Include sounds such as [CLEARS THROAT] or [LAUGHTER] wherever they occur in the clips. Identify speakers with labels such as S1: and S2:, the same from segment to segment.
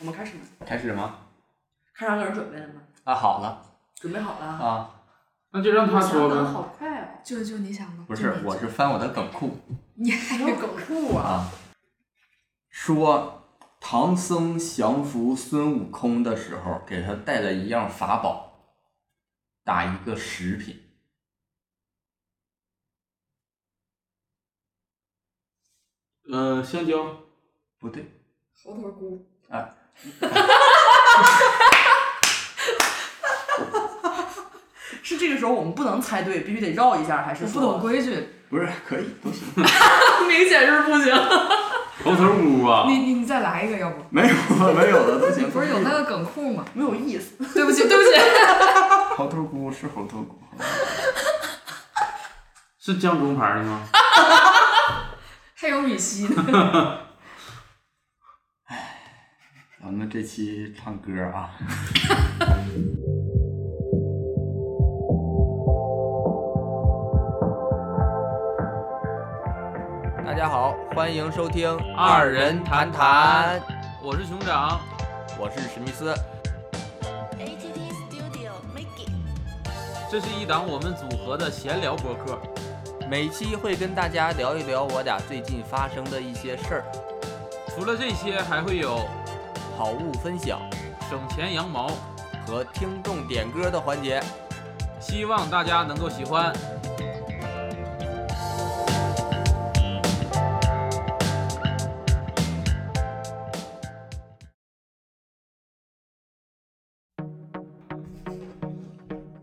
S1: 我们开始吗？
S2: 开始吗？
S1: 开场有人准备了吗？
S2: 啊，好了
S1: 准备好了。
S2: 啊，
S3: 那就让他说
S1: 你们想得
S3: 吧。
S1: 好 [LAUGHS] 快哦！
S4: 就就你想吧，
S2: 不
S4: 就是你，
S2: 我是翻我的梗库
S4: 你还
S1: 有
S4: 有
S1: 哎狗酷啊！
S2: 啊，说唐僧降服孙悟空的时候，给他带了一样法宝，打一个食品。
S3: 嗯，香蕉，
S2: 不对，
S4: 猴头菇，
S1: 是这个时候我们不能猜对，必须得绕一下，还是
S4: 我不
S1: 说
S4: 懂？规矩，
S2: 不是可以都行，
S4: 明显是不行。
S3: 猴头菇啊
S4: 你你你再来一个，要不？
S2: 没有了，没有了都行。
S4: 不是
S2: [LAUGHS]
S4: 有那个梗库吗？ [LAUGHS]
S1: 没有意思。
S4: 对不起，对不起，
S2: 猴头菇是猴头菇，
S3: 是酱中牌的吗？
S4: 还有羽西呢。 [LAUGHS]
S2: 咱们啊这期唱歌啊。
S5: [LAUGHS] 大家好，欢迎收听《
S3: 二
S5: 二
S3: 人
S5: 人
S3: 谈
S5: 谈谈》，
S3: 谈 [LAUGHS] 我是熊掌，
S5: 我是史密斯。
S6: ATT Studio Make It。
S3: 这是一档我们组合的闲聊博客。
S5: 每期会跟大家聊一聊我俩最近发生的一些事儿，
S3: 除了这些，还会有
S5: 好物分享
S3: 省钱羊毛，
S5: 和听众点歌的环节。
S3: 希望大家能够喜欢。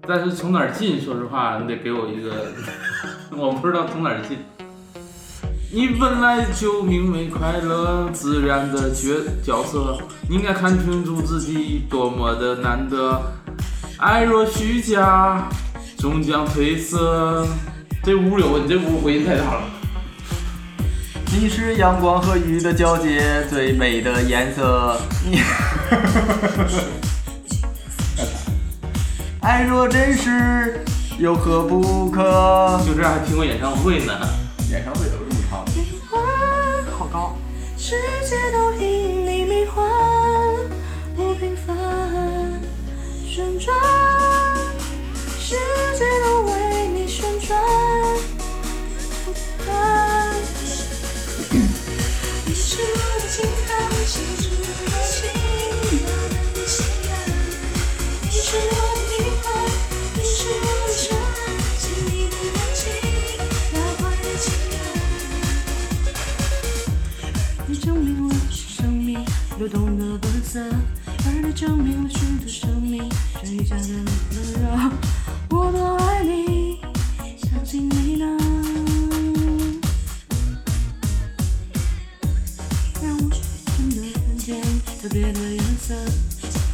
S3: 但是从哪儿进？说实话，你得给我一个， [LAUGHS] 我不知道从哪儿进。你本来就明媚快乐，自然的角角色，你应该看清楚自己多么的难得。爱若虚假，终将褪色。这屋有你这屋回音太大了。
S5: 你是阳光和雨的交界，最美的颜色。你， [LAUGHS] 爱若真实，又何不可？
S3: 就这样还听过演唱会呢。
S2: 演唱会都是这么唱的。
S1: 好高，
S6: 世界都因你迷幻，不平凡旋转，世界都为你旋转，不安。你是我的心安，心是我的心安，你是我的平凡，你是我的深爱，是你的柔情，那般的情感。你证明了生命流动的本色，而你证明了许多生命真与假的温柔。我多爱你，相信你能让我真的看见特别的颜色，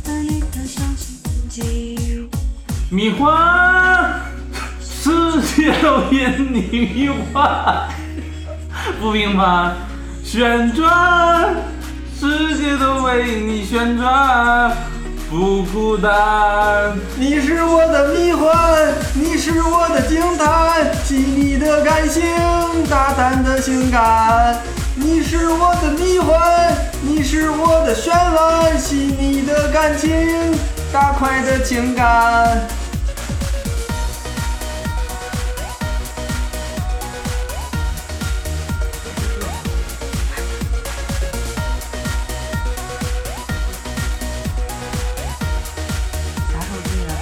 S6: 而你敢相信自己。
S3: 米花，世界都因你迷幻，不平凡，旋转，世界都为你旋转，不孤单。
S5: 你是我的迷幻，你是我的惊叹，细腻的感性，大胆的性感。你是我的迷幻，你是我的旋律，细腻的感情，大块的情感。
S1: 啥时候进来？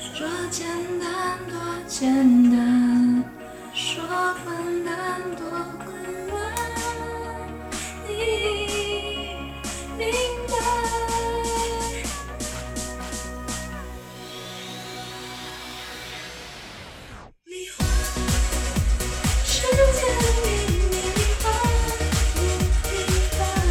S6: 说简单多简单，说困难多困难，你明白。你花，世界因你而变，你平凡，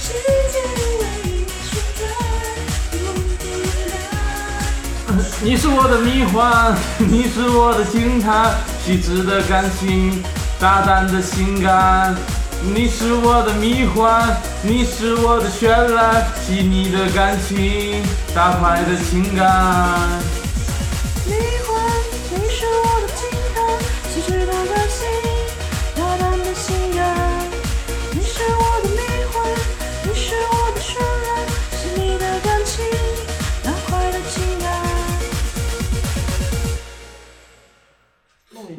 S6: 世界为你旋转，永不乱。
S3: 你是我的迷幻， [LAUGHS] 你是我的惊叹，细致的感情，大胆的性感。你是我的迷幻，你是我的绚烂，细腻的感情，大块的情感。
S6: 迷幻，你是我的惊叹，细致的感性，那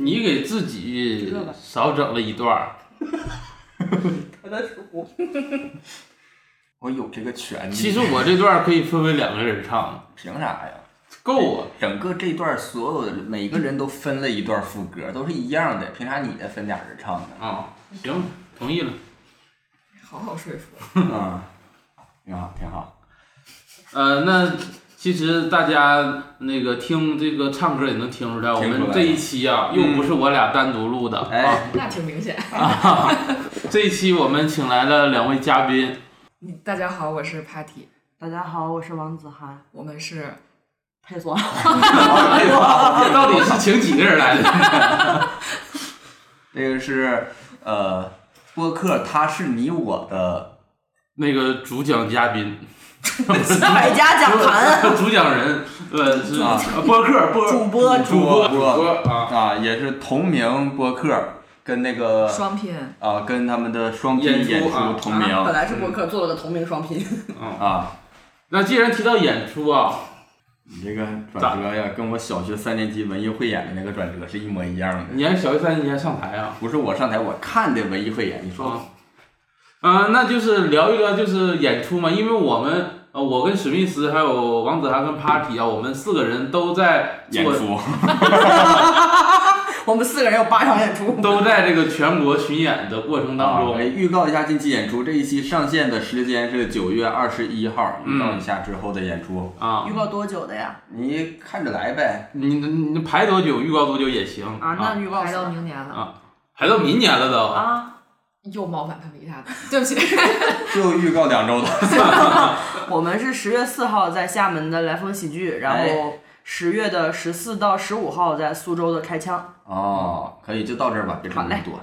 S3: 辑少整了一段儿，
S7: 他在数。
S2: 我有这个权利。
S3: 其实我这段儿可以分为两个人唱，
S2: 凭啥呀？
S3: 够啊！
S2: 整个这段所有的每个人都分了一段副歌，都是一样的，凭啥你的分俩人唱呢？
S3: 啊、行，同意了。
S4: 好好说服。
S2: 嗯，挺好，挺好。
S3: 呃，那其实大家那个听这个唱歌也能听出来，我
S2: 听出来嗯
S3: 们这一期啊，又不是我俩单独录的、啊，
S2: 哎，
S4: 那挺明显。
S3: 这一期我们请来了两位嘉
S2: [LAUGHS]
S3: 宾，
S4: 嗯大家好，我是 Patty，
S7: 大家好，我是王子涵，
S4: 我们是
S7: 配
S1: [LAUGHS]
S7: 送。
S2: 哎
S3: 这到底是请几个人来的？ [LAUGHS]
S2: 这个是呃播客，他是你我的
S3: 那个主讲嘉宾，
S7: 百家讲坛，
S1: [LAUGHS]
S3: [LAUGHS] 主讲人，呃，是
S2: 啊
S3: 播客播
S7: 主播
S3: 主播
S2: 主播
S3: 啊，
S2: 啊，也是同名播客，跟那个
S4: 双拼，
S2: 啊跟他们的双拼
S3: 演出
S2: 演出
S3: 啊
S2: 同名
S7: 本来是播客，做了个同名双拼。
S2: 啊。
S3: 那既然提到演出啊，
S2: 你这个转折呀，跟我小学三年级文艺汇演的那个转折是一模一样的。
S3: 你还小学三年级还上台啊？
S2: 不是我上台，我看的文艺汇演，你说
S3: 啊，啊、那就是聊一聊就是演出嘛，因为我们呃，我跟史密斯还有王子涵跟 Party 啊，我们四个人都在
S2: 演
S3: 做
S2: 出
S7: 我们四个人有八场演出，
S3: 都在这个全国巡演的过程当
S2: 啊
S3: 中，
S2: 哎预告一下近期演出，这一期上线的时间是九月二十一号，
S3: 嗯
S2: 预告一下之后的演出，
S3: 啊，
S7: 预告多久的呀？
S2: 你看着来呗。
S3: 你你你排多久预告多久也行
S7: 啊，那预告
S4: 排到明年了。
S3: 排到明年了都。
S7: 啊，
S4: [LAUGHS] 又冒犯他们一下子， [LAUGHS] 对不起。
S2: 就预告两周的，
S1: 我们是十月四号在厦门的来风喜剧，然后十月的十四到十五号在苏州的开枪。
S2: 哦，可以就到这儿吧，别这么多。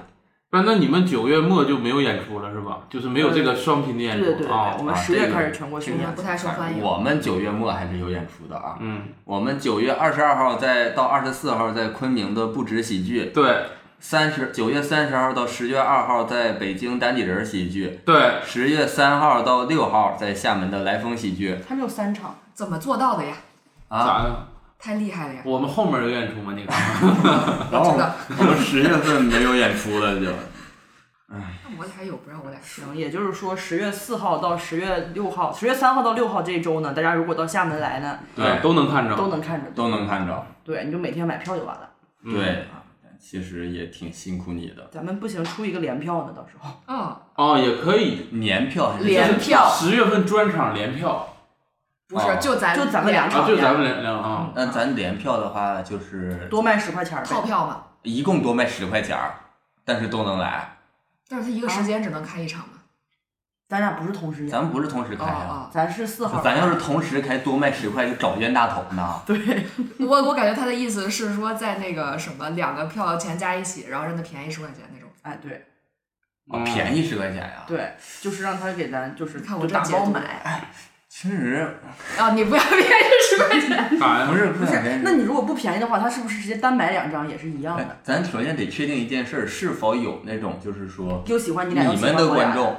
S3: 那那你们九月末就没有演出了是吧？就是没有这个双拼的演
S1: 对
S3: 出
S1: 对对，哦
S3: 啊
S1: 对，我们
S2: 啊
S1: 十月
S2: 这个
S1: 开始全国巡
S4: 我
S1: 演
S4: 们。不太受欢迎。
S2: 我们九月末还是有演出的啊，
S3: 嗯，
S2: 我们九月二十二号在到二十四号在昆明的不止喜剧，
S3: 对
S2: 三十九月三十号到十月二号在北京单立人喜剧，
S3: 对，
S2: 十月三号到六号在厦门的来风喜剧
S1: 他们有三场，
S4: 怎么做到的呀？
S2: 啊，
S3: 咋的？
S4: 太厉害了呀！
S3: 我们后面有演出吗？你看，
S2: [LAUGHS] 然后
S4: 知道
S2: [LAUGHS] 我们十月份没有演出了就。
S4: 那我俩有不让我俩说。
S1: 行，也就是说十月四号到十月六号，十月三号到六号这周呢，大家如果到厦门来呢，
S2: 对
S3: 都能看着，
S1: 都能看着，
S2: 都能看着。
S1: 对，你就每天买票就完了。
S3: 嗯
S2: 对，其实也挺辛苦你的。
S1: 咱们不行，出一个联票呢，到时候 [LAUGHS]
S4: 嗯，
S3: 哦，也可以
S2: 年票还是
S4: 联票
S3: 十月份专场联票
S4: 不
S2: 哦
S4: 是，就咱
S1: 就咱们
S4: 哎
S1: 俩
S3: 啊，
S1: 场
S3: 就咱们联联啊，
S2: 那咱联票的话，就是
S1: 多卖十块钱儿
S4: 套
S1: 呗。
S4: 票嘛，
S2: 一共多卖十块钱儿，但是都能来。
S4: 但是他一个时间只能开一场嘛。
S1: 咱俩不是同时演，
S2: 咱们不是同时开啊，
S4: 哦
S1: 咱是四号。
S2: 咱要是同时开，多卖十块就找冤大头呢。
S4: 哦，我我感觉他的意思是说，在那个什么两个票钱加一起，然后让他便宜十块钱那种。
S1: 哎，对
S2: 哦
S3: 嗯
S2: 便宜十块钱呀、
S1: 对，就是让他给咱就是
S4: 你看我
S1: 就
S4: 这
S1: 打
S4: 解
S1: 包
S4: 读
S1: 买。
S2: 其实
S4: 啊，你不要便宜十块钱。
S3: 咋呀
S2: 不？是不
S1: [LAUGHS] 不
S2: 想
S1: 是，
S2: 便
S1: 那
S2: 宜。
S1: 你如果不便宜的话，他是不是直接单买两张也是一样的？
S2: 哎咱首先得确定一件事儿，是否有那种就是说
S1: 又喜欢你
S2: 你
S1: 俩，又喜
S2: 们
S1: 欢
S2: 的
S1: 我俩
S2: 观，众，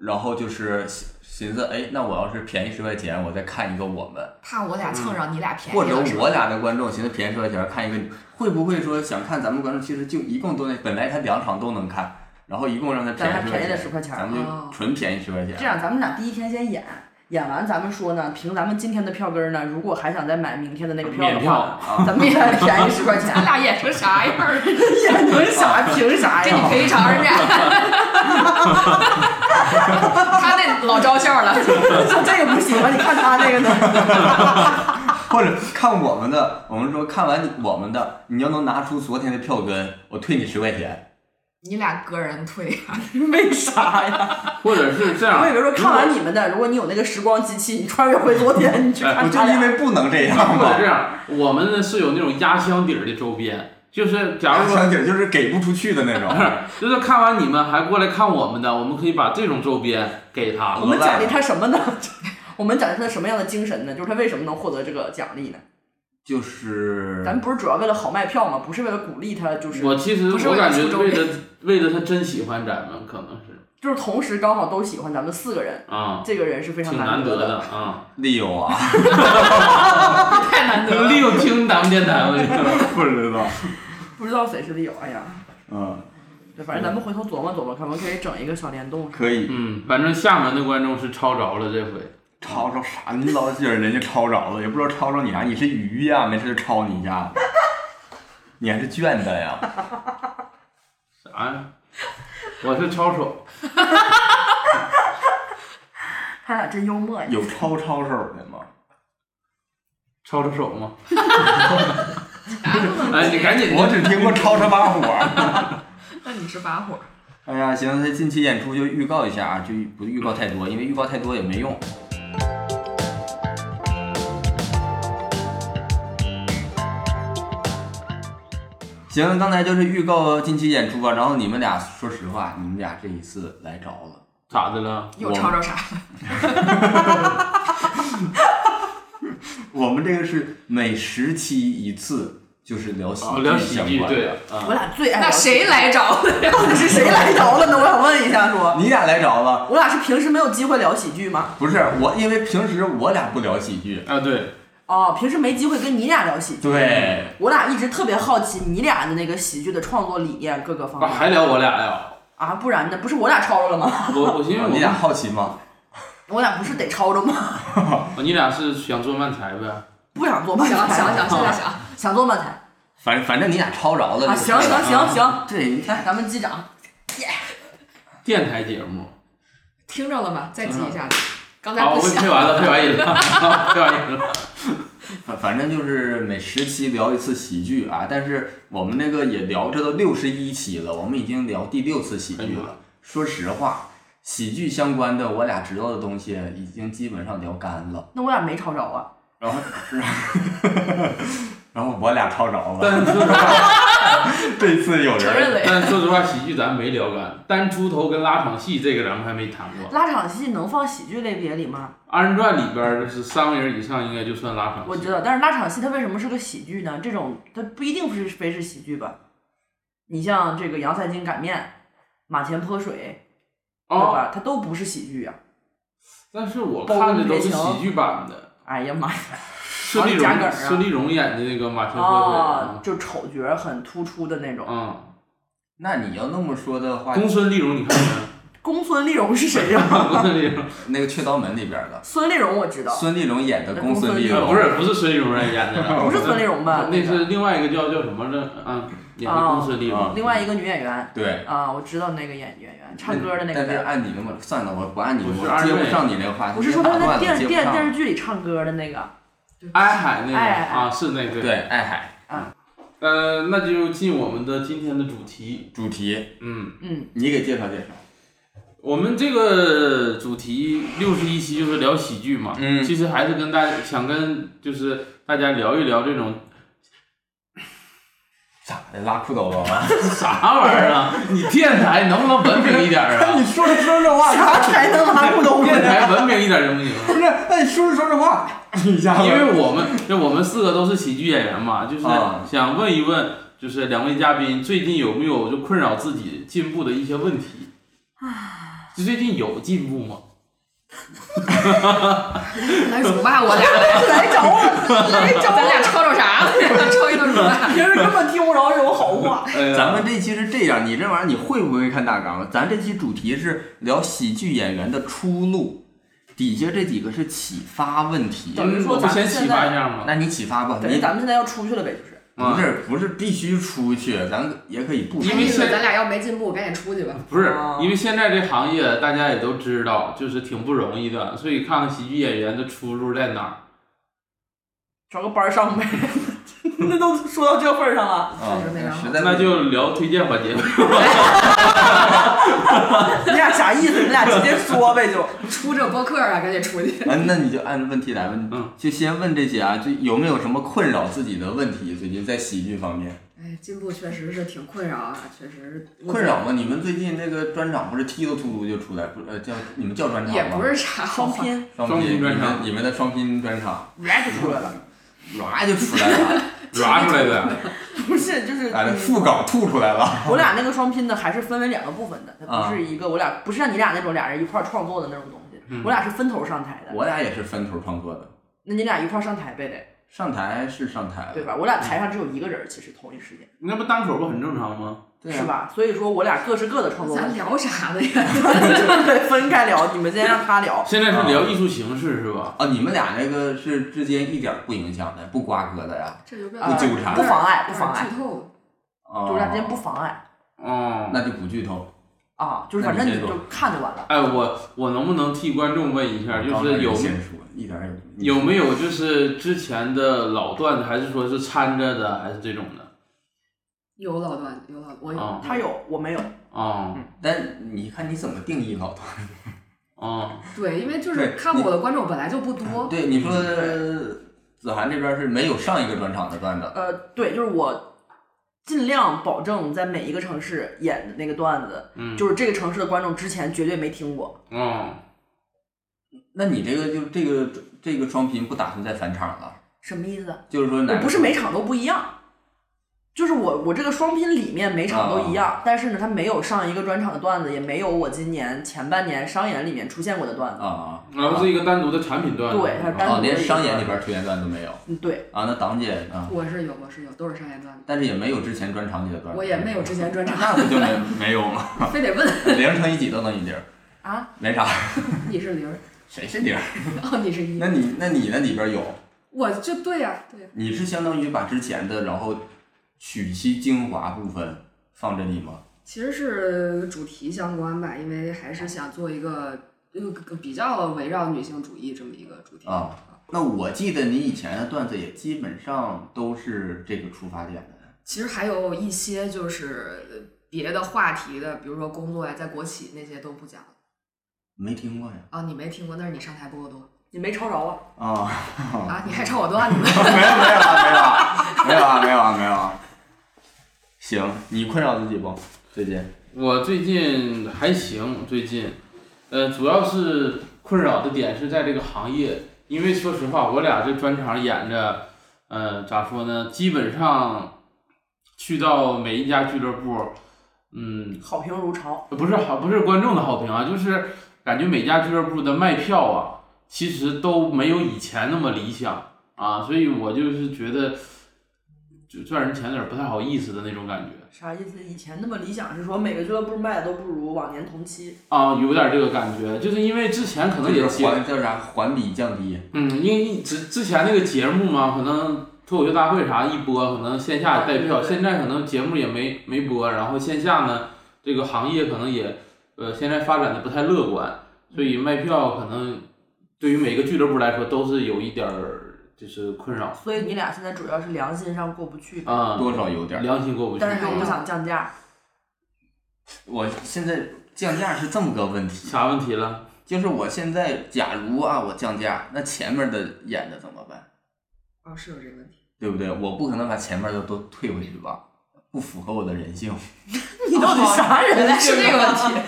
S2: 然后就是寻寻思，哎，那我要是便宜十块钱，我再看一个我们。
S4: [LAUGHS] 怕我俩蹭上，你俩便
S2: 嗯
S4: 宜
S2: 或者
S4: 了是吧
S2: 我俩的观众寻思便宜十块钱看一个，会不会说想看咱们观众其实就一共都那本来他两场都能看，然后一共让他
S1: 咱
S2: 便
S1: 俩
S2: 宜十块
S1: 便宜了十块
S2: 钱，
S1: 钱儿。
S2: 咱们就
S4: 哦
S2: 纯便宜十块钱。
S1: 这样，咱们俩第一天先演，演完咱们说呢，凭咱们今天的票根儿呢，如果还想再买明天的那个票
S3: 免
S1: 的
S3: 票
S1: 话，
S2: 啊
S1: 咱们也便宜十块
S4: 咱
S1: 钱。
S4: 俩演成啥样儿？ [LAUGHS]
S1: 演成 [LAUGHS] 啥？凭啥
S4: 给你
S1: 呀？
S4: 赔偿人家。 [LAUGHS] 他那老招笑了，
S1: [LAUGHS] 这个不行啊！你看他那个呢？
S2: 或者看我们的，我们说看完你我们的，你要能拿出昨天的票根，我退你十块钱。
S4: 你俩个人退，啊
S1: 为啥呀？
S3: 或者是这样，
S1: 我以为说看完你们的，如果你有那个时光机器，你穿越回昨天，你去
S2: 哎我
S1: 看
S2: 就
S1: 他俩。
S2: 因为不能这样
S3: 或者
S2: 嘛，
S3: 这样，我们呢是有那种压箱底儿的周边，就是假
S2: 想
S3: 如说 [LAUGHS]
S2: 起来就是给不出去的那种。
S3: 就是看完你们还过来看我们的，我们可以把这种周边给他
S1: 我。们奖励他什么呢？ [LAUGHS] 我们奖励他什么样的精神呢？就是他为什么能获得这个奖励呢？
S2: 就是
S1: 咱不是主要为了好卖票吗？不是为了鼓励他，就是
S3: 我其实
S4: 不是
S3: 我
S4: 为了
S3: 感觉
S4: 出周
S3: 为
S4: 边
S3: 了为了他真喜欢咱们，可能是
S1: 就是同时刚好都喜欢咱们四个人，
S3: 啊，
S1: 这个人是非常
S3: 挺难
S1: 得
S3: 得的。啊。
S2: 利用啊， [LAUGHS]
S4: 太难得了。
S3: 利用听咱们电台，我跟你说
S2: [LAUGHS] 不知道。
S1: 不知道谁是利友，哎呀，
S5: 嗯，
S8: 对，反正咱们回头琢磨琢磨，看我们可以整一个小联动。
S2: 可以
S3: 嗯，反正厦门的观众是抄着了这回。
S2: 吵吵啥？你老觉得人家抄着了，也不知道抄着你啥，你是鱼呀、没事就抄你一下子，你还是倦的呀？
S3: 啥呀？哎我是抄手，
S1: 他俩真幽默呀！
S2: 有抄抄手的吗？
S3: 抄着手
S1: [LAUGHS]
S3: 吗？哎，你赶紧
S2: 我只听过抄抄把火。
S4: 那你是把火，
S2: [LAUGHS] 哎呀，行，那近期演出就预告一下啊，就不预告太多，因为预告太多也没用。行，刚才就是预告近期演出吧，然后你们俩说实话，你们俩这一次来着了。
S3: 咋的了？
S4: 又吵吵啥？
S2: 我们这个是每十期一次，就是聊喜
S3: 啊，
S2: 剧
S3: 聊喜
S2: 相
S3: 剧
S2: 关
S3: 对
S2: 的。，
S1: 我
S3: 啊，
S1: 俩最爱
S4: 那
S1: 聊
S4: 谁来着？
S1: 到底 [LAUGHS] 是谁来着了呢？我想问一下说，
S2: 你俩来着了？
S1: 我俩是平时没有机会聊喜剧吗？
S2: 不是我，因为平时我俩不聊喜剧。
S3: 啊对，
S1: 哦，平时没机会跟你俩聊喜剧。
S2: 对，
S1: 我俩一直特别好奇你俩的那个喜剧的创作理念各个方
S3: 啊
S1: 面
S3: 还聊我俩呀？
S1: 啊，不然呢？不是我俩抄着了吗？ [LAUGHS]
S3: 我我寻思
S2: 哦你俩
S3: 我
S2: 好奇吗？
S1: 我俩不是得抄着吗？ [LAUGHS]
S3: 你俩是想做漫才呗？
S1: 不想做慢
S4: 想
S1: 菜，
S4: 想想，现在想，
S1: [LAUGHS] 想做慢菜
S2: 反反正你俩抄着了。
S1: 啊！行行行行，
S2: 对，你看
S1: 咱们击掌。
S3: 电台节目，
S4: 听着了吗？再记一下子。刚才
S3: 好，
S4: 不
S3: 我给你
S4: 想
S3: 配完
S1: [LAUGHS]
S3: 了，配完音了， [LAUGHS] 好配完音了。
S2: 反反正就是每十期聊一次喜剧啊，但是我们那个也聊，这都六十一期了，我们已经聊第六次喜剧
S3: 哎呀
S2: 了。说实话，喜剧相关的我俩知道的东西已经基本上聊干了，
S1: 那我俩没抄着啊，
S2: 然后， [LAUGHS] 然后我俩抄着了。
S3: 但说实话，
S2: [LAUGHS] 这次有
S4: 承认
S2: 人
S4: 了呀。
S3: 但说实话，喜剧咱没聊干，单出头跟拉场戏这个咱们还没谈过。
S1: 拉场戏能放喜剧类别里吗？
S3: 二人转里边儿就是三个人以上应该就算拉场戏。哦
S1: 我知道，但是拉场戏它为什么是个喜剧呢？这种它不一定是非是喜剧吧？你像这个洋菜金擀面、马前泼水，对
S3: 哦，
S1: 吧？它都不是喜剧啊！
S3: 但是我看的都是喜剧版的，
S1: 哎呀妈呀！
S3: 孙丽
S1: 加梗
S3: 蓉
S1: 儿啊
S3: 孙丽蓉演的那个马前
S1: 哦
S3: 泼，啊
S1: 就丑角儿很突出的那
S3: 水，
S1: 种。
S3: 嗯，
S2: 那你要那么说的话，
S3: 公孙丽蓉你看没？
S1: 公孙丽蓉是谁呀？ [LAUGHS]
S3: 公孙丽蓉
S2: 那个《雀刀门》里边的
S1: 孙丽蓉我知道，
S2: 孙丽蓉演的公孙丽
S3: 啊
S2: 蓉，
S3: [LAUGHS] 不是不是孙丽蓉演的啊，
S1: [LAUGHS] 不是孙丽蓉吧？
S3: 那
S1: 个
S3: 是另外一个叫叫什么的啊，演的公孙丽
S2: 哦
S3: 蓉。
S1: 另外一个女演员
S2: 对，
S1: 啊，我知道那个演演员，唱歌的那个
S2: 但是
S1: 人，
S2: 按你那么算了，我不按你，
S3: 不是
S2: 我
S3: 二
S2: 接
S3: 位
S2: 不上你那个话题，
S1: 我是说她
S2: 打
S1: 在
S2: 断了
S1: 电
S2: 接不
S1: 电
S2: 上
S1: 电视剧里唱歌的那个。
S3: 爱海那
S1: 哎哎
S3: 个啊，是那个。
S2: 对，爱海
S3: 呃，那就进我们的今天的主题。
S2: 主题，
S3: 嗯，
S2: 你给介绍介绍。
S3: 我们这个主题六十一期就是聊喜剧嘛。
S2: 嗯
S3: 其实还是跟大家想跟就是大家聊一聊这种
S2: 咋的？拉裤兜子 [LAUGHS] 了？
S3: 啥玩意儿啊？你电台能不能文明一点儿
S2: [LAUGHS]
S3: 啊？
S5: 你说着说着话，
S1: 啥才能拉裤兜
S3: 电台文明一点儿行不行啊？
S5: 不是，哎，说着说着话，一
S2: [LAUGHS]
S5: 下
S3: 因
S5: 子，
S3: 为我们就我们四个都是喜剧演员嘛，就是
S2: 啊
S3: 想问一问，就是两位嘉宾最近有没有就困扰自己进步的一些问题？就最近有进步吗？
S4: 来辱骂我俩 [LAUGHS] 来，啊
S1: 来找我，
S4: 来咱俩吵吵啥？ [LAUGHS] 吵一顿啊辱骂。
S1: 平时根本听不着这种好 [LAUGHS] 话。
S3: 哎呀
S2: 咱们这期是这样，你这玩意儿你会不会看大纲啊？咱这期主题是聊喜剧演员的出路，底下这几个是启发问题。
S1: 等于说
S3: 我不
S1: 咱
S3: 先
S1: 们
S3: 启
S1: 现
S3: 发
S1: 在
S3: 一下吗？
S2: 那你启发吧，
S1: 等于
S2: 你
S1: 咱们现在要出去了呗，就是。
S3: 啊
S2: 不是不是必须出去，咱也可以不出
S3: 因为
S2: 去。
S4: 意思
S3: 现
S4: 咱俩要没进步，赶紧出去吧。
S3: 不是
S1: 啊，
S3: 因为现在这行业大家也都知道，就是挺不容易的，所以看看喜剧演员的出路在哪儿。
S1: 找个班儿 [LAUGHS] 上呗。那都说到这份儿上了，
S2: 啊
S4: 是是非常好
S2: 实在不
S3: 那就聊推荐
S2: [LAUGHS]
S3: 环节吧。
S1: 你俩啥意思？你俩直接说呗就。
S4: 出这播客啊，赶紧出去。
S2: 嗯，那你就按问题来问，
S3: 嗯
S2: 就先问这些啊，就有没有什么困扰自己的问题？最近在喜剧方面
S4: 哎，进步确实是挺困扰啊，确实是我
S2: 困扰吗？你们最近那个专场不是踢了突突就出来，不呃叫你们叫专场吗？
S4: 也不是啥
S1: [LAUGHS] 双
S4: 好话。
S1: 拼
S2: 双
S3: 双拼
S2: 拼
S3: 专
S2: 你们
S3: 场
S2: 你们的双拼专场，
S1: ，rap 出来了，
S2: 哇就出来了， [LAUGHS]
S3: 抓出来的，
S1: [LAUGHS] 不是就是
S2: 把那
S1: 嗯
S2: 哎副稿吐出来了。
S1: 我俩那个双拼的还是分为两个部分的，
S2: 啊
S1: 它不是一个我俩不是像你俩那种俩人一块儿创作的那种东西，我俩是分头上台的。
S2: [LAUGHS] 嗯我俩也是分头创作的，
S1: 那你俩一块儿上台呗得，
S2: 上台是上台了，
S1: 对吧？我俩台上只有一个人，其实同一时间。
S3: 那不单口不很正常吗？
S2: 对
S1: 是
S2: 啊？
S1: 吧？所以说我俩各是各的创作问
S4: 咱
S1: 题，
S4: 聊啥的
S1: [LAUGHS]
S4: 呀？
S1: 就是得分开聊。你们先让他
S2: 哦
S1: 聊，
S3: 现在是聊艺术形式是吧？
S2: 啊，你们俩这个是之间一点儿不影响的，不瓜葛的呀？
S4: 这有点
S1: 不
S2: 纠缠
S1: 不妨碍不妨碍
S4: 剧透，
S2: 啊，
S1: 就是俩之间不妨碍
S3: 哦，
S2: 那就不剧透。
S1: 啊，就是反正你就看就完了。
S3: 哎，我我能不能替观众问一下，就
S2: 刚才
S3: 是
S2: 你
S3: 有
S2: 先说，一点儿也不
S3: 有没有就是之前的老段子，还是说是掺着的，还是这种的？
S4: 有老段，有老我有
S3: 哦
S1: 他有我没有，
S3: 哦
S2: 但你看你怎么定义老段？
S3: 哦，
S4: 对，因为就
S2: 对
S4: 是看
S2: 你嗯
S4: 我的观众本来就不多，
S2: 对，你说子涵这边是没有上一个专场的段子，
S1: 呃，对，就是我尽量保证在每一个城市演的那个段子，
S3: 嗯，
S1: 就是这个城市的观众之前绝对没听过。
S3: 哦，
S2: 那你这个就这个这个双拼不打算再返场了？
S1: 什么意思啊？
S2: 就是说哪
S1: 我
S2: 个
S1: 不是每场都不一样，就是我我这个双拼里面每场都一样，但是呢，它没有上一个专场的段子，也没有我今年前半年商演里面出现过的段子。
S2: 啊，
S3: 然后是一个单独的产品段子，
S1: 对它是单独
S2: 哦，
S1: 的
S2: 连
S1: 一个
S2: 商演里边出现段都没有啊？
S1: 嗯，对，
S2: 那党姐呢？
S4: 我是有，我是有，都是商业段子，
S2: 但是也没有之前专场里的段子，
S4: 我也没有之前专场，
S2: 那不就没没有
S4: [LAUGHS]
S2: 吗？
S4: 非得问
S2: 零乘以几都能一零儿
S4: 啊？
S2: 没啥，
S4: 你是零儿，
S2: 谁是零儿？
S4: 哦，你是一
S2: 那，你那你那里边有？
S4: 我就对呀，对呀，
S2: 你是相当于把之前的，然后取其精华部分放这里吗？
S4: 其实是主题相关吧，因为还是想做一个呃比较围绕女性主义这么一个主题
S2: 啊那我记得你以前的段子也基本上都是这个出发点的。
S4: 其实还有一些就是呃别的话题的，比如说工作呀，在国企那些都不讲了
S2: 没听过呀？
S4: 啊。你没听过，那是你上台不够多
S1: 你没抄着啊？
S2: 啊， [LAUGHS]
S4: 啊，你还抄我段 [LAUGHS] 子。
S2: 没有没有啊没有啊没有啊没有啊没有啊。行，你困扰自己不？最近
S3: 我最近还行，最近，呃，主要是困扰的点是在这个行业，因为说实话，我俩这专场演着，呃，咋说呢，基本上去到每一家俱乐部，嗯，
S1: 好评如潮，
S3: 不是好，不是观众的好评啊，就是感觉每家俱乐部的卖票啊，其实都没有以前那么理想啊，所以我就是觉得，就赚人钱有点不太好意思的那种感觉。
S1: 啥意思？以前那么理想是说每个俱乐部卖的都不如往年同期，
S3: 啊，有点这个感觉，就是因为之前可能也
S2: 就是
S3: 接，
S2: 环叫啥环比降低，
S3: 嗯，因为之之前那个节目嘛，可能脱口秀大会啥一播，啊可能线下也带
S1: 对对
S3: 票，
S1: 对
S3: 现在可能节目也没没播，然后线下呢，这个行业可能也呃现在发展的不太乐观，所以卖票可能对于每个俱乐部来说都是有一点儿就是困扰
S1: 所以你俩现在主要是良心上过不去，
S3: 啊，
S2: 嗯
S3: 嗯
S2: 多少有点儿。
S3: 良心过不去
S1: 但是又不想降价，
S2: 我现在降价是这么个问题，
S3: 啥问题了？
S2: 就是我现在假如啊我降价，那前面的演的怎么办？
S4: 啊，是有这个问题。
S2: 对不对？我不可能把前面的都退回去吧，不符合我的人性。
S1: [LAUGHS] 你到底啥人？啊
S4: 原来是这个
S1: [LAUGHS]
S4: 问题。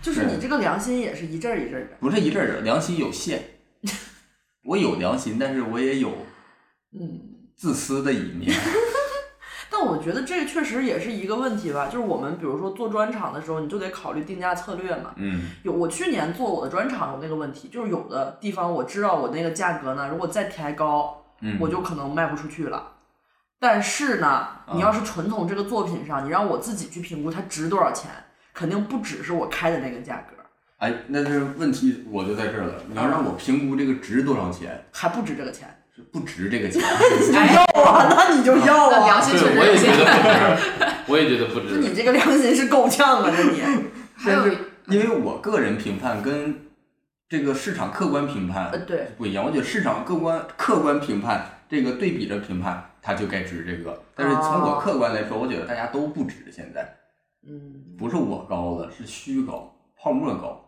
S1: 就是你这个良心也是一阵儿一阵儿的，
S2: 不是一阵儿，良心有限。我有良心，但是我也有
S1: 嗯。
S2: 自私的一面。
S1: 但我觉得这个确实也是一个问题吧，就是我们比如说做专场的时候，你就得考虑定价策略嘛。
S2: 嗯，
S1: 有我去年做我的专场有那个问题，就是有的地方我知道我那个价格呢，如果再抬高，
S2: 嗯
S1: 我就可能卖不出去了。但是呢，你要是纯从这个作品上，你让我自己去评估它值多少钱，肯定不只是我开的那个价格，
S2: 哎，那这问题我就在这儿了。你要让我评估这个值多少钱，
S1: 还不值这个 [LAUGHS] 钱。
S2: 是不值这个钱。
S4: 哎，
S1: 哇，那你就要
S4: 那
S1: 啊
S4: 良！心确
S3: 哦对，
S4: 实
S3: 我也
S4: 有
S3: 觉
S4: 些。
S3: 得不值，我也觉得不
S1: 那
S3: 值。
S1: 你这个良心是够呛啊，那你。
S4: [LAUGHS] 还有
S2: 因为我个人评判跟这个市场客观评判
S1: 呃，对，
S2: 不一样。我觉得市场客观客观评判这个对比着评判，它就该值这个。但是从
S1: 哦
S2: 我客观来说，我觉得大家都不值。现在
S1: 嗯，
S2: 不是我高了，是虚高，泡沫高。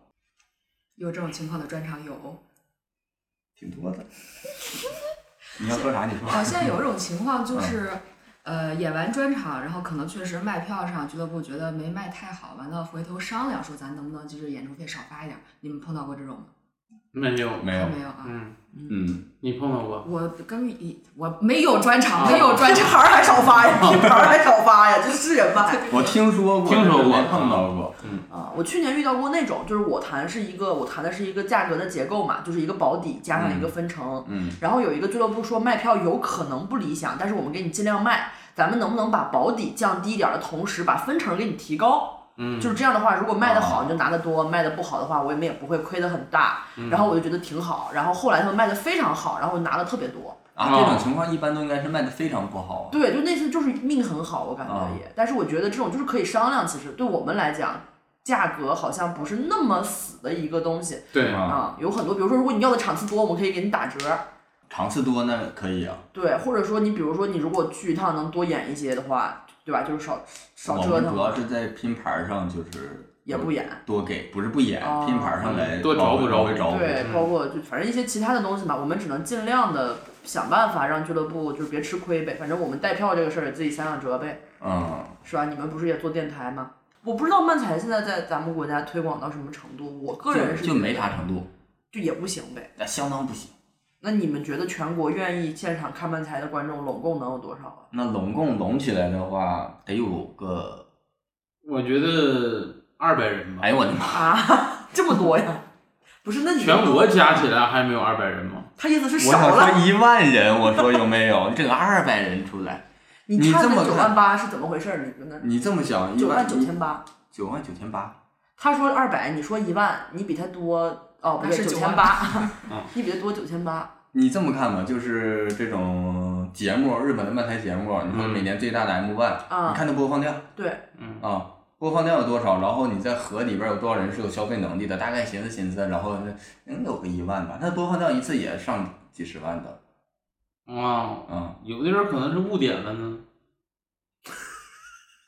S4: 有这种情况的专场有。
S2: 挺多的。你要说啥？你说。
S4: 好像有一种情况就是，呃，演完专场，然后可能确实卖票上俱乐部觉得没卖太好，完了回头商量说咱能不能就是演出费少发一点儿。你们碰到过这种吗？
S3: 没有，
S2: 没有
S4: 还，没有啊。
S3: 嗯，
S2: 嗯，
S3: 你碰到过？
S4: 我跟一我没有专场，
S3: 啊
S4: 没有专
S1: 这
S4: 场，
S1: 牌儿还少发 [LAUGHS] 呀，这牌儿还少发呀，这是人 [LAUGHS] 吧？
S2: 我听说过，
S3: 听说过
S2: 没碰到过。
S1: 啊，我去年遇到过那种，就是我谈是一个，我谈的是一个价格的结构嘛，就是一个保底加上一个分成。
S2: 嗯，
S1: 然后有一个俱乐部说卖票有可能不理想，但是我们给你尽量卖，咱们能不能把保底降低一点儿的同时，把分成给你提高？
S3: 嗯，
S1: 就是这样的话，如果卖的好
S2: 啊
S1: 你就拿得多，卖的不好的话，我们也不会亏得很大。然后我就觉得挺好，然后后来他们卖的非常好，然后拿的特别多。
S2: 啊，这种
S3: 哦
S2: 情况一般都应该是卖的非常不好啊。啊
S1: 对，就那次就是命很好，我感觉也。但是我觉得这种就是可以商量，其实对我们来讲，价格好像不是那么死的一个东西
S3: 对，
S2: 啊
S1: 啊、有很多，比如说如果你要的场次多，我们可以给你打折。
S2: 场次多那可以啊，
S1: 对，或者说你比如说你如果去一趟能多演一些的话，对吧？就是少少
S2: 我
S1: 折
S2: 们主
S1: 腾，
S2: 要是在拼盘上就是
S1: 也不演。
S2: 多给，不是不演
S1: 哦，
S2: 拼盘上来
S3: 多
S2: 找
S3: 找补
S2: 找
S3: 找
S2: 补
S3: 补
S2: 找补。
S1: 对，
S3: 嗯
S1: 包括就反正一些其他的东西嘛，我们只能尽量的想办法让俱乐部就是别吃亏呗。反正我们带票这个事儿也自己想想辙呗，
S2: 嗯，
S1: 是吧？你们不是也做电台吗？我不知道漫才现在在咱们国家推广到什么程度，我个人
S2: 就是就
S1: 觉
S2: 没
S1: 得
S2: 啥程度，
S1: 就也不行呗。
S2: 那相当不行。
S1: 那你们觉得全国愿意现场看漫才的观众拢共能有多少啊？
S2: 那拢共拢起来的话，得有个，
S3: 我觉得二百人吧
S2: 哎，呦我的妈！
S1: 啊，这么多呀？不是，那你
S3: 全国加起来还没有二百人吗？
S1: 他意思是
S2: 我
S1: 少
S2: 想
S1: 了。
S2: 说一万人，我说有没有？你 [LAUGHS] 整个二百人出来，
S1: 你
S2: 你
S1: 看
S2: 这
S1: 那
S2: 么
S1: 九万八是怎么回事儿？你们
S2: 你这么想，
S1: 那
S2: 一
S1: 九
S2: 万
S1: 万九千八，
S2: 九万九千八，
S1: 他说二百，你说一万，你比他多哦，不
S4: 那
S1: 对，
S4: 是
S1: 九
S4: 9
S1: 千
S4: 万 [LAUGHS]
S1: 八
S3: 嗯，
S1: 你比他多九千八。
S2: 你这么看吧，就是这种节目，日本的漫才节目，你说
S3: 嗯
S2: 每年最大的 M One，、
S1: 啊
S2: 你看它播放量
S1: 对，
S3: 嗯，
S2: 啊，播放量有多少，然后你在河里边有多少人是有消费能力的，大概寻思寻思，然后能有个一万吧，那播放量一次也上几十万的，
S3: 哇，
S2: 嗯，
S3: 有的人可能是误点了呢，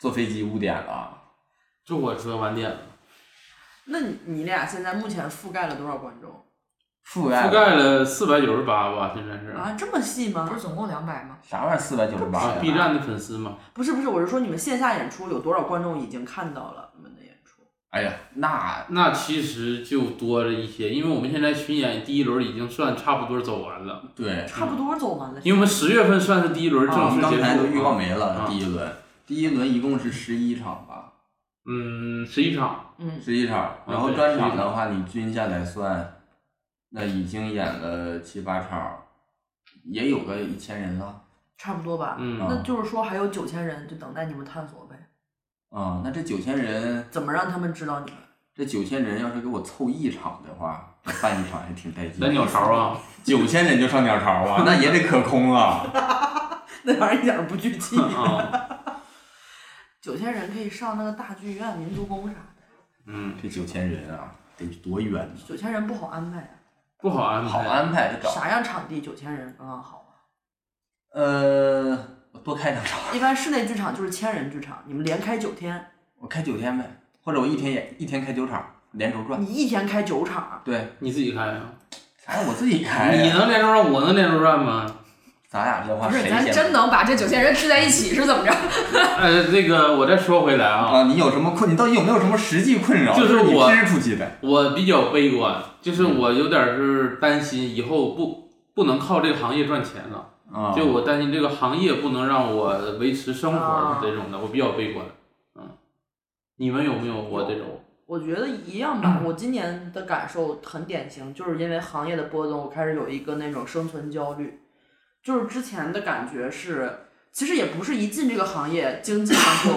S2: 坐飞机误点了，
S3: 坐火车晚点了，
S1: 那你你俩现在目前覆盖了多少观众
S2: 覆盖
S3: 覆
S2: 了
S3: 盖了四百九十八吧，现在是
S1: 啊？这么细
S4: [LAUGHS] 不
S1: 吗？
S4: 是总共两百吗？
S2: 啥玩意儿四百九十八
S3: 啊 B 站的粉丝嘛，
S1: 不是不是，我是说你们线下演出有多少观众已经看到了你们的演出？
S2: 哎呀，那
S3: 那其实就多了一些，因为我们现在巡演第一轮已经算差不多走完了，
S2: 对，
S1: 差不多走完了。
S3: 因为我们十月份算是第一轮
S2: 我
S3: 正
S2: 们
S3: 式
S2: 刚
S3: 结
S2: 才都预
S3: 束
S2: 告
S3: 啊，
S2: 没了
S3: 啊
S2: 第一轮，第一轮一共是十一场吧，
S3: 嗯，十一场，
S1: 嗯，
S2: 十一场，
S3: 嗯
S2: 然后
S3: 对
S2: 专场
S3: 11
S2: 的
S3: 场
S2: 话，你均下来算，那已经演了七八场，也有个一千人了。
S1: 差不多吧。
S3: 嗯
S1: 那就是说还有九千人就等待你们探索呗。
S2: 啊、那这九千人，
S1: 怎么让他们知道你们？ [LAUGHS]
S2: 这九千人要是给我凑一场的话，这办一场还挺带
S3: 咱
S2: 劲。
S3: 鸟巢 [LAUGHS] 啊，
S2: 九千人就上鸟巢啊，那也得可空啊。
S1: 那玩意儿一点儿不
S3: [LAUGHS]
S1: 聚气。
S3: 啊，
S1: 九千人可以上那个大剧院、民族宫啥的。
S3: 嗯，
S2: 这九千人啊，得多远呢？
S1: 九千人不好安排啊，
S3: 不好啊安排，
S2: 好安排的找。
S1: 啥样场地九千人刚刚好啊？
S2: 呃，我多开两场，
S1: 一般室内剧场就是千人剧场，你们连开九天，
S2: 我开九天呗，或者我一天演一天开九场，连轴转
S1: 你。一天开九场，
S2: 对，
S3: 你自己开啊，
S2: 反正我自己开
S3: 你
S2: 呀、
S3: 能连轴转，我能连轴转吗？
S2: 咱俩这话
S4: 不
S2: 谁
S4: 是，
S2: 先
S4: 咱真能把这九千人聚在一起是怎 [LAUGHS] 么着？
S3: 呃，这个我再说回来啊，
S2: 啊，你有什么困？你到底有没有什么实际困扰？
S3: 就是是
S2: 你
S3: 我
S2: 支出去的。
S3: 我比较悲观，就是我有点儿是担心以后不不能靠这个行业赚钱了。
S2: 啊，
S3: 就我担心这个行业不能让我维持生活
S1: 啊
S3: 的这种的，我比较悲观。嗯，你们有没有我这种？
S1: 我觉得一样吧。我今年的感受很典型，就是因为行业的波动，我开始有一个那种生存焦虑。就是之前的感觉是，其实也不是一进这个行业经济上就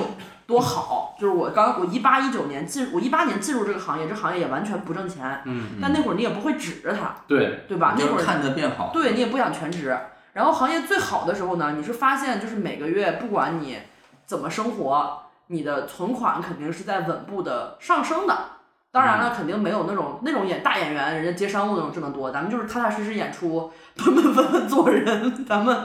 S1: 多好，就是我刚我一八一九年进，我一八年进入这个行业，这行业也完全不挣钱，
S3: 嗯，
S1: 但那会儿你也不会指着它，
S3: 对，
S1: 对吧？那
S2: 就
S1: 会
S2: 是
S1: 儿
S2: 看着变好。
S1: 对你也不想全职。然后行业最好的时候呢，你是发现就是每个月不管你怎么生活，你的存款肯定是在稳步的上升的。当然
S2: 嗯
S1: 了，肯定没有那种那种演大演员，人家接商务那种挣得多。咱们就是踏踏实实演出，本本分分做人。 [LAUGHS] 咱们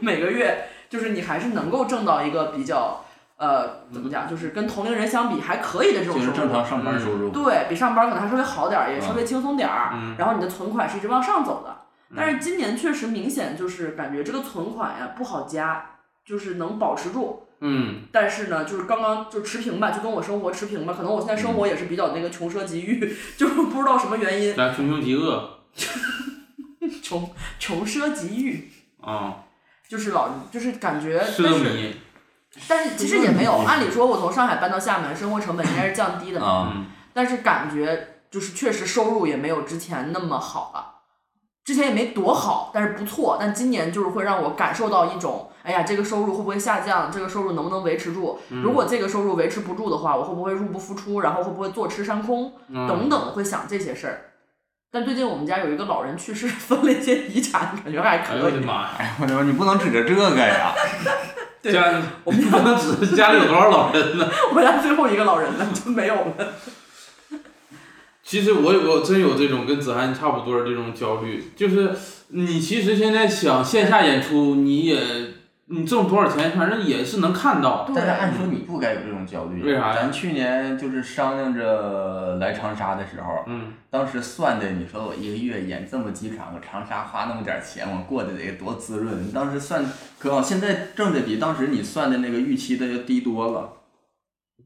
S1: 每个月就是你还是能够挣到一个比较呃怎么讲，就是跟同龄人相比还可以的这种
S2: 就
S1: 收
S2: 是
S1: 入。
S2: 正常上班收入。
S1: 对比上班可能还稍微好点儿，也稍微轻松点儿、
S3: 嗯
S1: 然后你的存款是一直往上走的。但是今年确实明显就是感觉这个存款呀不好加，就是能保持住，
S3: 嗯，
S1: 但是呢，就是刚刚就持平吧，就跟我生活持平吧。可能我现在
S3: 嗯
S1: 生活也是比较那个穷奢极欲， [LAUGHS] 就是不知道什么原因，
S3: 咱穷凶极恶
S1: 穷穷奢极欲，
S3: 啊，
S1: 就是老就是感觉，
S3: 是
S1: 但
S3: 个
S1: 是
S3: 谜。
S1: 但是其实也没有，按理说我从上海搬到厦门，生活成本应该是降低的嘛，
S2: 啊，
S3: 嗯，
S1: 但是感觉就是确实收入也没有之前那么好了，之前也没多好，但是不错。但今年就是会让我感受到一种哎呀，这个收入会不会下降？这个收入能不能维持住？
S3: 嗯
S1: 如果这个收入维持不住的话，我会不会入不敷出？然后会不会坐吃山空？
S3: 嗯
S1: 等等，会想这些事儿。但最近我们家有一个老人去世，分了一些遗产，感觉还
S3: 哎呦
S1: 可
S3: 我的
S1: 以。
S3: 妈呀！
S2: 哎我说你不能指着这个呀，
S3: 家里我们不能指 [LAUGHS] 家里有多少老人呢？
S1: 我家最后一个老人呢就没有了。
S3: 其实我有我真有这种跟子涵差不多的这种焦虑，就是你其实现在想线下演出，你也你挣多少钱，反正也是能看到。
S1: 哦
S2: 但是按说你不该有这种焦虑。
S3: 为啥呀
S2: 咱去年就是商量着来长沙的时候，
S3: 嗯，
S2: 当时算的，你说我一个月演这么几场，我长沙花那么点钱，我过得得多滋润。你当时算可好，现在挣的比当时你算的那个预期的要低多了，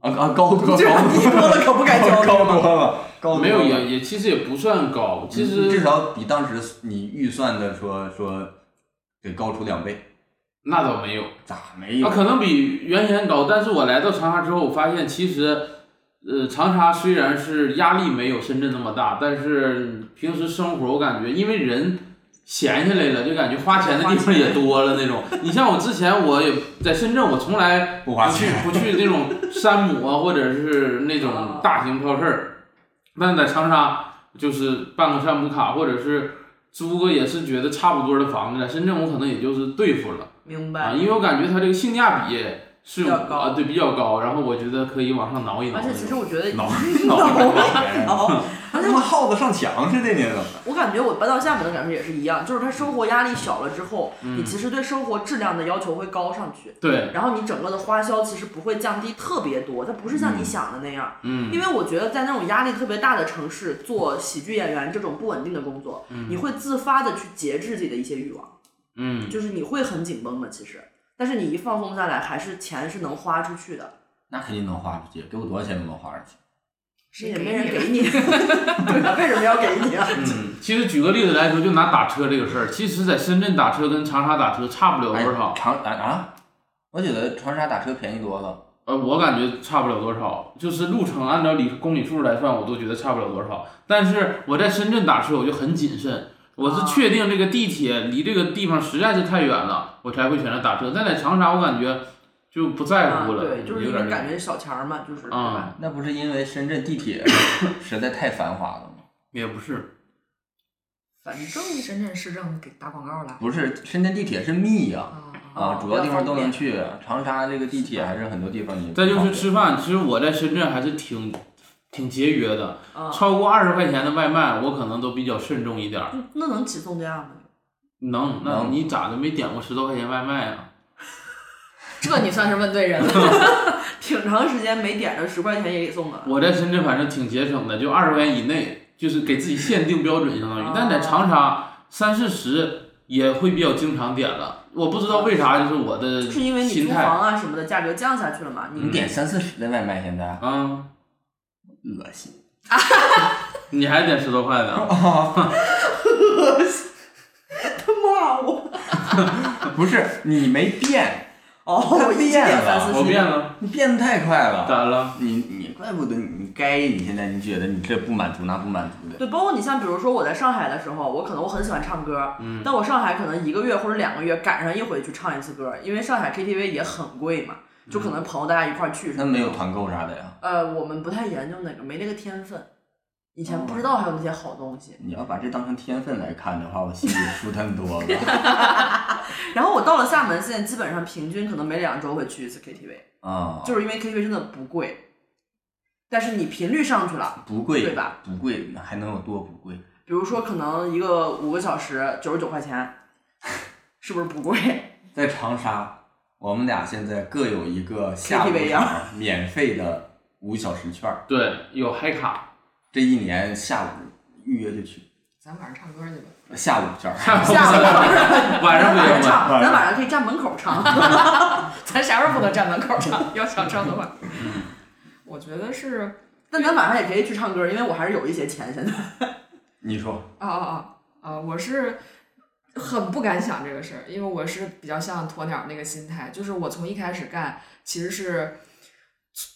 S2: 啊啊，高多高多
S1: 低多了可不该焦虑
S2: [LAUGHS] 高多了，高多了嗯
S3: 没有也也其实也不算高，其实
S2: 至少比当时你预算的说说得高出两倍，
S3: 那倒没有。
S2: 咋没有？
S3: 啊，可能比原先高，但是我来到长沙之后，我发现其实，呃，长沙虽然是压力没有深圳那么大，但是平时生活我感觉，因为人闲下来了，就感觉花钱的地方也多了那种。你像我之前我也在深圳，我从来
S2: 不花
S3: 不去
S2: 钱，啊
S3: 不去那种山姆啊，或者是那种大型超市儿，但是在长沙就是办个山姆卡，或者是租个也是觉得差不多的房子，在深圳我可能也就是对付了。
S1: 明
S3: 啊，因为我感觉它这个性价比是
S1: 比较高
S3: 啊，对比较高，然后我觉得可以往上挠一挠
S1: 而
S3: 那种。
S1: 且其实我觉得
S2: 脑
S3: [LAUGHS]
S1: 然后而且
S2: [LAUGHS] 他妈
S1: 我
S2: 耗子上墙似的呢，怎么？
S1: 我感觉我搬到厦门的感受也是一样，就是他生活压力小了之后，
S3: 嗯
S1: 你其实对生活质量的要求会高上去，
S3: [LAUGHS] 对，
S1: 然后你整个的花销其实不会降低特别多，它不是像你想的那样。
S3: 嗯
S1: 因为我觉得在那种压力特别大的城市做喜剧演员这种不稳定的工作，你会自发的去节制自己的一些欲望，
S3: 嗯，
S1: 就是你会很紧绷的其实，但是你一放松下来，还是钱是能花出去的，
S2: 那肯定能花出去，给我多少钱都能花出去。
S4: 谁
S1: 也
S4: 给
S1: 没人
S4: 你
S1: 给你， [LAUGHS] 对啊，为什么要给你
S3: [LAUGHS]
S1: 啊？
S3: 嗯，其实举个例子来说，就拿打车这个事儿，其实在深圳打车跟长沙打车差不了多少
S2: 哎，长啊啊！我觉得长沙打车便宜多了。
S3: 呃，我感觉差不了多少，就是路程按照里公里数来算，我都觉得差不了多少。但是我在深圳打车，我就很谨慎，我
S1: 啊
S3: 是确定这个地铁离这个地方实在是太远了，我才会选择打车。但在长沙，我感觉就不在乎了，
S1: 啊对，就是
S3: 有
S1: 因为
S3: 点那
S1: 感觉小钱儿嘛，就是对吧？
S3: 啊、
S2: 那不是因为深圳地铁实在太繁华了吗？
S3: 也不是，
S4: 反正深圳市政给打广告了
S2: 不是，深圳地铁是密呀、
S4: 啊啊！
S2: 啊，
S1: 哦
S2: 主要地方都能去。长沙这个地铁还是很多地方你不
S3: 再就
S2: 方
S3: 是
S2: 便
S3: 吃饭，其实我在深圳还是挺挺节约的，
S1: 啊，
S3: 超过二十块钱的外卖，我可能都比较慎重一点儿。
S1: 那能起送价吗？ [LAUGHS]
S3: 能，那
S2: 能
S3: 你咋的没点过十多块钱外卖啊？
S4: [LAUGHS] 这你算是问对人了。 [LAUGHS]
S1: 挺长时间没点着十块钱也给送了。
S3: 我在深圳反正挺节省的，就二十块钱以内，就是给自己限定标准，相当于
S1: 哦。
S3: 但在长沙三四十也会比较经常点了，我不知道为啥，就是我的
S1: 是因为你
S3: 心
S1: 租
S3: 态嗯
S1: 房啊什么的价格降下去了嘛？
S2: 你
S1: 你
S2: 点三四十的外卖现在
S3: 啊，
S2: 恶心。
S3: 你还点十多块的，
S1: 哦骂我
S2: 不是你没变，
S1: 哦，
S2: 他
S1: 我一
S2: 变
S1: 点
S2: 了
S1: 三四
S3: 我
S1: 十，
S3: 变了，
S2: 你变得太快了。
S3: 咋了？
S2: 你你怪不得你该你现在你觉得你这不满足那不满足的，
S1: 对，包括你像比如说我在上海的时候，我可能我很喜欢唱歌，
S3: 嗯
S1: 但我上海可能一个月或者两个月赶上一回去唱一次歌，因为上海 KTV 也很贵嘛，就
S3: 嗯
S1: 可能朋友大家一块儿去什么
S2: 那
S1: 的。
S2: 没有团购啥的呀？
S1: 呃，我们不太研究那个，没那个天分，以前
S3: 哦
S1: 不知道还有那些好东西。
S2: 你要把这当成天分来看的话，我心里舒坦多了
S1: 然后我到了厦门，现在基本上平均可能每两周会去一次 KTV，
S2: 啊！
S1: [LAUGHS] 就是因为 KTV 真的不贵，但是你频率上去了。
S2: 不贵，
S1: 对吧？
S2: 不贵，那还能有多不贵？
S1: 比如说可能一个五个小时九十九块钱， [LAUGHS] 是不是不
S2: [LAUGHS]
S1: 贵？
S2: 在长沙，我们俩现在各有一个下午
S1: KTV 呀
S2: 场免费的五小时券儿，
S3: 对，有嗨卡，
S2: 这一年下午预约就去，
S4: 咱晚上唱歌去吧。
S2: 下午券儿。
S1: 下午
S3: 晚
S1: 咱
S3: 上不
S1: 晚
S3: 行
S1: 上
S3: 吗？
S1: 唱， [LAUGHS] 咱晚上可以站门口唱。 [LAUGHS]
S4: 咱啥时候不能站门口唱？要想唱的话，我觉得是
S1: 但咱晚上也可以去唱歌，因为我还是有一些钱现在。
S2: 你说
S4: 啊啊啊！啊！我是很不敢想这个事儿，因为我是比较像鸵鸟那个心态，就是我从一开始干，其实是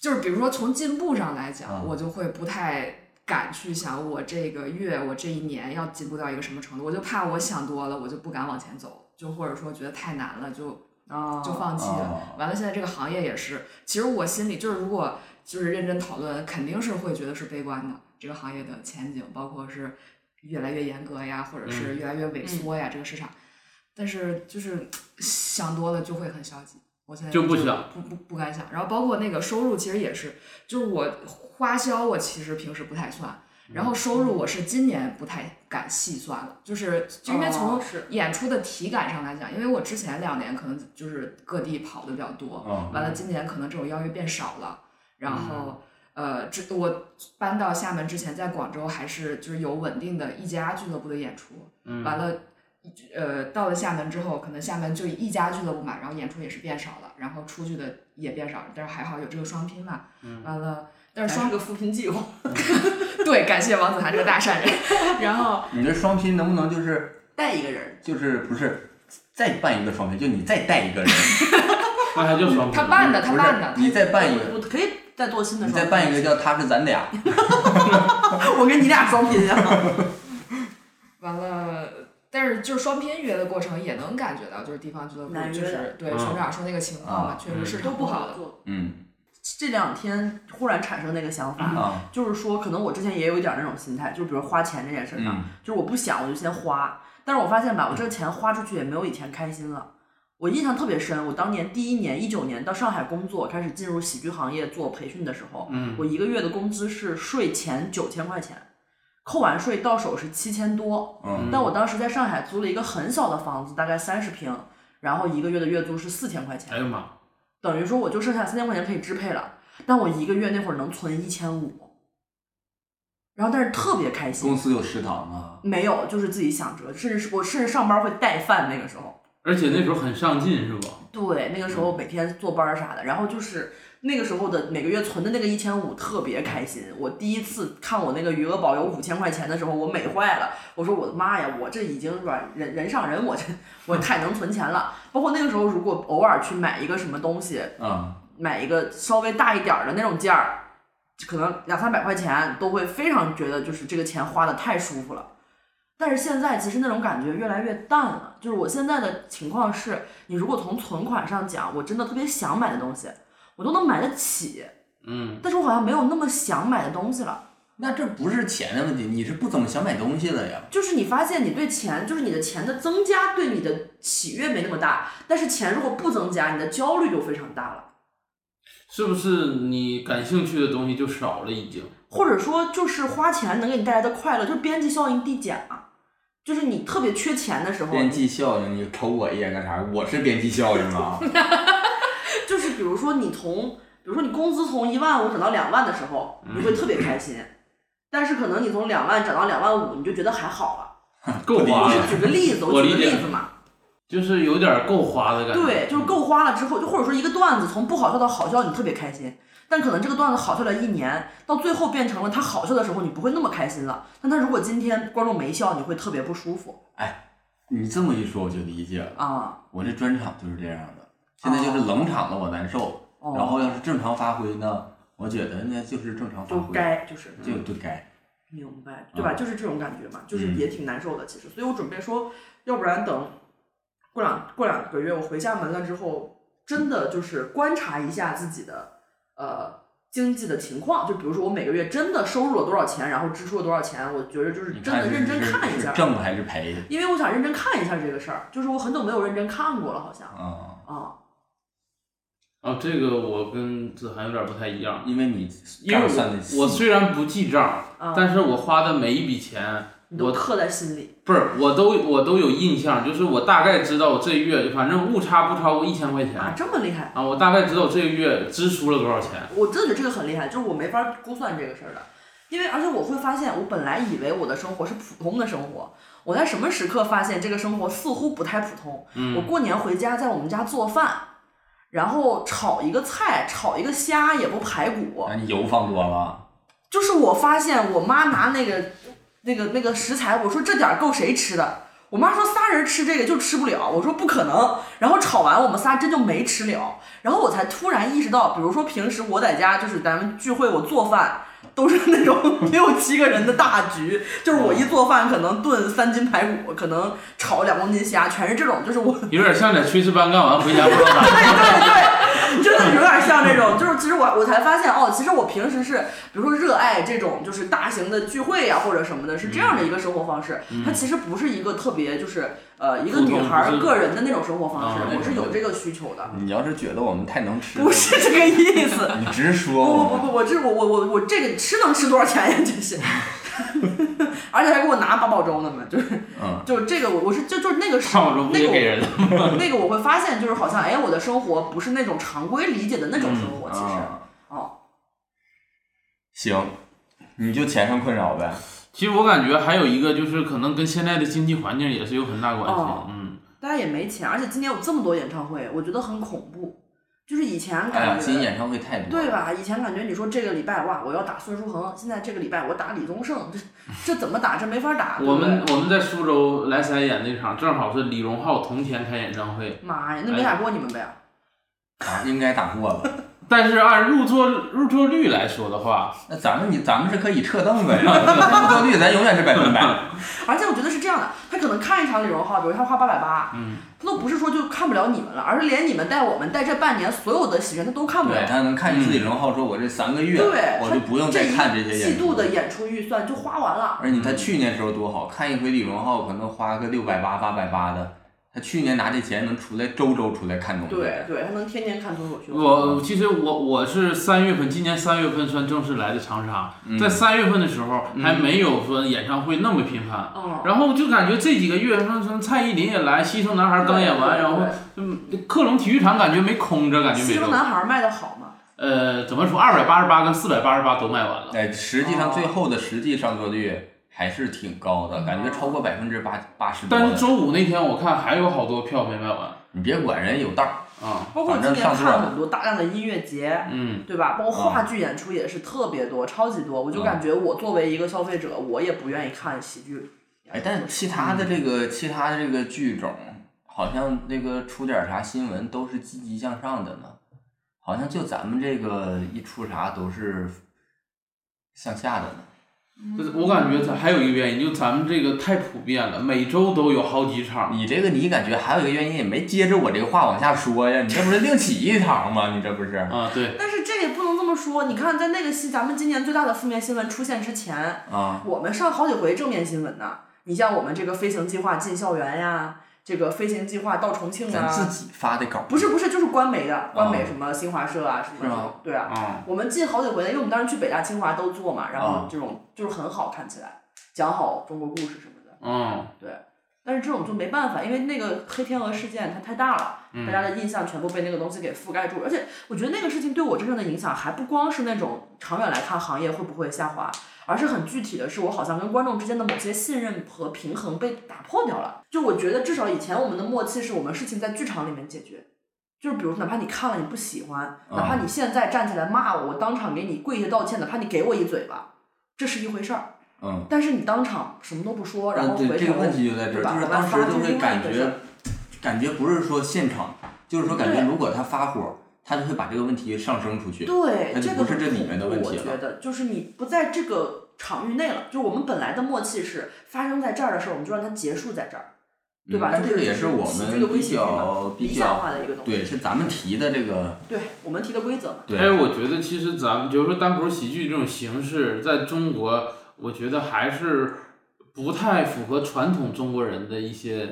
S4: 就是比如说从进步上来讲，
S2: 嗯
S4: 我就会不太。敢去想我这个月、我这一年要进步到一个什么程度，我就怕我想多了，我就不敢往前走，就或者说觉得太难了，就
S1: 啊，
S4: 就放弃
S3: 哦
S4: 了。
S2: 啊，
S4: 完了，现在这个行业也是，其实我心里就是，如果就是认真讨论，肯定是会觉得是悲观的。这个行业的前景，包括是越来越严格呀，或者
S3: 嗯
S4: 是越来越萎缩
S1: 嗯
S4: 呀，这个市场。但是就是想多了就会很消极。我现在
S3: 就不
S4: 是
S3: 想
S4: 不不不敢想。然后包括那个收入，其实也是，就是我花销我其实平时不太算，
S3: 嗯
S4: 然后
S1: 嗯
S4: 收入我是今年不太敢细算了，就是就因为从
S1: 哦是
S4: 演出的体感上来讲，因为我之前两年可能就是各地跑的比较多，
S2: 嗯
S4: 完了今年可能这种邀约变少了，然后。呃，之我搬到厦门之前，在广州还是就是有稳定的一家俱乐部的演出，
S3: 嗯
S4: 完了，呃，到了厦门之后，可能厦门就一家俱乐部嘛，然后演出也是变少了，然后出去的也变少了，但是还好有这个双拼嘛。
S2: 嗯
S4: 完了，但是
S8: 还是
S4: 双
S8: 个扶贫计划。
S4: [LAUGHS] 对，感谢王子涵这个大善人。然后
S2: 你这双拼能不能就是
S1: 带一个人，
S2: 就是不是再办一个双拼，就你再带一
S1: [LAUGHS]
S2: 个人，
S3: 那还叫双拼
S4: 他办的，他
S2: 不
S4: 办的，
S2: 是你再办一个，
S1: 我可以再做新的
S2: 你
S1: 双
S2: 再
S1: 拼，
S2: 办一个叫他是咱俩，
S1: [LAUGHS] 我跟你俩双拼啊，
S4: 完了，但是就是双拼约的过程也能感觉到，就是地方俱乐部
S1: 难
S4: 就
S1: 约
S4: 是对
S3: 嗯
S4: 船长说那个情况嘛，
S2: 啊
S4: 确实是
S1: 都
S4: 挺不
S1: 不
S4: 好
S1: 好
S4: 的。
S1: 做。
S2: 嗯
S1: 这两天忽然产生那个想法，
S2: 啊
S1: 就是说，可能我之前也有一点那种心态，就比如花钱这件事上，
S2: 嗯
S1: 就是我不想我就先花，但是我发现吧，我这个钱花出去也没有以前开心了。我印象特别深，我当年第一年一九年到上海工作，开始进入喜剧行业做培训的时候，
S3: 嗯
S1: 我一个月的工资是税前九千块钱，扣完税到手是七千多。
S2: 嗯
S1: 但我当时在上海租了一个很小的房子，大概三十平，然后一个月的月租是四千块钱
S3: 哎，呀妈，
S1: 等于说我就剩下三千块钱可以支配了。但我一个月那会儿能存一千五，然后但是特别开心
S2: 公，司有食堂啊，
S1: 没有就是自己想辙，甚至是我甚至上班会带饭那个时候。嗯
S3: 而且那时候很上进是不？
S1: 对，那个时候每天坐班儿啥的，然后就是那个时候的每个月存的那个一千五特别开心。我第一次看我那个余额宝有五千块钱的时候，我美坏了，我说我的妈呀，我这已经是吧人人上人，我这我太能存钱了。包括那个时候，如果偶尔去买一个什么东西，
S2: 啊
S1: 买一个稍微大一点儿的那种件儿，可能两三百块钱都会非常觉得就是这个钱花的太舒服了。但是现在其实那种感觉越来越淡了，就是我现在的情况是，你如果从存款上讲，我真的特别想买的东西，我都能买得起，
S3: 嗯，
S1: 但是我好像没有那么想买的东西了。
S2: 那这不是钱的问题，你是不怎么想买东西了呀？
S1: 就是你发现你对钱，就是你的钱的增加对你的喜悦没那么大，但是钱如果不增加，你的焦虑就非常大了。
S3: 是不是你感兴趣的东西就少了已经？
S1: 或者说就是花钱能给你带来的快乐，就是边际效应递减嘛。就是你特别缺钱的时候，
S2: 边际效应，你瞅我一眼干啥？我是边际效应啊！
S1: [LAUGHS] 就是比如说你从，比如说你工资从一万五涨到两万的时候，你
S3: 嗯
S1: 会特别开心，但是可能你从两万涨到两万五，你就觉得还好了。
S3: 够花
S1: 就
S3: 了
S1: 是，举个例
S3: [LAUGHS]
S1: 子，
S3: 啊我
S1: 我举个
S3: 理解
S1: 例子嘛，
S3: 就是有点够花的感觉。
S1: 对，就是够花了之后，就或者说一个段子从不好笑到好笑，你特别开心。但可能这个段子好笑了一年，到最后变成了它好笑的时候，你不会那么开心了。但它如果今天观众没笑，你会特别不舒服
S2: 你这么一说，我就理解了。
S1: 啊。
S2: 我这专场就是这样的，现在就是冷场了，我难受。
S1: 哦、
S2: 然后要是正常发挥呢，我觉得那就是正常发
S1: 就
S2: 挥，
S1: 该就是
S2: 就就该。
S1: 明白，对吧？
S2: 嗯
S1: 就是这种感觉嘛，就是
S2: 嗯
S1: 也挺难受的，其实。所以我准备说，要不然等过两过两个月我回厦门了之后，真的就是观察一下自己的呃经济的情况，就比如说我每个月真的收入了多少钱，然后支出了多少钱，我觉得就是
S2: 你
S1: 真的
S2: 看
S1: 认
S2: 是
S1: 真
S2: 是
S1: 看一
S2: 是
S1: 下，
S2: 挣还是赔
S1: 因为我想认真看一下这个事儿，就是我很久没有认真看过了，好像啊、
S2: 啊？
S3: 啊，这个我跟子涵有点不太一样，
S2: 因为你
S3: 因为
S2: 账算的
S3: 我我虽然不记账，
S1: 啊
S3: 但是我花的每一笔钱，
S1: 你都
S3: 我
S1: 刻在心里。
S3: 不是我都我都有印象，就是我大概知道我这月反正误差不超过一千块钱
S1: 啊，这么厉害！
S3: 啊，我大概知道我这个月支出了多少钱。
S1: 我真的觉得这个很厉害，就是我没法估算这个事儿的，因为而且我会发现，我本来以为我的生活是普通的生活，我在什么时刻发现这个生活似乎不太普通？我过年回家在我们家做饭，然后炒一个菜，炒一个虾，也不排骨，
S2: 那你油放多了，
S1: 就是我发现我妈拿那个那个那个食材，我说这点儿够谁吃的？我妈说仨人吃这个就吃不了，我说不可能。然后炒完我们仨真就没吃了，然后我才突然意识到，比如说平时我在家就是咱们聚会我做饭。都是那种 [LAUGHS] 六七个人的大局，就是我一做饭可能炖三斤排骨，可能炒两公斤虾，全是这种，就是我
S3: 有点像在炊事班干完回家不知道咋
S1: 哎对对对，真的有点像这种，就是其实我我才发现哦，其实我平时是比如说热爱这种就是大型的聚会呀、或者什么的，是这样的一个生活方式，它其实不是一个特别就是呃一个
S3: 嗯普通
S1: 女孩
S3: 不
S1: 儿
S3: 是
S1: 个人的那种生活方式
S3: 啊，
S1: 我是有这个需求的，
S2: 你要是觉得我们太能吃
S3: 嗯
S2: 了，
S1: 不是这个意
S3: [LAUGHS]
S1: 思。
S2: 你直说。
S1: 不
S2: 我
S1: 不不
S2: 们
S1: 不，我这我我我我这个吃能吃多少钱呀？真是， [LAUGHS] 而且还给我拿八宝粥呢嘛，就是
S2: 嗯，
S1: 就这个我我是就就是那个是
S3: 上我这不
S1: 那
S3: 也
S1: 个
S3: 给人了？
S1: 我那个我会发现就是好像哎我的生活不是那种常规理解的那种生活，其实、
S2: 啊
S1: 哦，
S2: 行，你就钱上困扰呗。
S3: 其实我感觉还有一个就是可能跟现在的经济环境也是有很大关系。
S1: 哦
S3: 嗯，
S1: 大家也没钱，而且今年有这么多演唱会，我觉得很恐怖，就是以前
S2: 哎呀，
S1: 感觉、
S2: 今演唱会太多了，
S1: 对吧？以前感觉你说这个礼拜哇，我要打孙书恒，现在这个礼拜我打李宗盛，这这怎么打？这没法打。对
S3: 我
S1: 不对
S3: 们我们在苏州莱斯莱演那场，正好是李荣浩同天开演唱会，
S1: 妈呀，那没打过你们呗？
S2: 啊，应该打过了。
S3: 但是按入座入座率来说的话，
S2: 那咱们你咱们是可以撤凳子呀，那入座率咱永远是百
S1: [LAUGHS]
S2: 分百。
S1: 而且我觉得是这样的，他可能看一场李荣浩，比如他花八百八，
S3: 嗯，
S1: 他都不是说就看不了你们了，而是连你们带我们带这半年所有的喜剧他都看不
S2: 对，
S1: 了。
S2: 他能看自己荣浩说，我这三个月
S1: 对，
S2: 我
S1: 他
S2: 就不用再看这些
S1: 一
S2: 演
S1: 季
S2: 出
S1: 度。的嗯演出预算就花完了。
S2: 而且他去年时候多好，看一回李荣浩可能花个六百八、八百八的，他去年拿这钱能出来周周出来看东西。
S1: 对对，他能天天看脱口秀。
S3: 我其实我我是三月份，今年三月份算正式来的长沙，
S1: 嗯
S3: 在三月份的时候还没有说演唱会那么频繁。
S1: 嗯，
S3: 然后就感觉这几个月，什么蔡依林也来，西城男孩刚演
S1: 对
S3: 完，
S1: 对
S3: 然后嗯，克隆体育场感觉没空着，感觉
S1: 西
S3: 没
S1: 城
S3: 周。
S1: 男孩卖的好吗？
S3: 呃，怎么说，二百八十八跟四百八十八都卖完
S1: 嗯
S3: 了。
S2: 哎，实际
S1: 哦
S2: 上最后的实际上座率还是挺高的，感
S1: 哦
S2: 觉超过百分之八八十多
S3: 但是
S2: 了。
S3: 周五那天我看还有好多票没卖完
S2: 你别管人有道儿，
S3: 啊，
S1: 包括今
S2: 反正
S1: 年
S2: 上
S1: 看
S2: 座
S1: 了很多大量的音乐节，
S3: 嗯，
S1: 对吧？包括话剧演出也是特别多，超级多。我就
S2: 嗯
S1: 感觉我作为一个消费者，我也不愿意看喜剧。
S2: 哎，但其他的这个其他的这个剧种，好像那个出点啥新闻都是积极向上的呢，好像就咱们这个一出啥都是向下的呢。
S3: 就是我感觉它还有一个原因，就咱们这个太普遍了，每周都有好几场。
S2: 你这个你感觉还有一个原因，也没接着我这个话往下说呀，你这不是另起一堂吗？你这不
S1: 嗯
S2: 是
S3: 啊，对，
S1: 但是这也不能这么说，你看，在那个新咱们今年最大的负面新闻出现之前，
S2: 啊？
S1: 我们上好几回正面新闻呢。你像我们这个飞行计划进校园呀，这个飞行计划到重庆
S2: 咱
S1: 啊，
S2: 自己发的稿
S1: 不是不是，就是官媒的，官媒什么新华社啊，什么这
S2: 哦是吗
S1: 种，对啊，
S3: 啊，
S1: 我们进好几回了，因为我们当时去北大、清华都做嘛，然
S2: 啊
S1: 后这种就是很好看起来，讲好中国故事什么的。
S3: 嗯，
S1: 但是这种就没办法，因为那个黑天鹅事件它太大了，
S2: 嗯
S1: 大家的印象全部被那个东西给覆盖住。而且我觉得那个事情对我真正的影响，还不光是那种长远来看行业会不会下滑，而是很具体的是，我好像跟观众之间的某些信任和平衡被打破掉了。就我觉得至少以前我们的默契是我们事情在剧场里面解决。就是比如，哪怕你看了你不喜欢，哪
S2: 嗯
S1: 怕你现在站起来骂我，我当场给你跪下道歉，哪怕你给我一嘴巴，这是一回事儿。
S2: 嗯，
S1: 但是你当场什么都不说，然后
S2: 嗯，
S1: 回头
S2: 对，这个问题就在这
S1: 对
S2: 儿，
S1: 吧
S2: 就是
S1: 我
S2: 当
S1: 们
S2: 时
S1: 发
S2: 就
S1: 生
S2: 会
S1: 另外
S2: 感
S1: 一回事
S2: 觉
S1: 儿，
S2: 感觉不是说现场，就是说感觉
S1: 对
S2: 如果他发火，他就会把这个问题上升出去。
S1: 对，
S2: 那就
S1: 这
S2: 不
S1: 个
S2: 是这
S1: 很
S2: 里面的
S1: 恐
S2: 问
S1: 怖
S2: 题
S1: 我
S2: 了
S1: 觉得就是你不在这个场域内了，就是我们本来的默契是发生在这儿的事儿，我们就让它结束在这儿，对吧？
S2: 嗯但
S1: 就
S2: 这个也
S1: 是
S2: 是我
S1: 喜
S2: 们
S1: 剧的规
S2: 比
S1: 矩嘛，
S2: 较
S1: 理
S2: 比
S1: 想
S2: 较
S1: 化的一个东西。
S2: 对，是咱们提的这个
S1: 对，我们提的规则嘛。
S2: 对
S3: 哎，我觉得其实咱们就是说单口喜剧这种形式，在中国，我觉得还是不太符合传统中国人的一些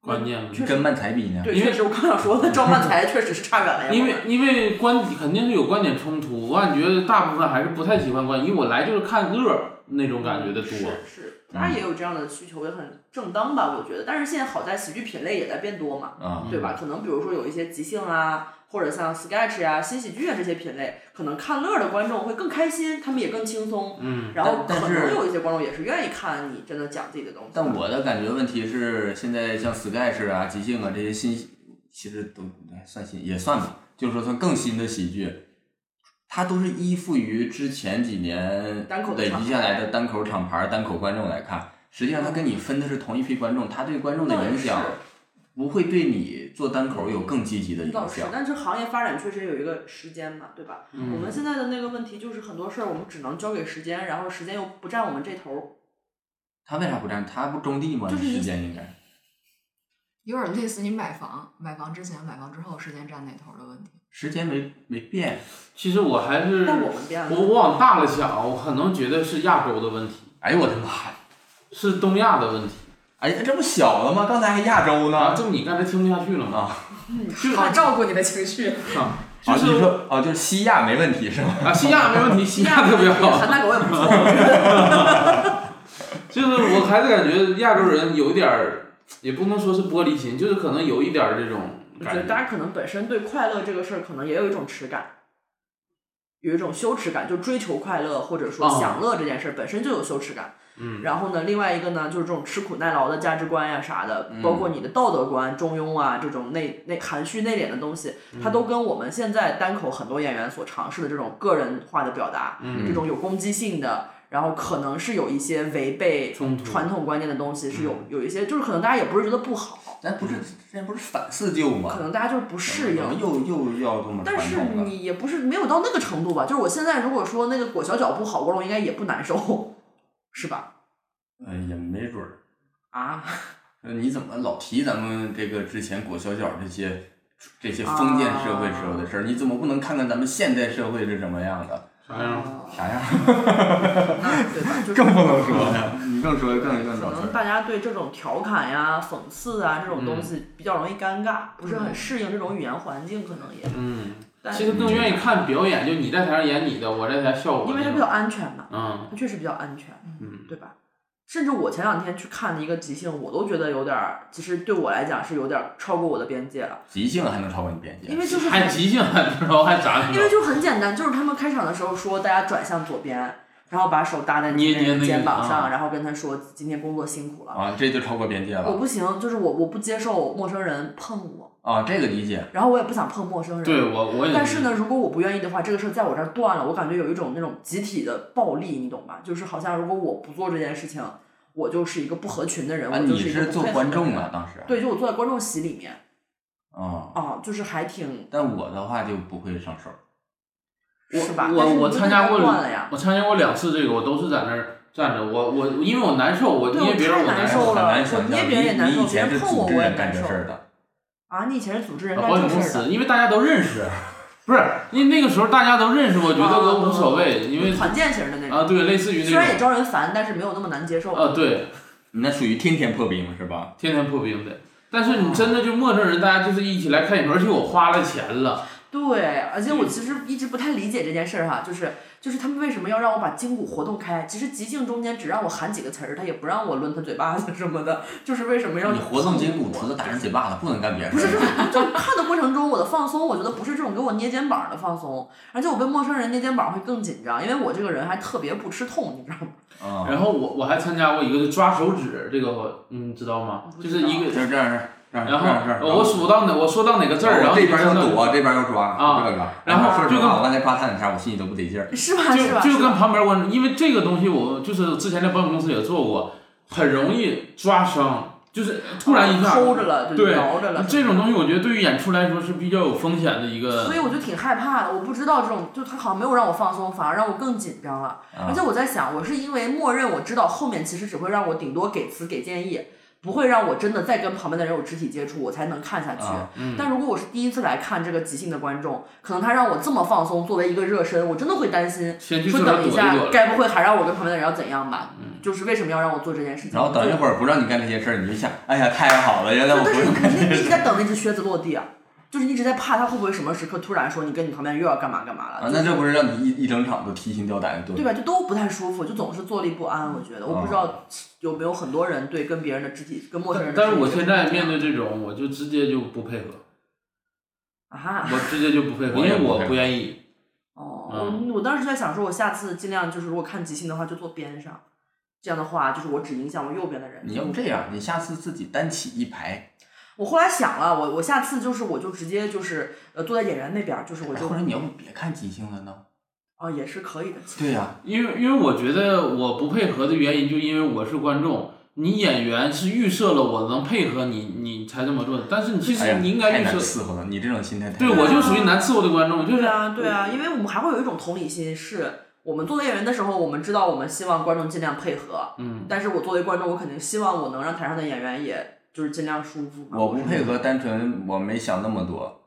S3: 观念吧。
S1: 确实
S2: 跟慢才比呢。
S1: 对，
S3: 因为
S1: 确实我刚想说的，赵曼才确实是差远了呀。
S3: 因
S1: 我
S3: 为
S1: 们
S3: 因为观肯定是有观点冲突，我感觉大部分还是不太喜欢观，因为我来就是看乐儿那种感觉的多。
S1: 是是，当然也有这样的需求，也很正当吧，我觉得。但是现在好在喜剧品类也在变多嘛，
S2: 啊，
S1: 对吧？可能比如说有一些即兴啊，或者像 sketch 呀、新喜剧啊这些品类，可能看乐儿的观众会更开心，他们也更轻松。
S3: 嗯，
S1: 然后可
S2: 但但是
S1: 能有一些观众也是愿意看你真的讲自己的东西。
S2: 但我的感觉问题是，现在像 sketch 啊、即兴啊这些新，其实都哎算新也算吧，就是说算更新的喜剧，它都是依附于之前几年
S1: 单口的
S2: 累
S1: 厂
S2: 积
S1: 牌
S2: 下来的单口厂牌、单口观众来看。实际上，它跟你分的是同一批观众，它对观众的
S1: 那也
S2: 影响
S1: 是
S2: 不会对你做单口有更积极的影
S1: 倒是
S2: 响，。
S1: 但是行业发展确实有一个时间嘛，对吧？
S2: 嗯
S1: 我们现在的那个问题就是很多事儿我们只能交给时间，然后时间又不占我们这头儿。
S2: 他为啥不占？他不中地吗？
S1: 就是一
S2: 时间应该。
S4: 有点类似你买房，买房之前、买房之后时间占哪头的问题。
S2: 时间没没变，
S3: 其实我还是
S1: 但我们变了
S3: 我我往大了想，我可能觉得是亚洲的问题，
S2: 哎呦我的妈呀！
S3: 是东亚的问题
S2: 哎，这不小了吗？刚才还亚洲
S3: 啊！
S2: 呢。
S3: 这么你刚才听不下去了吗？就是
S4: 好照顾你的情绪，
S3: 啊，
S2: 啊，
S3: 就
S2: 你
S3: 是
S2: 说啊，就是西亚没问题是吗？
S3: 啊，西亚没问题，西亚特别好。
S1: [LAUGHS] 韩大狗也不错，
S3: 就是我还是感觉亚洲人有点儿，也不能说是玻璃心，就是可能有一点儿这种
S1: 我觉得
S3: 感
S1: 大
S3: 觉。
S1: 家可能本身对快乐这个事儿可能也有一种耻感。有一种羞耻感，就追求快乐或者说
S3: 哦
S1: 享乐这件事儿本身就有羞耻感。
S3: 嗯，
S1: 然后呢，另外一个呢，就是这种吃苦耐劳的价值观呀、啥的，
S2: 嗯
S1: 包括你的道德观、中庸啊这种内内含蓄内敛的东西，它都跟我们现在单口很多演员所尝试的这种个人化的表达，
S3: 嗯
S1: 这种有攻击性的，然后可能是有一些违背
S3: 冲突
S1: 传统观念的东西，是有有一些就是可能大家也不是觉得不好，
S2: 咱不是，咱不是反四旧
S1: 可
S2: 吗？
S1: 能大家就是不适
S2: 怎么
S1: 应。
S2: 又又要这么传
S1: 但是
S2: 统了。
S1: 你也不是没有到那个程度吧？就是我现在如果说那个裹小脚不好过了，我应该也不难受， [LAUGHS] 是吧？
S2: 呃，也没准儿。
S1: 啊，
S2: 呃你怎么老提咱们这个之前裹小脚这些这些封建社会时候的事
S1: 啊
S2: 儿？你怎么不能看看咱们现代社会是什么样的？
S3: 啥样？
S2: 啥样？
S1: 那对吧？就是
S2: [LAUGHS] 更不能说呀！ [LAUGHS] 你更说更更
S1: 可
S2: 找
S1: 能
S2: 词儿。
S1: 大家对这种调侃呀、讽刺啊这种
S3: 嗯
S1: 东西比较容易尴尬，不是很适应这种语言环境，可能也。
S3: 嗯，
S1: 但
S3: 其实更愿意看表演，就你在台上演你的，我在台上笑我的。
S1: 因为它比较安全嘛，
S3: 嗯
S1: 它确实比较安全，
S3: 嗯
S1: 对吧？甚至我前两天去看了一个即兴，我都觉得有点儿，其实对我来讲是有点儿超过我的边界了，
S2: 即兴还能超过你边界？
S1: 因为就是
S3: 还
S1: 很
S3: 即兴还不知道还咋
S1: 因为就很简单，就是他们开场的时候说大家转向左边，然后把手搭在
S3: 捏
S1: 那个
S3: 捏那个
S1: 肩膀
S3: 啊哦
S1: 上，然后跟他说今天工作辛苦了。
S2: 啊，这就超过边界
S1: 我
S2: 了
S1: 不行，就是我我不接受陌生人碰我，
S2: 啊！这个理解。
S1: 然后我也不想碰陌生人。
S3: 对我我也
S1: 但是呢，如果我不愿意的话，这个事儿在我这儿断了，我感觉有一种那种集体的暴力，你懂吧？就是好像如果我不做这件事情，我就是一个不合群的人，
S2: 啊，
S1: 我就
S2: 你
S1: 一个
S2: 是
S1: 不
S2: 做
S1: 配合
S2: 观众
S1: 的人
S2: 啊？。当时。
S1: 对，就我坐在观众席里面
S2: 啊。
S1: 啊，就是还挺
S2: 但我的话就不会上手。
S1: 是吧？
S3: 我
S1: 但是
S3: 我
S1: 你
S3: 参加
S1: 不
S3: 过
S1: 能断了呀，
S3: 我参加过两次这个，我都是在那儿站着，我我因为我难受，我
S1: 对
S3: 捏
S1: 我
S3: 别人
S1: 太
S3: 我
S1: 难
S3: 难
S1: 受
S2: 很
S1: 了
S2: 难想
S1: 我捏
S2: 象，
S1: 别人也难
S2: 你
S1: 受
S2: 你以前
S1: 别
S2: 是
S1: 人碰我
S2: 组织
S1: 我也
S2: 人干
S1: 难
S2: 这
S1: 受
S2: 事儿的，
S1: 啊，你以前是组织人干
S3: 保险
S1: 这
S3: 公
S1: 事儿
S3: 司，
S1: 的，
S3: 因为大家都认识，不是因为那个时候大家都认识，我觉得我无所谓，因为
S1: 团建型的那种，
S3: 啊对，类似于那
S1: 虽然也
S3: 种
S1: 招人烦，但是没有那么难接受。
S3: 啊对，
S2: 你那属于天天破冰是吧？
S3: 天天破冰的。但是你真的就陌生人，大家就是一起来看演出，而且我花了钱了，
S1: 对，而且我
S3: 嗯
S1: 其实一直不太理解这件事儿、哈，就是就是他们为什么要让我把筋骨活动开？其实即兴中间只让我喊几个词儿，他也不让我抡他嘴巴子什么的，就是为什么要
S2: 你活动筋骨，
S1: 我
S2: 除了打人嘴巴子，不能干别的。
S1: 不是，就是就看的过程中，我的放松，我觉得不是这种给我捏肩膀的放松，而且我被陌生人捏肩膀会更紧张，因为我这个人还特别不吃痛，你知道吗？ [LAUGHS]
S2: 啊，
S3: 然后我我还参加过一个抓手指，这个我你知道吗？
S1: 不
S3: 就
S1: 知
S3: 是一
S2: 就
S3: 个，
S2: 是这样式儿，这样式儿
S3: 然
S2: 这样式儿
S3: 后我数到哪，我说到哪个字儿，然后
S2: 这
S3: 你
S2: 边要
S3: 就
S2: 躲，这边要抓
S3: 啊
S2: 这个，
S3: 然后
S2: 我说实
S3: 就跟
S2: 话，我刚才夸他两下，我心里都不得劲儿。
S1: 是吧？是吧？
S3: 就就是跟
S1: 吧
S3: 旁边观众，因为这个东西我就是之前在保险公司也做过，很容易抓伤，就是突然一下，
S1: 抠着了，就
S3: 对
S1: 挠着了，
S3: 这种东西我觉得对于演出来说是比较有风险的一个
S1: 所以。我就挺害怕的，我不知道这种，就他好像没有让我放松，反而让我更紧张了。
S2: 嗯啊
S1: 而且我在想，我是因为默认我知道后面其实只会让我顶多给词给建议，不会让我真的再跟旁边的人有肢体接触，我才能看下去。
S2: 啊
S3: 嗯
S1: 但如果我是第一次来看这个即兴的观众，可能他让我这么放松，作为一个热身，我真的会担心，
S3: 先去厕
S1: 说
S3: 所
S1: 等
S3: 躲
S1: 下
S3: 一躲，
S1: 该不会还让我跟旁边的人要怎样吧？
S3: 嗯
S1: 就是为什么要让我做这件事情？
S2: 然后等一会儿不让你干这些事儿，你就想，哎呀，太好了，原来
S1: 就
S2: 我
S1: 但
S2: 不
S1: 是
S2: 用
S1: 你
S2: 干
S1: 肯
S2: 这
S1: 定一
S2: 些事
S1: 直
S2: 儿
S1: 在等那只靴子落地啊，就是你一直在怕他会不会什么时刻突然说你跟你旁边又要干嘛干嘛了，
S2: 啊，那这不是让你一一整场都提心吊胆的
S1: 对
S2: 对？
S1: 吧？就都不太舒服，就总是坐立不安。我觉得，我不知
S3: 哦
S1: 道有没有很多人对跟别人的肢体、跟陌生人
S3: 但
S1: 的
S3: 但
S1: 肢体
S3: 是我
S1: 接触
S3: 现在面对这种，我就直接就不配合，
S1: 啊，
S3: 我直接就不配合，因
S2: 我也
S3: 为
S2: 不
S3: 我
S2: 配合
S3: 不愿意。
S1: 哦，
S3: 嗯
S1: 我我当时在想说，我下次尽量就是如果看即兴的话，就坐边上。这样的话，就是我只影响我右边的人。
S2: 你要不这样，你下次自己单起一排，
S1: 我后来想了，我我下次就是我就直接就是呃坐在演员那边儿，就是我
S2: 哎
S1: 就
S2: 或者你要不别看即兴了呢？
S1: 哦也是可以的。
S2: 对呀、
S3: 因为因为我觉得我不配合的原因，就因为我是观众，你演员是预设了我能配合你，你才这么做。但是你其
S2: 哎呀
S3: 实你应该
S2: 太
S3: 预
S2: 难
S3: 设，
S2: 伺候了，你这种心态太
S3: 对
S2: 难
S3: 我就属于难伺候的观众，就是
S1: 对啊，对啊，因为我们还会有一种同理心，是我们作为演员的时候，我们知道我们希望观众尽量配合，
S3: 嗯，
S1: 但是我作为观众，我肯定希望我能让台上的演员也就是尽量舒服嘛。
S2: 我不配合，单纯我没想那么多，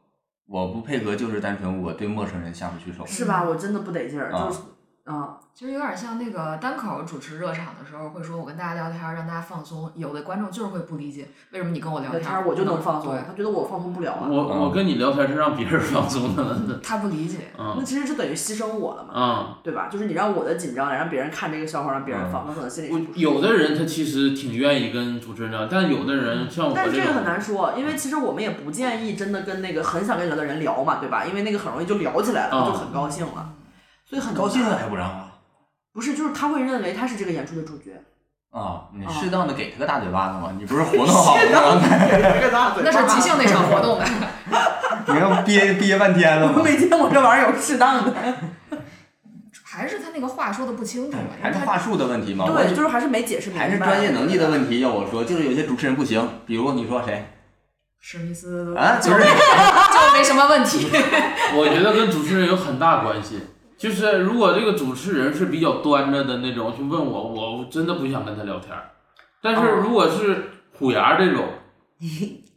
S2: 我不配合就是单纯我对陌生人下不去手。
S1: 是吧？我真的不得劲儿，
S2: 啊
S1: 就是啊，
S4: 其实有点像那个单口主持热场的时候，会说我跟大家聊天儿，让大家放松。有的观众就是会不理解，为什么你跟我
S1: 聊
S4: 聊天
S1: 天
S4: 儿
S1: 儿我就能放松
S4: 对，
S1: 嗯他觉得我放松不了啊，
S3: 我我跟你聊天是让别人放松的，
S4: 他不理解，
S1: 那
S3: 嗯
S1: 其实就等于牺牲我了嘛，
S3: 嗯，
S1: 对吧？就是你让我的紧张，让别人看这个笑话，让别人放松，可能心里是不
S3: 我
S1: 舒服
S3: 有的人他其实挺愿意跟主持人聊，但有的人像我
S1: 嗯但是
S3: 这
S1: 这个很
S3: 种，
S1: 难说，因为其实我们也不建议真的跟那个很想跟聊的人聊嘛，对吧？因为那个很容易就聊起来了，
S3: 嗯
S1: 就很高兴了，所以很
S2: 高兴了
S1: 难
S2: 还不让啊？
S1: 不是，就是他会认为他是这个演出的主角，
S2: 啊，你
S1: 啊
S2: 适当的给他个大嘴巴子嘛，你不是活动
S1: [LAUGHS]
S3: 哦
S2: 好了吗？
S3: [LAUGHS]
S4: 那是即兴那场活动呗。
S2: 你要憋憋半天了
S3: 嗯
S1: 我
S2: 吗？
S1: 没见过这玩意儿有适当的，
S4: 还是他那个话说的不清楚吧？因
S2: 嗯还
S4: 为
S2: 是
S4: 他
S2: 话术的问题
S3: 哦
S2: 嘛？我
S1: 对，就是还是没解释明白，
S2: 还是专业能力的问题。要我说，就是有些主持人不行，比如你说谁
S4: 史密斯
S2: 啊？就是
S4: 就没什么问题。
S3: [LAUGHS]
S4: [LAUGHS]
S3: 我觉得跟主持人有很大关系。就是如果这个主持人是比较端着的那种，去问我，我真的不想跟他聊天儿。但
S1: 哦
S3: 是如果是虎牙
S1: [LAUGHS]
S3: 这种，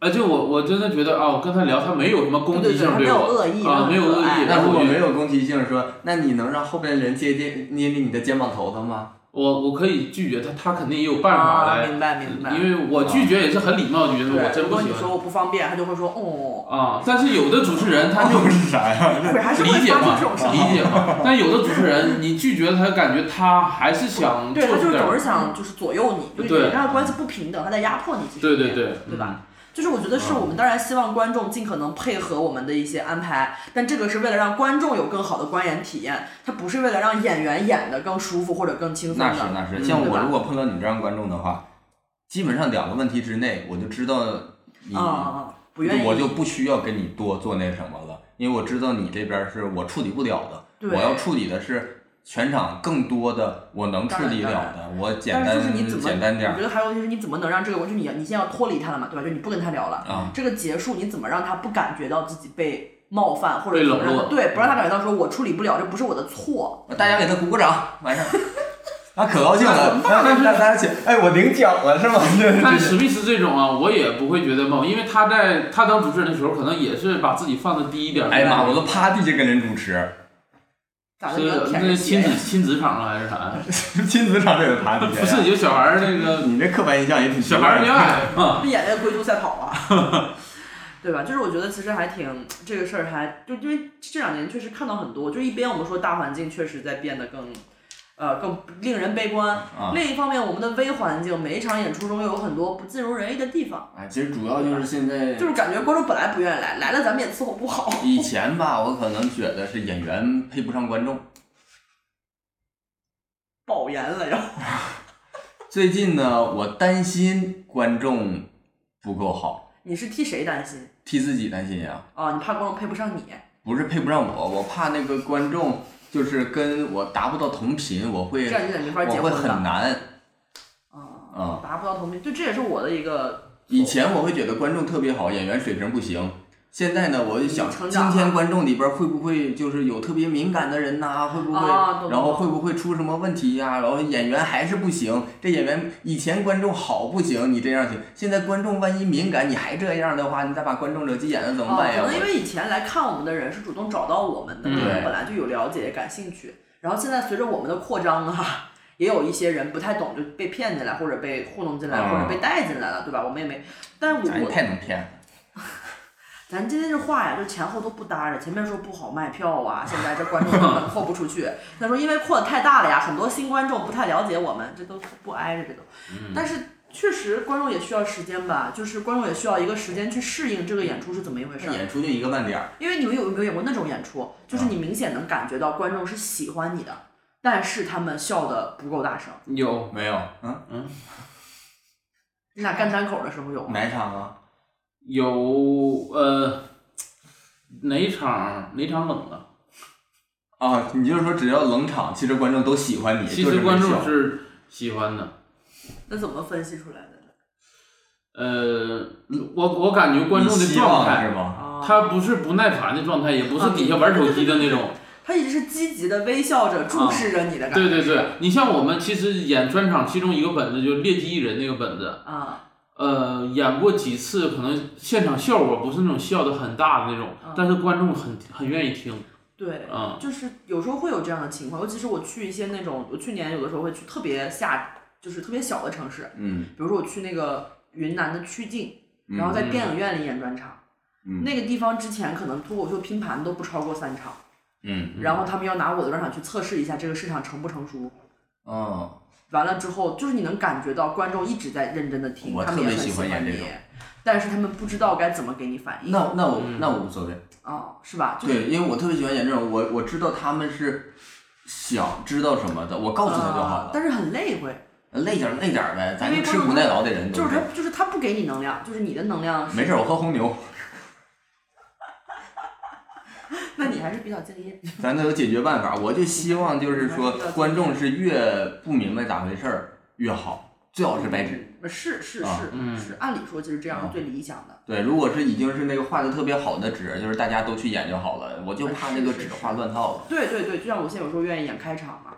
S3: 而且我我真的觉得啊，我跟他聊，他没有什么攻
S1: 对
S3: 击
S1: 对对
S3: 性
S1: 他没有
S3: 我
S1: 恶意
S3: 啊，
S1: 他
S3: 没有
S1: 很可
S3: 恶意
S1: 爱。
S2: 那
S3: 然后
S2: 如果
S3: 我
S2: 没有攻击性，说那你能让后边人接接捏捏你的肩膀头子吗？
S3: 我我可以拒绝他，他肯定也有办法
S1: 啊，
S3: 来，
S1: 明白明白，
S3: 因为我拒绝也是很礼貌的拒绝，
S1: 对
S3: 我真
S1: 如
S3: 不
S1: 果
S3: 喜
S1: 你
S3: 欢
S1: 说我不方便，他就会说哦，
S3: 啊。但是有的主持人 [LAUGHS] 他就
S2: 就是啥 [LAUGHS] 呀？
S1: 会还是会
S3: 理解
S1: 发出
S3: 嘛
S1: 这种声，音，
S3: 理解
S1: [LAUGHS]
S3: 嘛。但有的主持人你拒绝他，感觉他还是想
S1: 对他
S3: 做
S1: 就
S3: 出
S1: 是
S3: 点
S1: 总
S3: 儿，
S1: 是想就是左右你，就是
S3: 对
S1: 你跟他关系不平等，他在压迫你，其实
S3: 对对
S1: 也
S3: 对，
S1: 对
S2: 嗯
S1: 吧？就是我觉得是我们当然希望观众尽可能配合我们的一些安排，但这个是为了让观众有更好的观演体验，它不是为了让演员演的更舒服或者更轻松
S2: 那是
S1: 的。
S2: 那是，
S3: 嗯
S2: 像
S1: 对
S2: 我
S1: 吧
S2: 如果碰到你这样观众的话，基本上两个问题之内，我就知道你，
S1: 啊啊啊！不愿意，
S2: 我就不需要跟你多做那什么了，因为我知道你这边是我处理不了的，
S1: 对
S2: 我要处理的是全场更多的我能处理了
S1: 当然
S2: 的，我简
S1: 但是就
S2: 单
S1: 是你怎么，
S2: 简单点
S1: 我觉
S2: 儿
S1: 得还有就是你怎么能让这个，就是你你先要脱离他了嘛，对吧？就你不跟他聊了，
S2: 啊。
S1: 这个结束你怎么让他不感觉到自己被冒犯或者
S3: 被
S1: 怎么
S3: 冷
S1: 让
S3: 落
S1: 他对，不让他感觉到说我处理不了，这不是我的错。
S2: 嗯大家给他鼓鼓掌，完事儿。啊，可高兴了！大家大家请，哎，我领奖了
S1: [LAUGHS]
S2: 是吗？
S3: 嗯但史密斯这种啊，我也不会觉得冒，因为他在他当主持人的时候，可能也是把自己放的低一点儿。
S2: 哎呀妈，我都趴地下跟人主持，
S1: 咋的？
S3: 是
S1: 你要舔
S3: 那
S1: 着
S3: 亲
S1: 鞋
S3: 子亲子场了还是啥？
S2: 啊亲子场也得趴地下呀。
S3: 不是有小孩儿那
S2: [LAUGHS]
S3: 个
S2: 你这刻板印象也挺奇
S3: 小
S2: 怪
S3: 孩儿
S2: 的
S3: 恋爱嘛？
S1: 不演那个龟兔赛跑啊， [LAUGHS] 对吧？就是我觉得其实还挺这个事儿，还就因为这两年确实看到很多，就一边我们说大环境确实在变得更。呃，更令人悲观。
S2: 啊
S1: 另一方面，我们的微环境，每一场演出中又有很多不尽如人意的地方，
S2: 哎，其实主要就是现在
S1: 就是感觉观众本来不愿意来，来了咱们也伺候不好。
S2: 以前吧，我可能觉得是演员配不上观众。
S1: 爆言了要。
S2: 最近呢，我担心观众不够好，
S1: [LAUGHS] 你是替谁担心
S2: 替自己担心呀，
S1: 啊？你怕观众配不上你？
S2: 不是配不上我，我怕那个观众就是跟我达不到同频，我会
S1: 这样你也没法结
S2: 我会
S1: 婚
S2: 很
S1: 了。
S2: 难
S1: 啊，
S2: 啊、
S1: 达不到同频，就这也是我的一个
S2: 以前我会觉得观众特别好，演员水平不行。现在呢，我就
S1: 嗯
S2: 想，
S1: 成
S2: 今
S1: 长了
S2: 天观众里边会不会就是有特别敏感的人呐、会不会，
S1: 啊懂
S2: 然后会不会出什么问题呀、然后演员还是不行，这演员以前观众好不行，你这样行，现在观众万一敏感，你还这样的话，你再把观众惹急眼了怎么
S1: 哦，
S2: 办呀？
S1: 可能因
S2: 我
S1: 为以前来看我们的人是主动找到我们的，
S3: 嗯
S1: 对我们本来就有了解、感兴趣。然后现在随着我们的扩张啊，也有一些人不太懂，就被骗进来，或者被糊弄进来，
S2: 嗯
S1: 或者被带进来了，对吧？我们也没，但我
S2: 咱也
S1: 我
S2: 哎太能骗了，
S1: 咱今天这话呀，就前后都不搭着。前面说不好卖票啊，现在这观众根本扩不出去。他说因为扩的太大了呀，很多新观众不太了解我们，这都不挨着这都。
S2: 嗯
S1: 但是确实观众也需要时间吧，就是观众也需要一个时间去适应这个演出是怎么一回事儿。
S2: 演出就一个慢点儿，
S1: 因为你们有没有演过那种演出，就是你明显能感觉到观众是喜欢你的，但是他们笑的不够大声。
S3: [LAUGHS] 有
S2: 没有，嗯，
S1: 你俩干单口的时候有吗？
S2: 哪场啊？
S3: 有呃，哪场哪场冷了？
S2: 哦啊，你就是说只要冷场，其实观众都喜欢你，
S3: 其
S2: 就是
S3: 实
S2: 没
S3: 观
S2: 笑
S3: 众是喜欢的，
S1: 那怎么分析出来的呢？
S3: 呃，我我感觉观众
S2: 你
S3: 的
S2: 希
S3: 状
S2: 望
S3: 态
S2: 是，吗？
S3: 他不是不耐烦的状态，也不是底下玩手机的那种。
S1: 他一直是积极的微笑着注视着你的感觉。
S3: 对对对，你像我们其实演专场，其中一个本子就劣迹艺人那个本子，
S1: 啊，
S3: 呃，演过几次，可能现场效果不是那种笑的很大的那种，但是观众很很愿意听，
S1: 啊对，
S3: 嗯
S1: 就是有时候会有这样的情况，尤其是我去一些那种，我去年有的时候会去特别下，就是特别小的城市，
S2: 嗯，
S1: 比如说我去那个云南的曲靖，
S2: 嗯
S1: 然后在电影院里演专场。
S2: 嗯
S1: 那个地方之前可能脱口秀拼盘都不超过三场，
S2: 嗯
S1: 然后他们要拿我的专场去测试一下这个市场成不成熟。
S2: 哦，
S1: 完了之后，就是你能感觉到观众一直在认真的听，
S2: 我
S1: 他
S2: 特
S1: 们也
S2: 别
S1: 很
S2: 喜欢演
S1: 你
S2: 这种，
S1: 但是他们不知道该怎么给你反应。
S2: 那那我
S3: 嗯
S2: 那我无所谓。
S1: 哦，是吧？就是
S2: 对，因为我特别喜欢演这种，我我知道他们是想知道什么的，我告诉他就好
S1: 呃
S2: 了。
S1: 但是很累会，
S2: 累点儿累点儿呗，咱
S1: 因
S2: 就
S1: 为
S2: 吃苦耐劳的人
S1: 就
S2: 都
S1: 是他就是他不给你能量，就是你的能量是
S2: 没事儿，我喝红
S1: [LAUGHS]
S2: 牛，
S1: 那你还是比较敬业。
S2: 咱都有解决办法。我就希望就是说，观众是越不明白咋回事儿越好，最好是白纸。
S1: 是是
S2: 啊
S1: 是、
S3: 嗯
S1: 是，按理说就是这样是最理想的。
S2: 对，如果是已经是那个画的特别好的纸，就是大家都去演就好了。我就怕那个纸画乱套了。
S1: 对对对，就像我现在有时候愿意演开场嘛，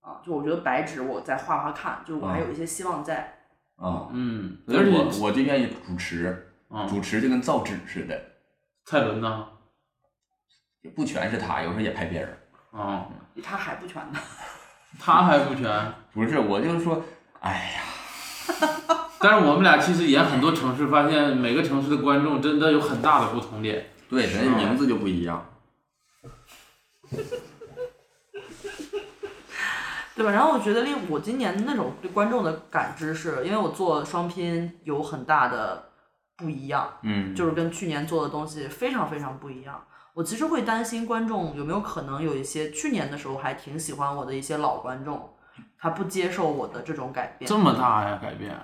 S1: 啊，就我觉得白纸我再画画看，就是我还有一些希望在。
S2: 啊、
S3: 嗯，
S2: 所
S3: 而
S2: 以
S3: 且
S2: 我我就愿意主持，
S3: 啊，
S2: 主持就跟造纸似的，
S3: 蔡伦呢，
S2: 也不全是他，有时候也拍别人。
S3: 啊，
S1: 他还不全呢，
S3: 他还不全，
S2: 不是，我就是说，哎呀，
S3: 但是我们俩其实演很多城市，发现每个城市的观众真的有很大的不同点。
S2: 对，人家名字就不一样。
S1: 对吧？然后我觉得令我今年那种对观众的感知是，因为我做双拼有很大的不一样，
S2: 嗯，
S1: 就是跟去年做的东西非常非常不一样。我其实会担心观众有没有可能有一些去年的时候还挺喜欢我的一些老观众，他不接受我的这种改变
S3: 这。么大呀，改变？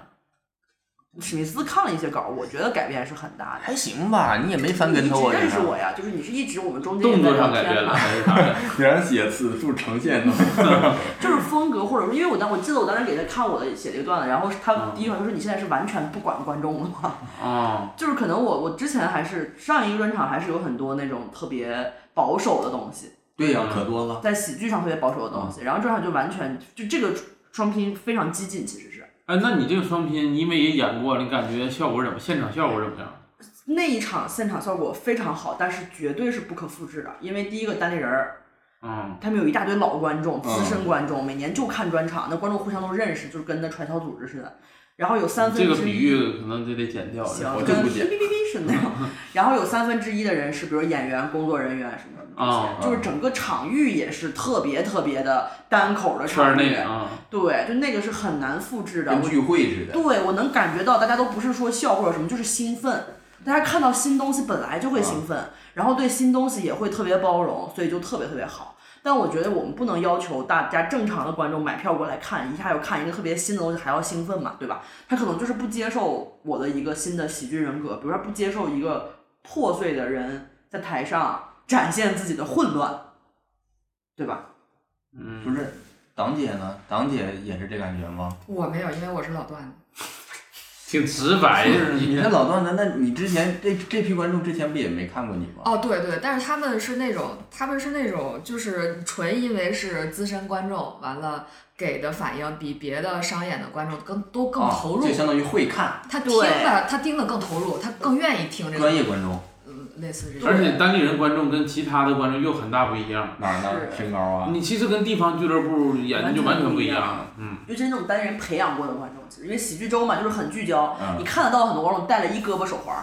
S1: 史密斯看了一些稿，我觉得改变是很大的。
S2: 还行吧，你也没翻
S1: 你
S2: 跟
S1: 一
S2: 头
S1: 直
S2: 啊，
S1: 认识
S2: 人
S1: 我呀，就是你是一直我们中间
S3: 动
S1: 也在
S3: 作上
S1: 聊
S3: 改变
S1: 天
S3: 了
S1: 嘛，
S3: 还是啥的？
S2: 让写字数呈现呢。
S1: 就是风格，或者说，因为我当我记得我当时给他看我的写了一个段子，然后
S3: 嗯
S1: 他第一句话就说：“你现在是完全不管观众了吗？”
S3: 啊，
S1: 就是可能我我之前还是上一个专场还是有很多那种特别保守的东西，
S2: [LAUGHS] 对呀、
S3: 嗯
S2: 可多了。
S1: 在喜剧上特别保守的东西，然后这上就完全就这个双拼非常激进，其实是
S3: 哎，那你这个双拼，因为也演过，你感觉效果怎么？现场效果怎么样？
S1: 那一场现场效果非常好，但是绝对是不可复制的，因为第一个单立人儿，
S3: 嗯，
S1: 他们有一大堆老观众、
S2: 嗯
S1: 资深观众，每年就看专场，那观众互相都认识，就是跟那传销组织似的。然后有三
S3: 这
S1: 分
S3: 个
S1: 之
S3: 比
S1: 一，
S3: 喻可能就得剪掉。
S1: 行，
S2: 我
S1: 跟
S2: 真
S1: 哔
S2: 不
S1: 哔
S2: 解
S1: 哔哔是那种。然后有三分之一的人是，比如演员、工作人员什么什么
S3: 啊
S1: 这些，就是整个场域也是特别特别的单口的
S3: 圈
S1: 场
S3: 内
S1: 域，
S3: 啊，
S1: 对，就那个是很难复制的。
S2: 跟
S1: 我
S2: 聚会似的。
S1: 对，我能感觉到大家都不是说笑或者什么，就是兴奋。大家看到新东西本来就会兴奋，然后对新东西也会特别包容，所以就特别特别好。但我觉得我们不能要求大家正常的观众买票过来看，一下要看一个特别新的东西还要兴奋嘛，对吧？他可能就是不接受我的一个新的喜剧人格，比如说不接受一个破碎的人在台上展现自己的混乱，对吧？
S3: 嗯，
S2: 不是，党姐呢？党姐也是这感觉吗？
S4: 我没有，因为我是老段子。
S3: 挺直白
S2: 就是
S3: 的。
S2: 哎
S3: [LAUGHS]
S2: 你这老段子，那你之前这这批观众之前不也没看过你吗？
S4: 哦，对对，但是他们是那种，他们是那种，就是纯因为是资深观众，完了给的反应比别的商演的观众更都更
S2: 啊
S4: 投入，
S2: 就相当于会看
S4: 他听
S1: 对
S4: 的他听的更投入，他更愿意听这
S2: 专
S4: 个，
S2: 业观众
S4: 嗯，类似这种。
S3: 而且单立人观众跟其他的观众又很大不一样。
S2: 哪儿呢？
S1: 是
S2: 身高啊，
S3: 你其实跟地方俱乐部演的就完全不一样。嗯，
S1: 尤其是那种单人培养过的观众，其实因为喜剧周嘛，就是很聚焦，
S2: 嗯
S1: 你看得到很多观众戴了一胳膊手环儿，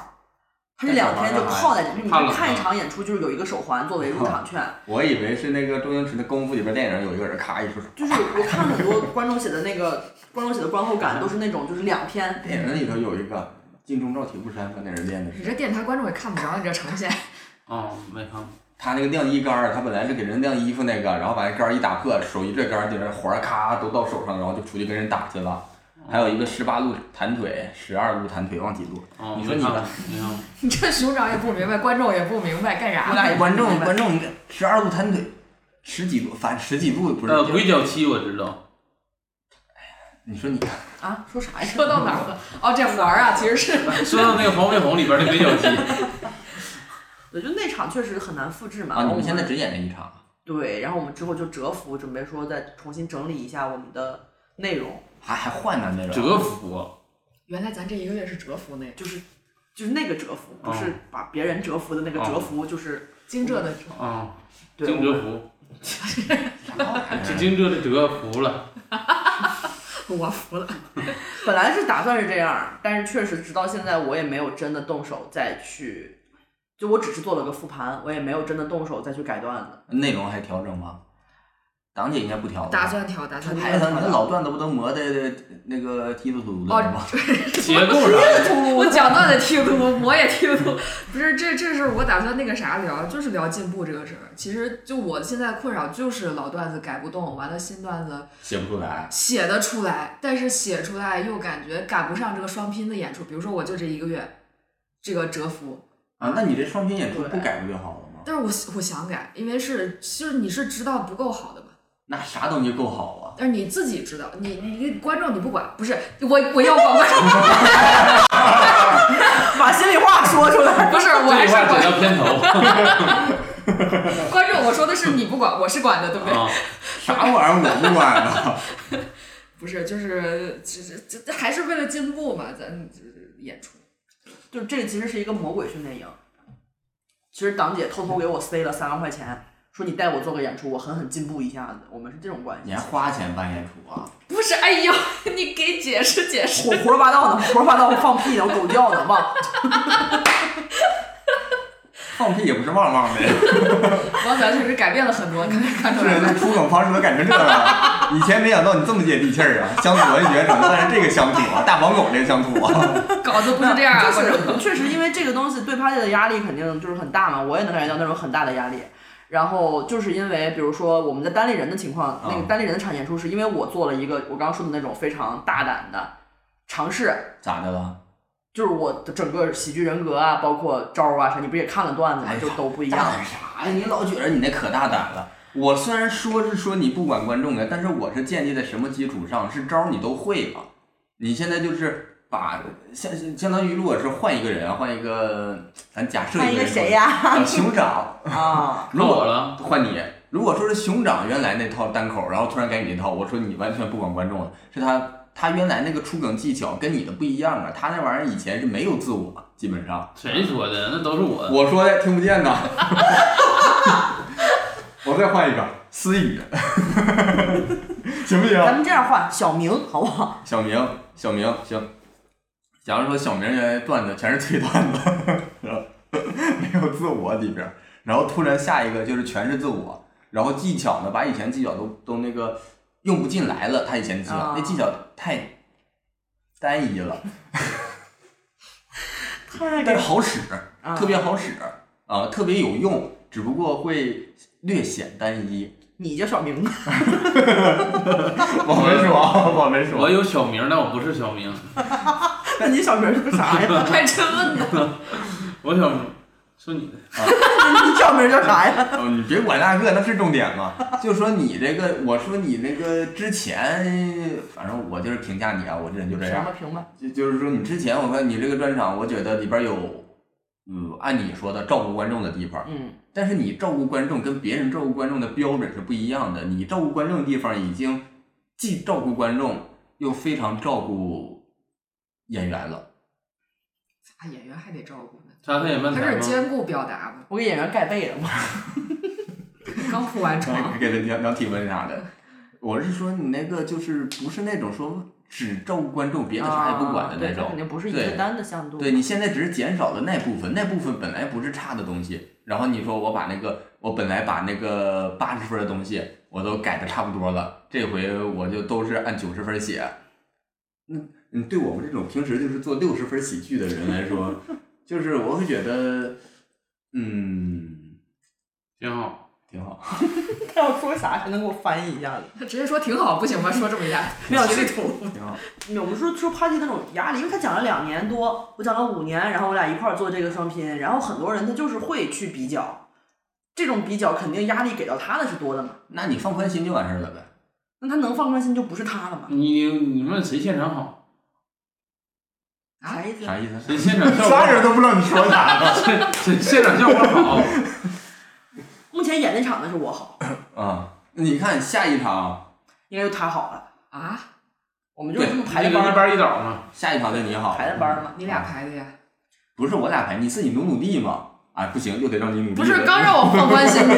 S1: 他这两天就靠在这，你
S3: 怕冷啊
S1: 看一场演出就是有一个手环作为
S2: 嗯
S1: 入场券，
S2: 我以为是那个周星驰的《功夫》里边电影有一个人咔一出手，
S1: 就是我看很多观众写的那个 [LAUGHS] 观众写的观后感都是那种就是两
S2: [LAUGHS]
S1: 天，
S2: 电影里头有一个镜中照铁布衫，他那人练的
S4: 你
S2: 是
S4: 这电台观众也看不着你这呈现，
S3: 哦，没看过。
S2: 他那个晾衣杆儿，他本来是给人晾衣服那个，然后把那杆儿一打破，手一拽杆儿，就那环儿咔都到手上，然后就出去跟人打去了。还有一个十八路弹腿，十二路弹腿忘记路，
S3: 哦，
S2: 你说
S3: 没
S2: 你
S3: 看
S2: 呢
S3: 过？没看过。
S4: 你这熊掌也不明白，观众也不明白干啥。
S1: 哎
S2: 观众观众十二路弹腿，十几路反十几路不是？[LAUGHS]
S3: 呃，
S2: 就
S3: 鬼脚七我知道，
S2: 你说你
S1: 啊，说啥呀？
S4: 说到哪儿了？哦，这玩儿啊，其
S2: [LAUGHS]
S4: 实是
S3: 说到那个黄飞鸿里边的没脚鸡，
S1: 对，就那场确实很难复制嘛。
S2: 啊，你
S1: 我
S2: 们现在只演了一场，
S1: 对，然后我们之后就蛰伏，准备说再重新整理一下我们的内容，
S2: 还还换呢那 [LAUGHS] 种。
S3: 折服，
S4: 原来咱这一个月是蛰伏那，
S1: 就是就是那个蛰伏，不是
S3: 哦
S2: 嗯
S1: 把别人蛰伏的那个蛰伏，就是
S4: 惊蛰的蛰，
S3: 啊，
S1: 对
S3: 惊蛰服，
S2: 这
S3: 惊蛰的蛰
S2: [LAUGHS]
S3: 服了，
S4: 我服了。
S1: 本来是打算是这样，但是确实直到现在我也没有真的动手再去，就我只是做了个复盘，我也没有真的动手再去改段子。
S2: 内容还调整吗？党姐应该不调吧。
S4: 打算调，打算
S2: 你
S4: 调。
S2: 哦那
S4: [LAUGHS]
S2: 老段子不都磨的那个踢突突的吗？
S3: 结构啥的，
S4: 我讲段子听多，我也听多。不是，这这是我打算那个啥聊，就是聊进步这个事儿。其实就我现在困扰就是老段子改不动，完了新段子
S2: 写不出来。
S4: 写得出来，但是写出来又感觉赶不上这个双拼的演出。比如说我就这一个月，这个蛰伏，
S2: 啊，那你这双拼演出不改不就好了吗？
S4: 但是我我想改，因为是就是你是知道不够好的嘛，
S2: 那啥东西够好啊？
S4: 但是你自己知道，你你观众你不管，不是我我要管观众，
S1: 把心里话说出来。
S4: [LAUGHS]
S1: [LAUGHS]
S4: 不是
S3: 这
S4: 我还
S3: 句
S4: 是
S3: 话剪
S4: 管
S3: 到片头
S4: 观众，我说的是你不管，我是管的，对不对？
S3: 啊，
S2: 啥玩意儿我不管啊了。
S4: 不是，就是这这这还是为了进步嘛，咱就是演出。
S1: 就这其实是一个魔鬼训练营。其实党姐偷偷给我塞了三万块钱，说你带我做个演出，我狠狠进步一下子。我们是这种关
S2: [LAUGHS] 你
S1: 系
S2: 还，花钱办演出啊？
S4: 不是，哎呦，你给解释解释。
S1: 胡胡说八道呢，胡说八道，我放屁呢，我狗叫呢，忘了。
S2: 放屁也不是旺旺的， [LAUGHS] 是
S4: 王小确实改变了很多，看看出来
S2: 那
S4: 了。
S2: 出梗方式都改成这了。以前没想到你这么接地气儿啊！相土文学只能算是这个乡土啊，大黄狗这个乡
S1: [LAUGHS]
S2: 土啊。
S4: 稿子不是这样啊，观
S1: 就是
S2: [LAUGHS]
S4: 众。
S1: 确实因为这个东西对趴界的压力肯定就是很大嘛，我也能感觉到那种很大的压力。然后就是因为，比如说我们在单立人的情况，那个
S2: 嗯
S1: 单立人的场演出是因为我做了一个我刚刚说的那种非常大胆的尝试，
S2: 咋的了？
S1: 就是我的整个喜剧人格啊，包括招儿啊啥，你不是也看了段子吗
S2: 哎？呀
S1: 就都不一样
S2: 大。胆啥呀？你老觉得你那可大胆了。我虽然说是说你不管观众啊的，但是我是建立在什么基础上？是招儿你都会了，你现在就是把相相当于如果是换一个人，啊换一个咱假设
S1: 看
S2: 一
S1: 一
S2: 个
S1: 个
S2: 人
S1: 谁呀？
S2: 说？呃熊
S1: [LAUGHS]
S2: 掌，
S1: 啊，
S3: 说我了，
S2: 换你。如果说是熊掌原来那套单口，然后突然改你那套，我说你完全不管观众了，是他他原来那个出梗技巧跟你的不一样啊，他那玩意儿以前是没有自我，基本上。
S3: 谁说的？那都是我
S2: 我说的听不见呢。我再换一个思雨， [LAUGHS] 行不
S1: 咱
S2: 行？
S1: 们这样换小明好不好？
S2: 小明，小明，行。假如说小明原来段子全是推段子，然后没有自我里边儿，然后突然下一个就是全是自我，然后技巧呢，把以前技巧都都那个用不进来了，他以前技巧、
S1: 啊
S2: 那技巧太单一
S1: [LAUGHS]
S2: 了，
S1: 太
S2: 但是好使。
S1: 啊
S2: 特别好使啊，特别有用，只不过会略显单一。
S1: 你叫小明，[LAUGHS]
S2: [LAUGHS] 我没说啊，我没
S3: 我。有小名，但我不是小明，
S1: 那你小名是个啥呀？
S4: 还真问呢，
S3: 我小名说你的
S1: [LAUGHS] 你小名叫啥呀？
S2: 哦，你别管那个，那是重点嘛。就说你这个，我说你那个之前，反正我就是评价你啊，我这人就这
S1: 什
S2: 样
S1: 么。平吧？
S2: 就就是说你之前，我看你这个专场，我觉得里边有，嗯，按你说的照顾观众的地方，
S1: 嗯，
S2: 但是你照顾观众跟别人照顾观众的标准是不一样的。你照顾观众的地方已经既照顾观众，又非常照顾演员了。
S4: 啊，演员还得照顾呢，
S3: 沙滩也漫
S4: 他
S3: 才
S4: 这是
S3: 吗？
S4: 兼顾表达嘛。
S1: 我给演员盖被了嘛。
S4: 刚铺完床，
S2: [LAUGHS] 给他量量体温啥的。我是说你那个就是不是那种说只照顾观众，别的啥也不管的那
S1: 啊对它
S2: 种。
S1: 肯定不是一
S2: 对
S1: 个单的向度。
S2: 对你现在只是减少了那部分，那部分本来不是差的东西。然后你说我把那个，我本来把那个八十分的东西我都改的差不多了，这回我就都是按九十分写。那你对我们这种平时就是做六十分喜剧的人来说， [LAUGHS] 就是我会觉得，嗯，
S3: 挺好，
S2: 挺好。
S1: 他要说啥才能给我翻译一下子？
S4: 他 [LAUGHS] 直接说挺好，不行吗？说这么一下，
S1: 没有
S4: 是土。
S1: 我们说说 party 那种压力，因为他讲了两年多，我讲了五年，然后我俩一块儿做这个双拼，然后很多人他就是会去比较，这种比较肯定压力给到他的是多的嘛。
S2: 那你放宽心就完事儿了呗。
S1: 那他能放宽心就不是他了嘛？
S3: 你你们谁现场好？ [LAUGHS]
S1: 啥意思？
S2: 啥意思？
S3: 谁现场
S2: [LAUGHS]
S3: 效果
S5: 仨人
S3: 好？
S5: 都不知道你说啥了。
S3: 谁谁现场效果好？
S1: 目前演那场的是我好，
S2: 啊，你看下一场，
S1: 应该就他好
S2: [LAUGHS]
S1: 了。
S4: 啊，
S1: 我们就是这么排
S3: 那
S1: 的班
S3: 个一
S1: 儿，
S3: 班一倒嘛。
S2: 下一场对你好，
S1: 排的班儿嘛。
S4: 你俩排的
S2: 嗯
S4: 呀？
S2: 不是我俩排，你自己努努力嘛。啊，不行，又得让你努力。
S4: 不是刚让我放宽心
S2: [LAUGHS]
S4: 吗？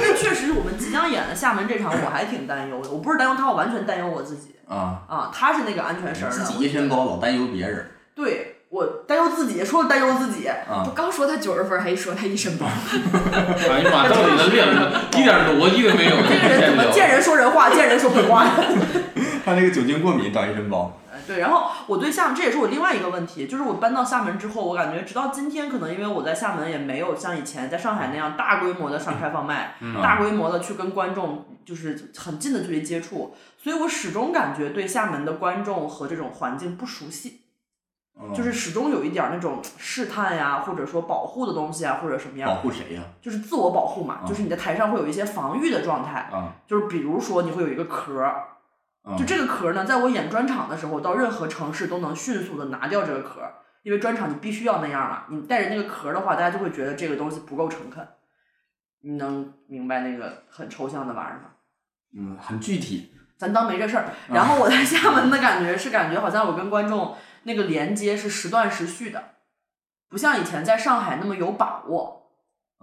S1: 但确实，我们即将演的厦门这场，我还挺担忧的。我不是担忧他，我完全担忧我自己
S2: 啊，
S1: 啊。他是那个安全绳儿的，
S2: 自己一身高，老担忧别人
S1: 对我担忧自己，说担忧自 [LAUGHS] 己，
S2: 啊
S4: 我。刚说他九十分，还一说他一身包。
S3: 哎呀
S2: 啊
S3: 妈，到底能练 [LAUGHS] 一点逻辑都没有。
S1: 这个人怎么见人说人话，见人说鬼话呀？
S2: [LAUGHS]
S1: [LAUGHS]
S2: 他那个酒精过敏，长一身包。
S1: 呃对，然后我对厦门，这也是我另外一个问题，就是我搬到厦门之后，我感觉直到今天，可能因为我在厦门也没有像以前在上海那样大规模的上开放麦，大
S2: 啊
S1: 规模的去跟观众就是很近的距离接触，所以我始终感觉对厦门的观众和这种环境不熟悉，
S2: 嗯
S1: 就是始终有一点儿那种试探呀，或者说保护的东西啊，或者什么样
S2: 保
S1: 儿，
S2: 护谁呀？
S1: 就是自我保护嘛，
S2: 嗯
S1: 就是你在台上会有一些防御的状态。
S2: 啊，
S1: 就是比如说你会有一个壳儿，
S2: 嗯
S1: 就这个壳儿呢，在我演专场的时候，到任何城市都能迅速的拿掉这个壳儿，因为专场你必须要那样嘛。你带着那个壳儿的话，大家就会觉得这个东西不够诚恳。你能明白那个很抽象的玩意儿吗？
S2: 嗯，很具体。
S1: 咱当没这事儿。
S2: 嗯
S1: 然后我在厦门的感觉是，感觉好像我跟观众那个连接是时断时续的，不像以前在上海那么有把握。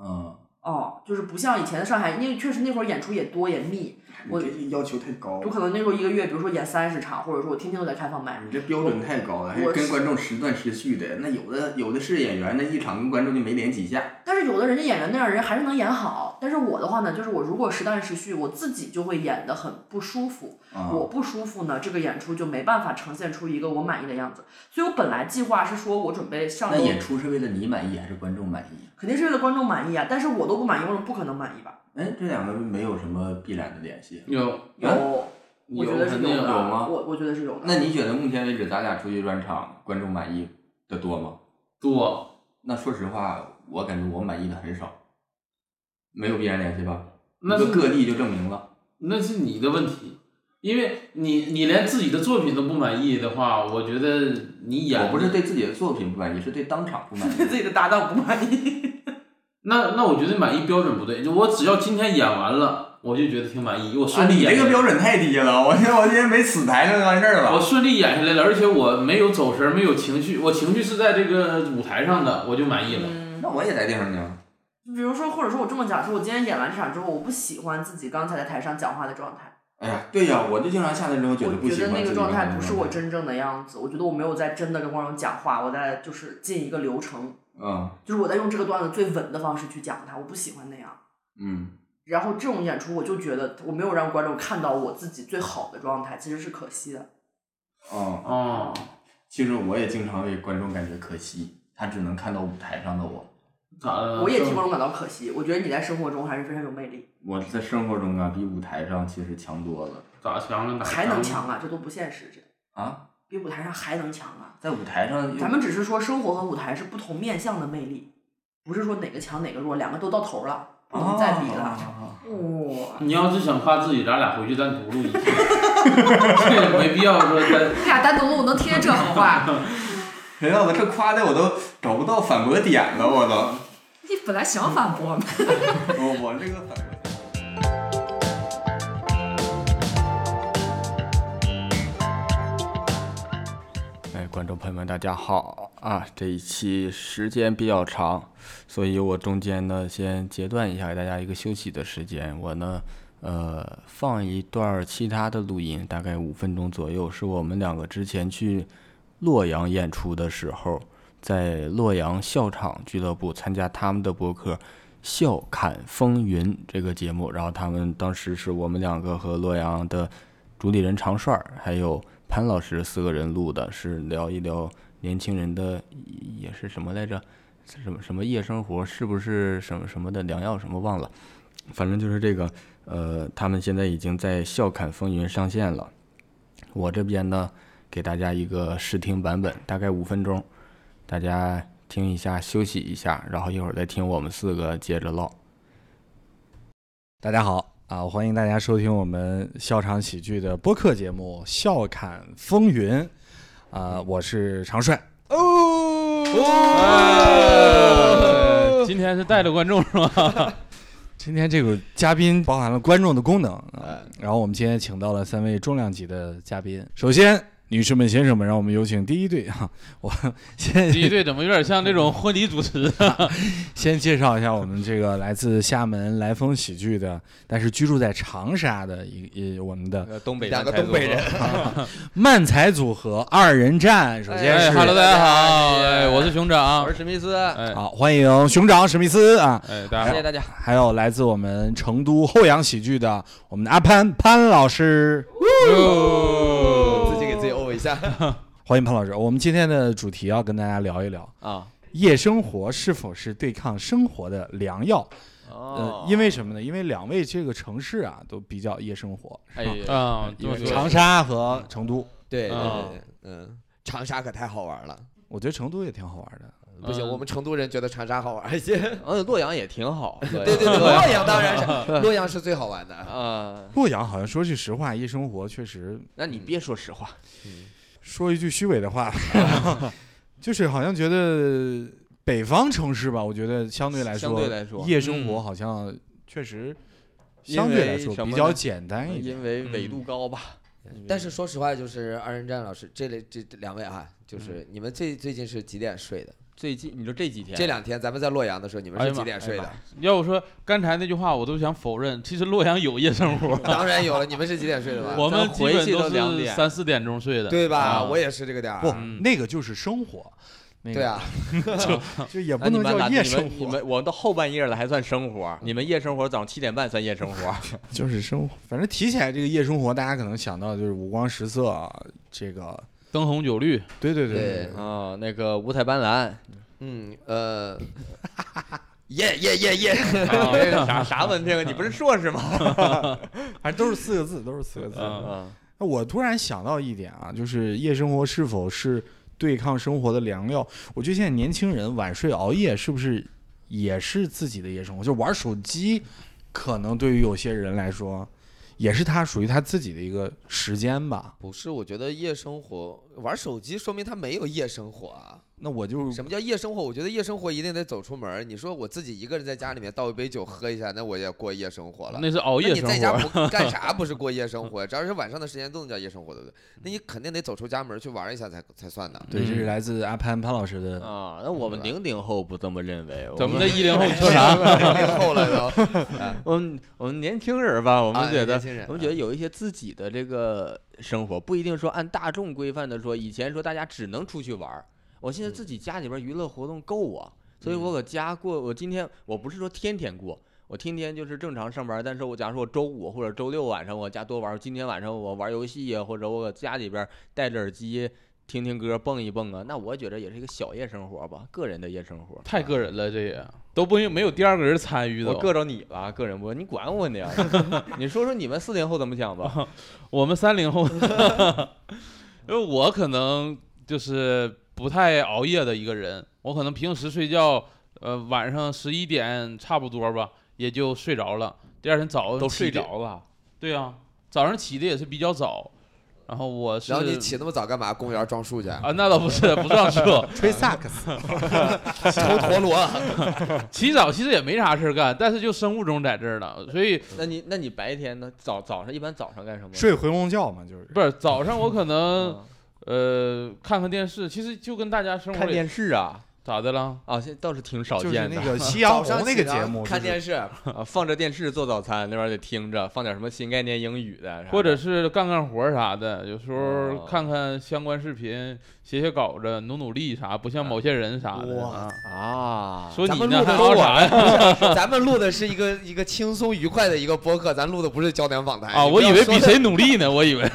S2: 嗯，
S1: 哦，就是不像以前的上海，因为确实那会儿演出也多也密，我
S5: 你这要求太高
S1: 我可能那时候一个月，比如说演三十场，或者说我天天都在开放麦。
S2: 你这标准太高了，还
S1: 我
S2: 跟观众时断时续的。那有的有的是演员，那一场跟观众就没连几下。
S1: 但是有的人家演员那样，人还是能演好。但是我的话呢，就是我如果时断时续，我自己就会演得很不舒服。
S2: 啊，
S1: 我不舒服呢，这个演出就没办法呈现出一个我满意的样子。所以我本来计划是说我准备上
S2: 那
S1: 周，
S2: 演出是为了你满意还是观众满意？
S1: 肯定是为了观众满意啊。但是我都不满意，我不可能满意吧？
S2: 哎，这两个没有什么必然的联系。啊
S3: 有
S1: 有，我觉得是
S3: 肯定
S1: 有的。
S2: 哎有吗
S1: 我我觉得是有的。
S2: 那你觉得目前为止咱俩出去专场，观众满意的多吗？
S3: 多，
S2: 那说实话，我感觉我满意的很少，没有必然联系吧？
S3: 那
S2: 一
S3: 是
S2: 个个例就证明了。
S3: 那是你的问题，因为你你连自己的作品都不满意的话，我觉得你演
S2: 我不是对自己的作品不满意，是对当场不满
S1: [LAUGHS] 对自
S2: 意。
S1: 己的搭档不满意。
S3: 那那我觉得满意标准不对，就我只要今天演完了，我就觉得挺满意，我
S2: 啊，
S3: 顺利
S2: 你
S3: 演
S2: 这
S3: 下
S2: 个
S3: 来、
S2: 标准太低了，我觉得我今天没死台就完事儿
S3: 我
S2: 了。
S3: 顺利演下来了，而且我没有走神，没有情绪，我情绪是在这个舞台上的，我就满意了。
S1: 嗯，
S2: 那我也在地上呢。
S1: 比如说，或者说我这么讲，说我今天演完这场之后，我不喜欢自己刚才在台上讲话的状态。
S2: 哎呀，对呀，我就经常下来之后觉得不
S1: 我觉
S2: 喜
S1: 得
S2: 欢
S1: 那个
S2: 自己
S1: 状态
S2: 的
S1: 不是我真正的样子，我觉得我没有在真的跟观众讲话，我在就是进一个流程，
S2: 嗯
S1: 就是我在用这个段子最稳的方式去讲它，我不喜欢那样。
S2: 嗯
S1: 然后这种演出，我就觉得我没有让观众看到我自己最好的状态，其实是可惜的。
S2: 哦。
S3: 哦，
S2: 其实我也经常为观众感觉可惜，他只能看到舞台上的我。
S3: 咋
S2: 嗯
S3: 了？
S1: 我也替观众感到可惜，我觉得你在生活中还是非常有魅力，
S2: 我在生活中啊，比舞台上其实强多了
S3: 咋强了？哪
S1: 还能？强啊，这都不现实，这
S2: 啊。
S1: 比舞台上还能强啊。
S2: 在舞台上，
S1: 咱们只是说生活和舞台是不同面向的魅力，不是说哪个强哪个弱，两个都到头了，不能再比了。
S2: 啊
S4: 哇，
S3: 你要是想夸自己，咱俩回去单独录一期， [LAUGHS] 这个没必要说 [LAUGHS] 单。
S4: 你俩单独录能听见这
S2: [LAUGHS]
S4: 好话？
S2: 谁让我这夸的我都找不到反驳点了，我都。
S4: 你本来想反驳吗？
S2: 我我这个反驳。哎，观众朋友们，大家好啊！这一期时间比较长，所以我中间呢先截断一下，给大家一个休息的时间。我呢，呃，放一段其他的录音，大概五分钟左右，是我们两个之前去洛阳演出的时候，在洛阳笑场俱乐部参加他们的播客《笑侃风云》这个节目，然后他们当时是我们两个和洛阳的主理人常帅儿还有潘老师四个人录的，是聊一聊年轻人的也是什么来着，是什么什么夜生活，是不是什么什么的良药什么忘了，反正就是这个，呃，他们现在已经在《笑侃风云》上线了，我这边呢给大家一个试听版本，大概五分钟，大家听一下，休息一下，然后一会儿再听我们四个接着唠。大家好，
S9: 啊，欢迎大家收听我们笑场喜剧的播客节目《笑侃风云》啊、我是常帅。哦，
S3: 今天是带着观众 [LAUGHS] 是吗？
S9: 今天这个嘉宾包含了观众的功能，啊然后我们今天请到了三位重量级的嘉宾。首先，女士们、先生们，让我们有请第一队哈、我 [LAUGHS] 先
S3: 第一队怎么有点像那种婚礼主持？
S9: 先介绍一下我们这个来自厦门来风喜剧的，但是居住在长沙的一一我们的
S3: 东北
S10: 两个东北人，
S9: 漫才组合二人战。首先
S3: 哎
S9: 是、
S3: ，Hello，大家好，
S10: 大家
S3: 哎，我是熊掌
S10: 我，是史密斯，
S3: 哎
S9: 好，欢迎熊掌史密斯啊，
S3: 哎，大家
S10: 谢谢
S3: 好，
S10: 大家。
S9: 还有来自我们成都后阳喜剧的我们的阿潘潘老师，
S3: 哦
S10: 自己给自己哦一下
S9: 欢迎潘老师。我们今天的主题要跟大家聊一聊
S10: 啊。
S9: 夜生活是否是对抗生活的良药？
S10: 哦
S9: 呃，因为什么呢？因为两位这个城市啊都比较夜生活，
S10: 哎
S9: 是吧，
S3: 啊，这么
S9: 因为
S3: 说
S9: 长沙和成都，
S10: 对对
S3: 啊
S10: 对，对嗯，长沙可太好玩了，
S9: 我觉得成都也挺好玩的。
S10: 不行，
S3: 嗯
S10: 我们成都人觉得长沙好玩一些。
S2: 嗯，洛阳也挺
S10: [LAUGHS]
S2: 好。对
S10: 对对对，洛阳当然是，洛阳是最好玩的。
S2: 啊，
S9: 洛阳好像说句实话，夜生活确实
S2: 那你别说实话，
S9: 说一句虚伪的话， [LAUGHS] 就是好像觉得北方城市吧，我觉得相对来说，
S2: 相对来说嗯
S9: 夜生活好像确实
S2: 因
S9: 相对
S2: 为
S9: 来说
S2: 什么
S9: 比
S2: 呢
S9: 较简单一点。
S2: 嗯因为纬度高吧。
S10: [LAUGHS] 但是说实话，就是二人战老师这类这这两位啊，就是你们最最近是几点睡的？
S2: 嗯最近你说这几天，啊
S10: 这两天咱们在洛阳的时候，你们
S3: 哎呀
S10: 是
S3: 妈
S10: 几点睡的？
S3: 要不说刚才那句话，我都想否认。其实洛阳有夜生活，
S10: 当然有了，你们是几点睡的吧？
S3: 我们基本
S2: 回去
S3: 都
S2: 都两
S3: 是
S2: 点
S3: 三四点钟睡的。
S10: 对吧？
S3: 啊
S10: 我也是这个点儿。
S9: 不，
S2: 嗯
S9: 那个就是生活，那个
S10: 对啊，
S2: [LAUGHS]
S9: 就也
S2: 那
S9: 不
S2: 你
S9: 能
S2: 们
S9: 叫
S2: 哪
S9: 夜
S2: 你
S9: 生
S2: 们你
S9: 活，
S2: 们我到后半夜了还算生
S10: 嗯
S2: 活，你们夜生活早上七点半算夜生活。
S9: 就是生活。反正提起来这个夜生活，大家可能想到就是五光十色啊，这个，
S3: 灯红酒绿，
S9: 对对
S2: [LAUGHS]
S10: 对
S2: 啊，那个五彩斑斓，
S10: 嗯呃，耶耶耶
S2: [LAUGHS]
S10: 耶， [LAUGHS]
S2: 啥啥文哦这个？你不是硕士吗？
S9: 反正都是四个字，都是四个字。
S3: 嗯
S2: 啊，
S9: 那我突然想到一点啊，就是夜生活是否是对抗生活的良药？我觉得现在年轻人晚睡熬夜是不是也是自己的夜生活？就玩手机，可能对于有些人来说，也是他属于他自己的一个时间吧。
S10: 不是，我觉得夜生活玩手机，说明他没有夜生活啊。
S9: 那我就
S10: 什么叫夜生活？我觉得夜生活一定得走出门儿。你说我自己一个人在家里面倒一杯酒喝一下，那我也过夜生活了。
S3: 那是熬
S10: 那
S3: 夜
S10: 你
S3: 生
S10: 在家
S3: 活。
S2: [LAUGHS]
S10: 不干啥不是过夜生活？只要是晚上的时间都能叫夜生活，对不对？那你肯定得走出家门儿去玩一下才才算呢。
S9: 对，这是来自阿潘潘老师的。
S2: 啊，那我们零零后不这么认为，我
S3: 咱们
S2: 们
S3: 这一零后说
S10: [LAUGHS]
S3: 啥？
S10: 零零后了都，
S2: 我们我们年轻人 [LAUGHS] 吧，我
S10: 啊
S2: 们觉得
S10: 年轻人
S2: 我们觉得有一些自己的这个生活，不一定说按大众规范的说，以前说大家只能出去玩儿，我现在自己家里边娱乐活动够我，所以我搁家过，我今天我不是说天天过。我天天就是正常上班，但是我假如说我周五或者周六晚上我家多玩儿，今天晚上我玩游戏呀，或者我搁家里边戴着耳机听听歌蹦一蹦啊，那我觉得也是一个小夜生活吧，个人的夜生活。
S3: 太个人了，这也都不用没有第二个人参与的。
S2: 我硌着 [LAUGHS] 你了，个人不，你管我呢？ [LAUGHS] 你说说你们四零后怎么想吧？ [LAUGHS]
S3: 我们三零后， [LAUGHS] 因为我可能就是不太熬夜的一个人，我可能平时睡觉，呃，晚上十一点差不多吧，也就睡着了。第二天早上
S2: 都
S3: 起
S2: 睡
S3: 得
S2: 着了，
S3: 对啊，早上起的也是比较早，然后我是
S10: 然后你起那么早干嘛？公园儿装树去，
S3: 啊，那倒不是，不算错，
S9: 吹萨克斯，
S10: 抽陀螺。
S3: 起早其实也没啥事儿干，但是就生物钟在这儿了，所以
S2: 那你那你白天呢？早早上一般早上干什么？
S9: 睡回笼觉嘛，就是
S3: 不是早上我可能
S2: 啊，
S3: 呃看看电视，其实就跟大家生活
S2: 看
S3: 里
S2: 电视啊
S3: 咋的了？
S2: 啊，现在倒是挺少
S9: 就是
S2: 见
S9: 那
S2: 的。
S10: [LAUGHS]
S9: 个夕阳
S10: 早
S9: 红
S10: 上
S9: 那
S10: 起
S9: 个
S10: 来
S9: 节目，
S10: 看
S9: 就是
S10: 电视，
S2: 啊，放着电视做早餐，那边得听着，放点什么新概念英语的，啥的
S3: 或者是干干活儿啥的，有时候
S2: 哦
S3: 看看相关视频，写写稿子，努努力啥，不像某些人啥的。啊
S2: 啊，
S3: 说
S10: 咱
S3: 你
S10: 们
S3: 呢，
S10: 录
S3: 还
S10: 的
S3: 熬啥呀？
S10: [LAUGHS] 咱们录的是一个一个轻松愉快的一个播客，咱录的不是焦点访谈
S3: 啊，
S10: 你
S3: 我
S10: 不要
S3: 以为
S10: 说
S3: 比
S11: [LAUGHS]
S3: 谁努力呢，我以为。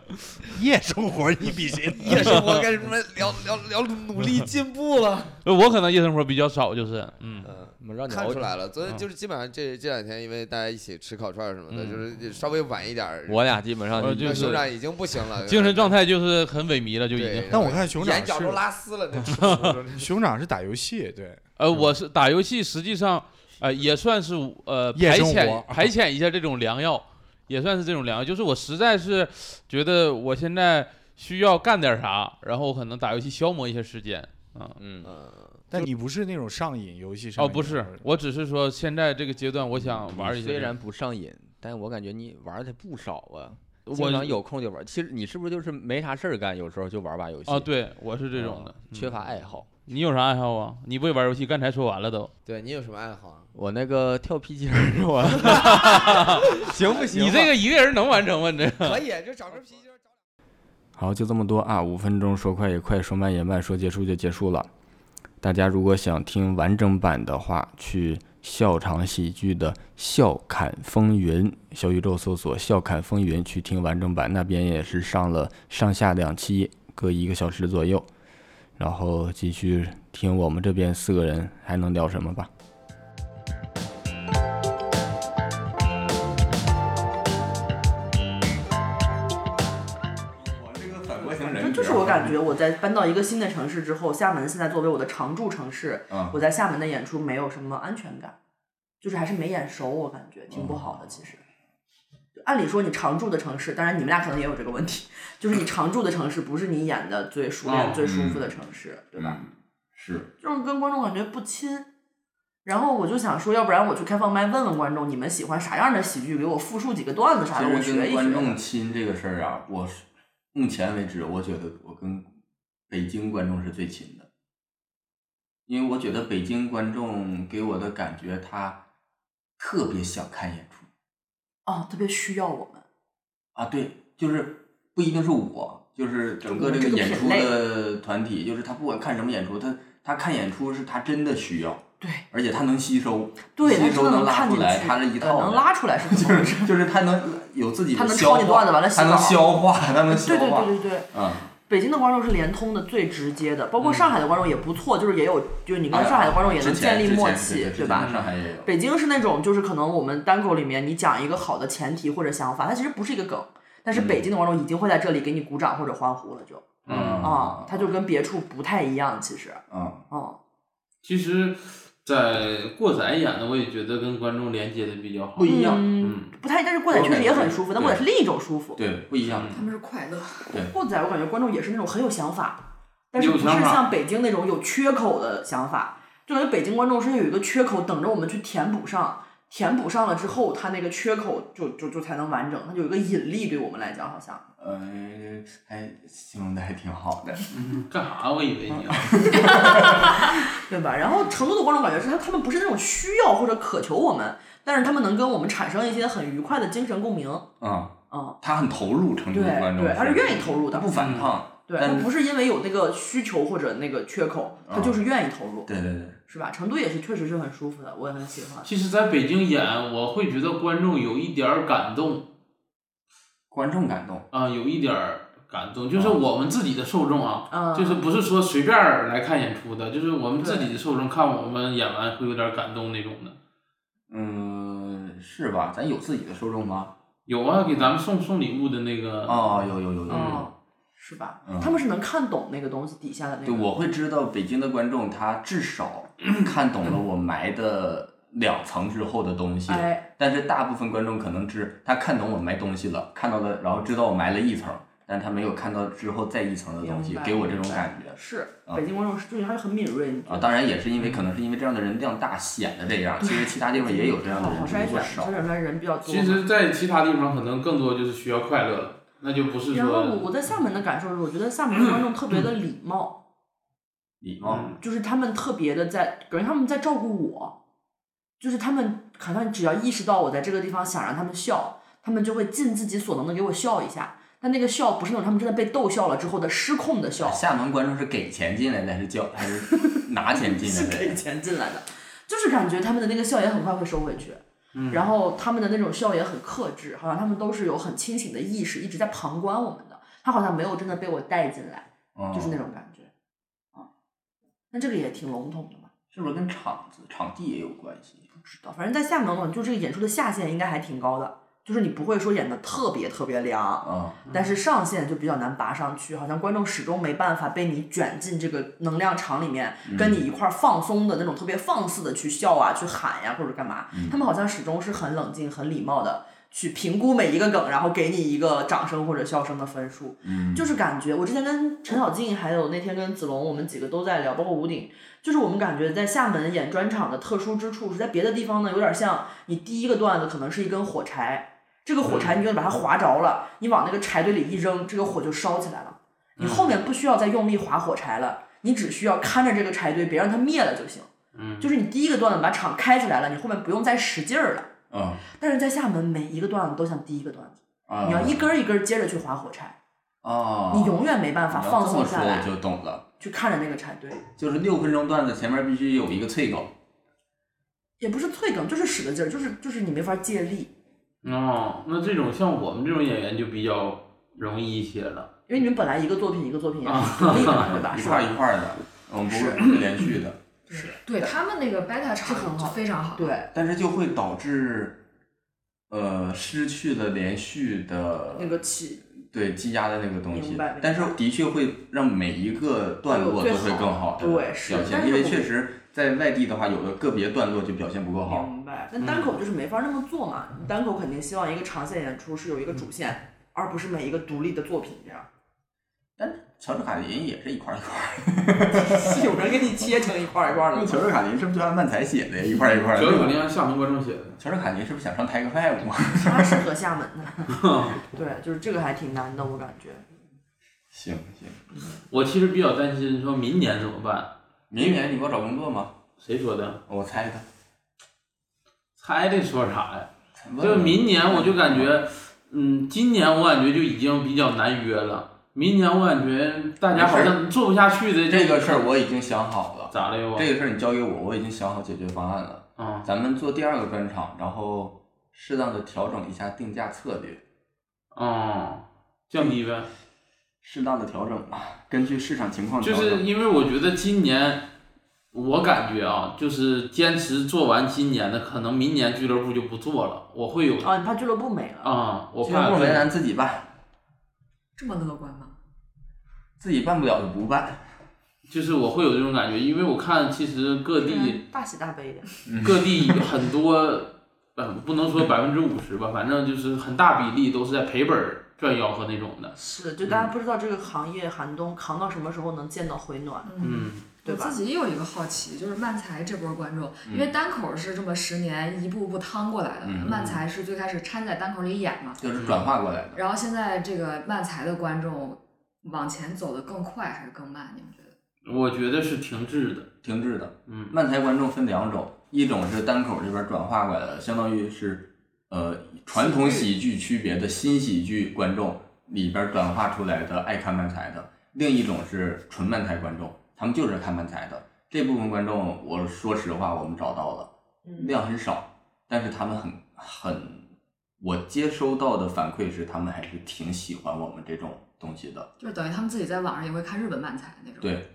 S3: [LAUGHS]
S9: 夜生活，你比谁
S10: 夜生活干什么聊聊聊努力进步了。
S3: 我可能夜生活比较少，就是，嗯，
S10: 嗯，
S2: 我们让你
S10: 看
S2: 熬
S10: 出来了，昨天
S11: 嗯
S10: 就是基本上这这两天，因为大家一起吃烤串什么的，
S11: 嗯
S10: 就是稍微晚一点儿。
S12: [LAUGHS]
S2: 我
S12: 啊
S2: 俩基本上
S13: 呃
S3: 我
S2: 就
S3: 就
S10: 那
S3: 是
S10: 手长已经不行了，
S3: 精神状态就是很萎靡了，就已
S10: 对。
S3: 经。
S10: 然
S9: [LAUGHS] 但
S10: 后
S9: 我看熊掌
S10: 眼角都
S9: 是
S10: 拉丝了，那
S9: 熊掌是打游戏，对，
S3: 呃，我是打游戏，实际上
S12: 呃，也算是呃
S9: 夜
S12: 排
S9: 生
S12: 遣
S9: 活
S12: [LAUGHS] 排遣一下这种良药，也算是这种良药。就是我实在是觉得我现在需要干点啥，然后我可能打游戏消磨一下时间啊。
S13: 嗯，
S9: 但你不是那种上瘾游戏上
S12: 哦，
S9: 瘾
S12: 不是，我只是说现在这个阶段，我想玩一
S13: 你
S12: 下这
S13: 虽
S12: 个。
S13: 然不上瘾，但我感觉你玩的不少啊。经
S12: 我
S13: 常有空就玩，其实你是不是就是没啥事儿干，有时候就玩把游戏
S12: 啊，对我是这种
S13: 嗯
S3: 哦
S12: 的，嗯
S13: 缺乏爱好。
S12: 你有啥爱好啊？你不会玩游戏，刚才说完了都。
S10: [LAUGHS] 对你有什么爱
S11: [LAUGHS]
S10: 好啊？
S13: 我那个跳皮筋儿，
S12: [LAUGHS]
S13: 我行不行吧？啊
S12: 你这个一个人能完成吗？你这个
S10: 可以，就找根啤酒。
S14: 好，就这么多啊，五分钟说快也快，说慢也慢，说结束就结束了。大家如果想听完整版的话，去笑场喜剧的《笑侃风云》小宇宙搜索《笑侃风云》去听完整版，那边也是上了上下两期，各一个小时左右。然后继续听我们这边四个人还能聊什么吧。
S2: 我这个反国情
S1: 这
S2: 人，
S1: 就是我感觉我在搬到一个新的城市之后，厦门现在作为我的常驻城市，
S2: 嗯
S1: 我在厦门的演出没有什么安全感，就是还是没演熟，我感觉挺不好的。其实，按理说你常驻的城市，当然你们俩可能也有这个问题，就是你常驻的城市不是你演的最熟练、
S12: 哦
S1: 最舒服的城市，对吧？
S2: 嗯是，
S1: 就是跟观众感觉不亲。然后我就想说，要不然我去开放麦问问观众，你们喜欢啥样的喜剧？给我复述几个段子啥
S2: 其
S1: 的，
S2: 实
S1: 我
S2: 我
S1: 学
S2: 跟
S1: 一
S2: 观众
S1: 学。
S2: 亲这个事儿啊，我是目前为止，我觉得我跟北京观众是最亲的，因为我觉得北京观众给我的感觉，他特别想看演出
S1: 哦，特别需要我们。
S2: 啊，对，就是不一定是我，就是整个
S1: 我们嗯
S2: 这
S1: 这
S2: 个
S1: 个
S2: 演
S1: 品
S2: 出
S1: 类
S2: 的团体，就是他不管看什么演出，他他看演出是他真的需要，
S1: 对，
S2: 而且他能吸收，
S1: 对，他
S2: 吸
S1: 真
S2: 收
S1: 的能
S2: 拉
S1: 看
S2: 出
S1: 进
S2: 来，
S1: 去，
S2: 他是一
S1: 呃
S2: 套
S1: 能
S2: 的
S1: 拉出来是怎么
S2: 就
S1: 回事？
S2: 是就是他能有自己
S1: 他
S2: 的
S1: 能
S2: 消
S1: 抄你
S2: 化，
S1: 段子完了洗
S2: 他能
S1: 稿
S2: 消化，他能消
S1: 对对
S2: 化，
S1: 对对对，
S2: 嗯，
S1: 北京的观众是联通的最直接的，包括上海的观众也不错，就是也有，就是你跟上海的观众也能
S2: 哎之前
S1: 建立默
S2: 之前
S1: 契
S2: 之前，
S1: 对吧？
S2: 上海也有，
S1: 北京是那种，就是可能我们单口里面你讲一个好的前提或者想法，它其实不是一个梗，但是北京的观众已经会在这里给你鼓掌或者欢呼了，就
S2: 嗯
S1: 啊，它就跟别处不太一样，其实，
S2: 嗯，
S1: 嗯，
S3: 其实，在过载演的，我也觉得跟观众连接的比较好
S2: 不。一样，
S3: 嗯，
S1: 不太，但是过载确实也很舒服，但
S2: 对
S1: 过载是另一种舒服。
S2: 对，不一样，
S4: 他们是快乐，
S1: 过载我感觉观众也是那种很有想法，但是
S3: 有
S1: 不是
S3: 想法
S1: 像北京那种有缺口的想法，就感觉北京观众是有一个缺口等着我们去填补上，填补上了之后，他那个缺口就就就才能完整，它有一个引力对我们来讲好像。嗯
S2: 呃，还形容的还挺好的，
S3: 干啥？我以为你要啊
S1: 对吧？然后成都的观众感觉是他他们不是那种需要或者渴求我们，但是他们能跟我们产生一些很愉快的精神共鸣，
S2: 嗯，
S1: 嗯，
S2: 他很投入，成都
S1: 对
S2: 的观众
S1: 对，
S2: 是
S1: 他是愿意投入
S2: 他
S1: 的嗯
S2: 不，反抗，
S1: 对，他
S2: 但嗯
S1: 不是因为有那个需求或者那个缺口，他就是愿意投入，
S2: 对对对，
S1: 是吧？成都也是确实是很舒服的，我也很喜欢。
S3: 其实，在北京演，我会觉得观众有一点儿感动
S2: 观众感动，
S3: 啊，有一点儿感动，就是我们自己的受众啊，
S1: 嗯，
S3: 就是不是说随便儿来看演出的，就是我们自己的受众看我们演完会有点儿感动那种的。
S2: 嗯，是吧？咱有自己的受众吗？
S3: 有啊，给咱们送送礼物的那个，
S2: 哦，有有有有有
S1: 嗯，，是吧？
S2: 嗯
S1: 他们是能看懂那个东西底下的那个。
S2: 对，我会知道北京的观众他至
S1: [CLEARS THROAT]
S2: 少看懂了我埋的两层之后的东西，
S1: 哎，
S2: 但是大部分观众可能只他看懂我埋东西了，看到了，然后知道我埋了一层，但他没有看到之后再一层的东西
S1: 明，白
S2: 给我这种感觉。
S1: 是
S2: 嗯
S1: 北京观众是，就是他是很敏锐。你觉得
S2: 啊，当然也是因为可能是因为这样的人量大显得这样，其实其他地方也有这样的
S1: 好
S2: 人，
S1: 好
S2: 只
S1: 筛
S2: 不
S1: 选
S2: 过
S1: 吧，
S2: 少
S1: 筛。选出来人比较多嘛。
S3: 其实，在其他地方可能更多就是需要快乐了，那就不是
S1: 然后
S3: 说
S1: 我在厦门的感受是，我觉得厦门的观众特别的礼貌，
S2: 礼貌，
S1: 就是他们特别的在，感觉他们在照顾我，就是他们好像只要意识到我在这个地方想让他们笑，他们就会尽自己所能的给我笑一下。但那个笑不是那种他们真的被逗笑了之后的失控的
S4: [LAUGHS]
S1: 笑，
S2: 厦门观众是给钱进来的还是交还是拿钱进
S1: [LAUGHS] 是
S2: 来的
S1: 给？钱进来的，就是感觉他们的那个笑也很快会收回去，
S4: 嗯
S1: 然后他们的那种笑也很克制，好像他们都是有很清醒的意识，一直在旁观我们的，他好像没有真的被我带进来，
S2: 嗯
S1: 就是那种感觉，啊，那这个也挺笼统的吧？
S2: 是不是跟场子场地也有关系？
S1: 不知道，反正在厦门，我就这个演出的下限应该还挺高的，就是你不会说演的特别特别凉，
S2: 啊，
S1: 但是上限就比较难拔上去，好像观众始终没办法被你卷进这个能量场里面，
S2: 嗯
S1: 跟你一块儿放松的那种特别放肆的去笑啊、去喊呀、或者干嘛。
S2: 嗯
S1: 他们好像始终是很冷静、很礼貌的去评估每一个梗，然后给你一个掌声或者笑声的分数。
S2: 嗯
S1: 就是感觉我之前跟陈小静，还有那天跟子龙，我们几个都在聊，包括吴鼎，就是我们感觉在厦门演专场的特殊之处是在别的地方呢，有点像你第一个段子可能是一根火柴，这个火柴你就把它划着了，你往那个柴堆里一扔，这个火就烧起来了。你后面不需要再用力划火柴了，你只需要看着这个柴堆，别让它灭了就行。
S3: 嗯，
S1: 就是你第一个段子把场开起来了，你后面不用再使劲儿了。
S2: 啊
S1: 但是在厦门，每一个段子都像第一个段子，
S2: 啊，
S1: 你要一根儿一根儿接着去划火柴，
S2: 啊，
S1: 你永远没办法
S2: 你要
S1: 放
S2: 这
S1: 松
S2: 么说
S1: 下来
S2: 我，就懂了，
S1: 去看着那个柴堆。
S2: 就是六分钟段子前面必须有一个
S1: [LAUGHS]
S2: 脆梗，
S1: 也不是脆梗，就是使个劲儿，就是就是你没法借力，
S3: 哦，那这种像我们这种演员就比较容易一些了。
S1: 因为你们本来一个作品一个作品也是独立的
S2: [LAUGHS]
S1: 嘛，对吧？
S2: 啊一
S1: 是
S2: 块
S1: 吧？
S2: 儿一块儿的，我们不是不是连续的，
S4: 对他们那个 beta
S1: 是很
S4: 场
S1: 好
S4: 非常好，
S1: 对，
S2: 但是就会导致，呃，失去了连续的
S1: 那个气
S2: 对积压的那个东西
S1: 明白明白，
S2: 但是的确会让每一个段落都会更好的
S1: 最好对是
S2: 啊表
S1: 但
S2: 现，
S1: 是
S2: 因为
S1: 我
S2: 确实在外地的话，有的个别段落就表现不够好。
S1: 明白。但单口就是没法那么做嘛，你单口肯定希望一个长线演出是有一个主线，而不是每一个独立的作品这样。 [LAUGHS]
S2: 但是乔治卡林也是一块儿一块儿，
S1: 有人给你切成一块儿一块儿
S2: 那
S1: [LAUGHS] 的。
S2: 乔治卡林是不是就按漫才写的呀？一块儿一块儿
S3: 小丑
S2: 的。
S3: 令厦门观众写的，
S2: 乔治卡林是不是想上 Tiger [LAUGHS] Five 吗？
S1: 他适合厦门的，
S2: [LAUGHS]
S1: [LAUGHS] 对，就是这个还挺难的，我感觉。
S2: 行行，
S3: 我其实比较担心，说明年怎么办？
S2: 明年你给我找工作吗？
S3: 谁说的？
S2: 我猜的。
S3: 猜的说啥呀？
S2: 问
S3: 就
S2: 问
S3: 明年我就感觉，嗯，今年我感觉就已经比较难约了。明年我感觉大家好像做不下去的
S2: 这个事儿，我已经想好了。
S3: 咋的哟？
S2: 这个事儿你交给我，我已经想好解决方案了。
S3: 啊，
S2: 咱们做第二个专场，然后适当的调整一下定价策略，
S3: 哦，降低呗，
S2: 适当的调整吧，根据市场情况
S3: 就
S2: 调整。
S3: 是因为我觉得今年，我感觉啊，就是坚持做完今年的，可能明年俱乐部就不做了，我会有
S1: 哦，你怕俱乐部没了？
S3: 啊，我
S2: 啊俱乐
S3: 怕
S2: 部为难自己办，
S4: 这么乐观吗？
S2: 自己办不了的不办。
S3: 就是我会有这种感觉，因为我看其实各
S2: 啊
S3: 地
S1: 大喜大悲的，
S3: 各地很多，呃，不能说百分之五十吧，反正就是很大比例都是在赔本儿赚吆喝那种的。
S1: 是，就
S2: 嗯
S1: 大家不知道这个行业寒冬扛到什么时候能见到回暖，
S3: 嗯，
S1: 对
S4: 我
S1: 吧
S4: 自己也有一个好奇，就是漫才这波观众，因为单口是这么十年一步步趟过来的，
S2: 嗯
S4: 漫才是最开始掺在单口里演嘛，
S2: 就是转化过来的。
S4: 然后现在这个漫才的观众往前走的更快还是更慢？你们觉
S3: 嗯
S4: 得？
S3: 我觉得是停滞的。
S2: 停滞的。
S3: 嗯
S2: 漫才观众分两种，一种是单口这边转化过来的，相当于是呃传统喜剧区别的新喜剧观众里边转化出来的爱看漫才的；另一种是纯漫才观众，他们就是看漫才的。这部分观众，我说实话，我们找到了，量很少，但是他们很很，我接收到的反馈是，他们还是挺喜欢我们这种东西的。
S4: 就是等于他们自己在网上也会看日本漫才那种。
S2: 对，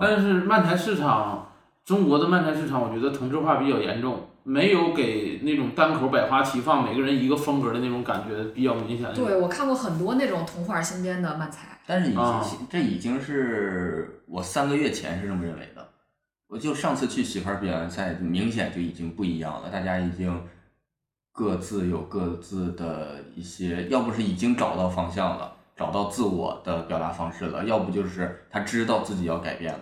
S3: 但是漫才市场，中国的漫才市场，我觉得同质化比较严重，没有给那种单口百花齐放，每个人一个风格的那种感觉比较明显的。
S4: 对，我看过很多那种童话新编的漫才，
S2: 但是已经、
S3: 啊
S2: 这已经是我三个月前是这么认为的。我就上次去媳妇儿表演赛，明显就已经不一样了，大家已经各自有各自的一些，要不是已经找到方向了，找到自我的表达方式了，要不就是他知道自己要改变了。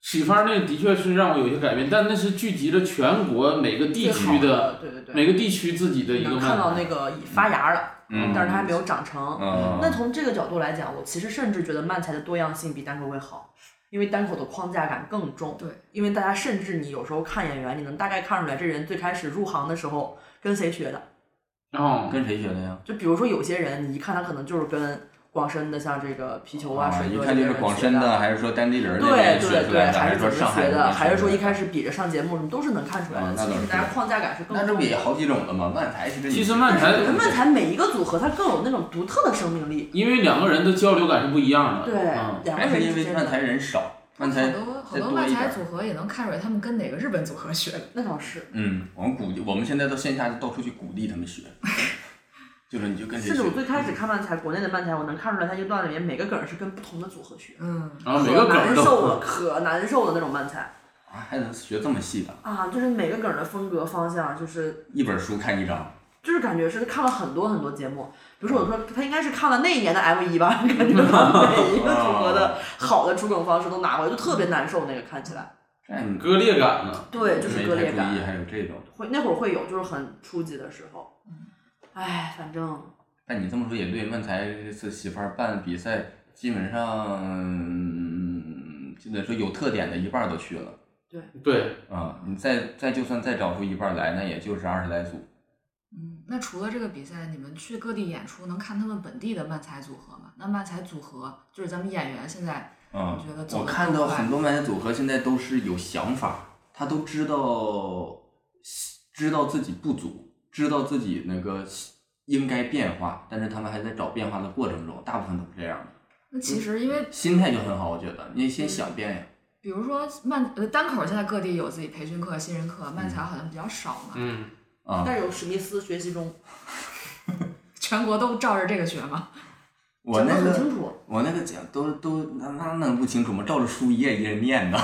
S3: 喜番那的确是让我有些改变，但那是聚集了全国每个地区的
S1: 对对对，
S3: 每个地区自己的一
S1: 你
S3: 个
S1: 能
S3: 漫
S1: 看到那
S3: 才。
S1: 个发芽了，
S2: 嗯
S1: 但是它还没有长成。
S2: 嗯，
S1: 那从这个角度来讲，我其实甚至觉得漫才的多样性比单口会好，因为单口的框架感更重。
S4: 对，
S1: 因为大家甚至你有时候看演员，你能大概看出来这人最开始入行的时候跟谁学的。
S3: 哦，
S2: 跟谁学的呀？
S1: 就比如说有些人，你一看他可能就是跟广深的，像这个皮球啊、水
S2: 哦一
S1: 哥
S2: 看
S1: 这些
S2: 就是
S1: 人
S2: 广
S1: 学
S2: 深的，还是说丹地人儿那
S1: 对
S2: 边
S1: 对
S2: 学出
S1: 对，
S2: 来的，还
S1: 还
S2: 是
S1: 是怎么
S2: 说上海
S1: 学
S2: 那
S1: 的，
S2: 边
S1: 还是
S2: 学
S1: 说一
S2: 的
S1: 开始比着上节目什么都是能看出来
S2: 啊
S1: 的。
S2: 那
S1: 其
S2: 倒
S1: 实
S2: 是
S1: 大家框架感是更
S2: 那这
S1: 重
S2: 不也
S1: 的。
S2: 好几种的吗？漫才是跟你
S3: 其实漫才
S1: 但是漫才每一个组合，它更有那种独特的生命力。
S3: 因为两个人的交流感是不一样的。
S1: 对
S3: 嗯，
S1: 两个
S2: 还是
S1: 人
S2: 因
S1: 之
S2: 为
S1: 间
S2: 漫才
S1: 的，
S2: 人少，漫才
S4: 好多好
S2: 再
S4: 多
S2: 多
S4: 漫
S2: 一点
S4: 才
S2: 儿
S4: 组合也能看出来他们跟哪个日本组合学的。
S1: 那倒是。 [LAUGHS]
S2: 嗯，我们鼓励，我们现在到线下就到处去鼓励他们学。就是嗯你就跟谁
S1: 甚至我
S2: 学。
S1: 最开始看漫才，国内的漫才，我能看出来他一个段子里面每个梗是跟不同的组合学，
S4: 嗯，
S3: 然后每个
S1: 可难
S3: 梗
S1: 受
S3: 都
S2: [LAUGHS]
S1: 了，可难受的那种漫才
S2: 啊，还能学这么细的？
S1: 啊，就是每个梗的风格方向，就是
S2: 一本书看一章，
S1: 就是感觉是看了很多很多节目，比如说我
S2: 啊
S1: 说他应该是看了那一年的 M 一吧， [LAUGHS] 感觉把每 [LAUGHS] 一个组合
S2: [LAUGHS] 啊
S1: 的
S2: 哦
S1: 好的出梗方式都拿过来，就特别难受那个看起来，
S2: 这样
S3: [LAUGHS] 割裂感呢。
S1: 对，就是
S2: 没
S1: 割
S2: 太
S1: 裂
S2: 注
S1: 感
S2: 意，，还有这种。
S1: 会那会儿会有就是很初级的时候，哎，反正
S2: 但你这么说也对，漫才这次媳妇儿办比赛，基本上、嗯、基本说有特点的一半儿都去了
S3: 对，
S2: 啊、你再再就算再找出一半儿来，那也就是二十来组。
S4: 嗯，那除了这个比赛，你们去各地演出能看他们本地的漫才组合吗？那漫才组合就是咱们演员现在，
S2: 嗯
S4: 你觉得，走得
S2: 我看到
S4: 更快
S2: 很多漫才组合现在都是有想法，他都知道知道自己不足，知道自己那个应该变化，但是他们还在找变化的过程中，大部分都是这样的，
S4: 那其实因为
S2: 心态就很好，我觉得你先想变呀。
S4: 比如说漫呃单口现在各地有自己培训课、新人课，漫才好像比较少嘛，
S3: 嗯，
S2: 啊、
S1: 但有史密斯学习中，
S4: 全国都照着这个学嘛。
S2: 我那
S1: 讲得很
S2: 个
S1: 清楚，
S2: 我那个讲都都那那能不清楚吗？照着书一页一页念的。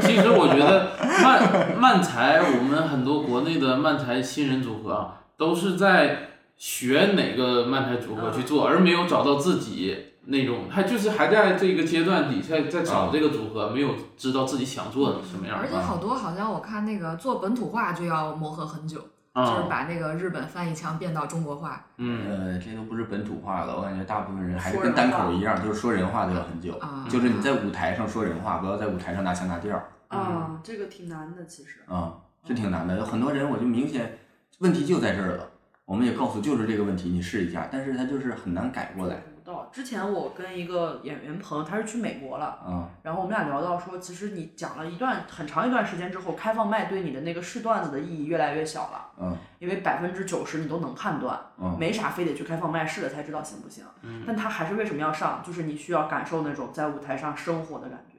S3: 其实我觉得漫漫才，我们很多国内的漫才新人组合啊，都是在学哪个漫才组合去做，而没有找到自己那种，还就是还在这个阶段底下在找这个组合，没有知道自己想做的是什么样啊
S4: 而且好多好像我看那个做本土化就要磨合很久，就是
S3: 啊。
S4: 把那个日本翻译腔变到中国化
S3: 嗯，
S2: 呃，这都不是本土化了，我感觉大部分人还是
S1: 说
S2: 跟
S1: 人
S2: 单
S1: 话
S2: 口一样，都是说人话都要很久，
S4: 啊。
S2: 就是你在舞台上说人话，不要在舞台上拿腔拿调儿嗯
S1: 啊，这个挺难的其实。
S2: 啊，这挺难的。有很多人我就明显问题就在这儿了，我们也告诉就是这个问题，你试一下，但是他就是很难改过来
S1: 不到。之前我跟一个演员朋友，他是去美国了，
S2: 啊。
S1: 然后我们俩聊到说，其实你讲了一段很长一段时间之后，开放麦对你的那个试段子的意义越来越小了，
S2: 嗯
S1: 因为百分之九十你都能判断，
S2: 嗯
S1: 没啥非得去开放麦试了才知道行不行。
S3: 嗯
S1: 但他还是为什么要上？就是你需要感受那种在舞台上生活的感觉。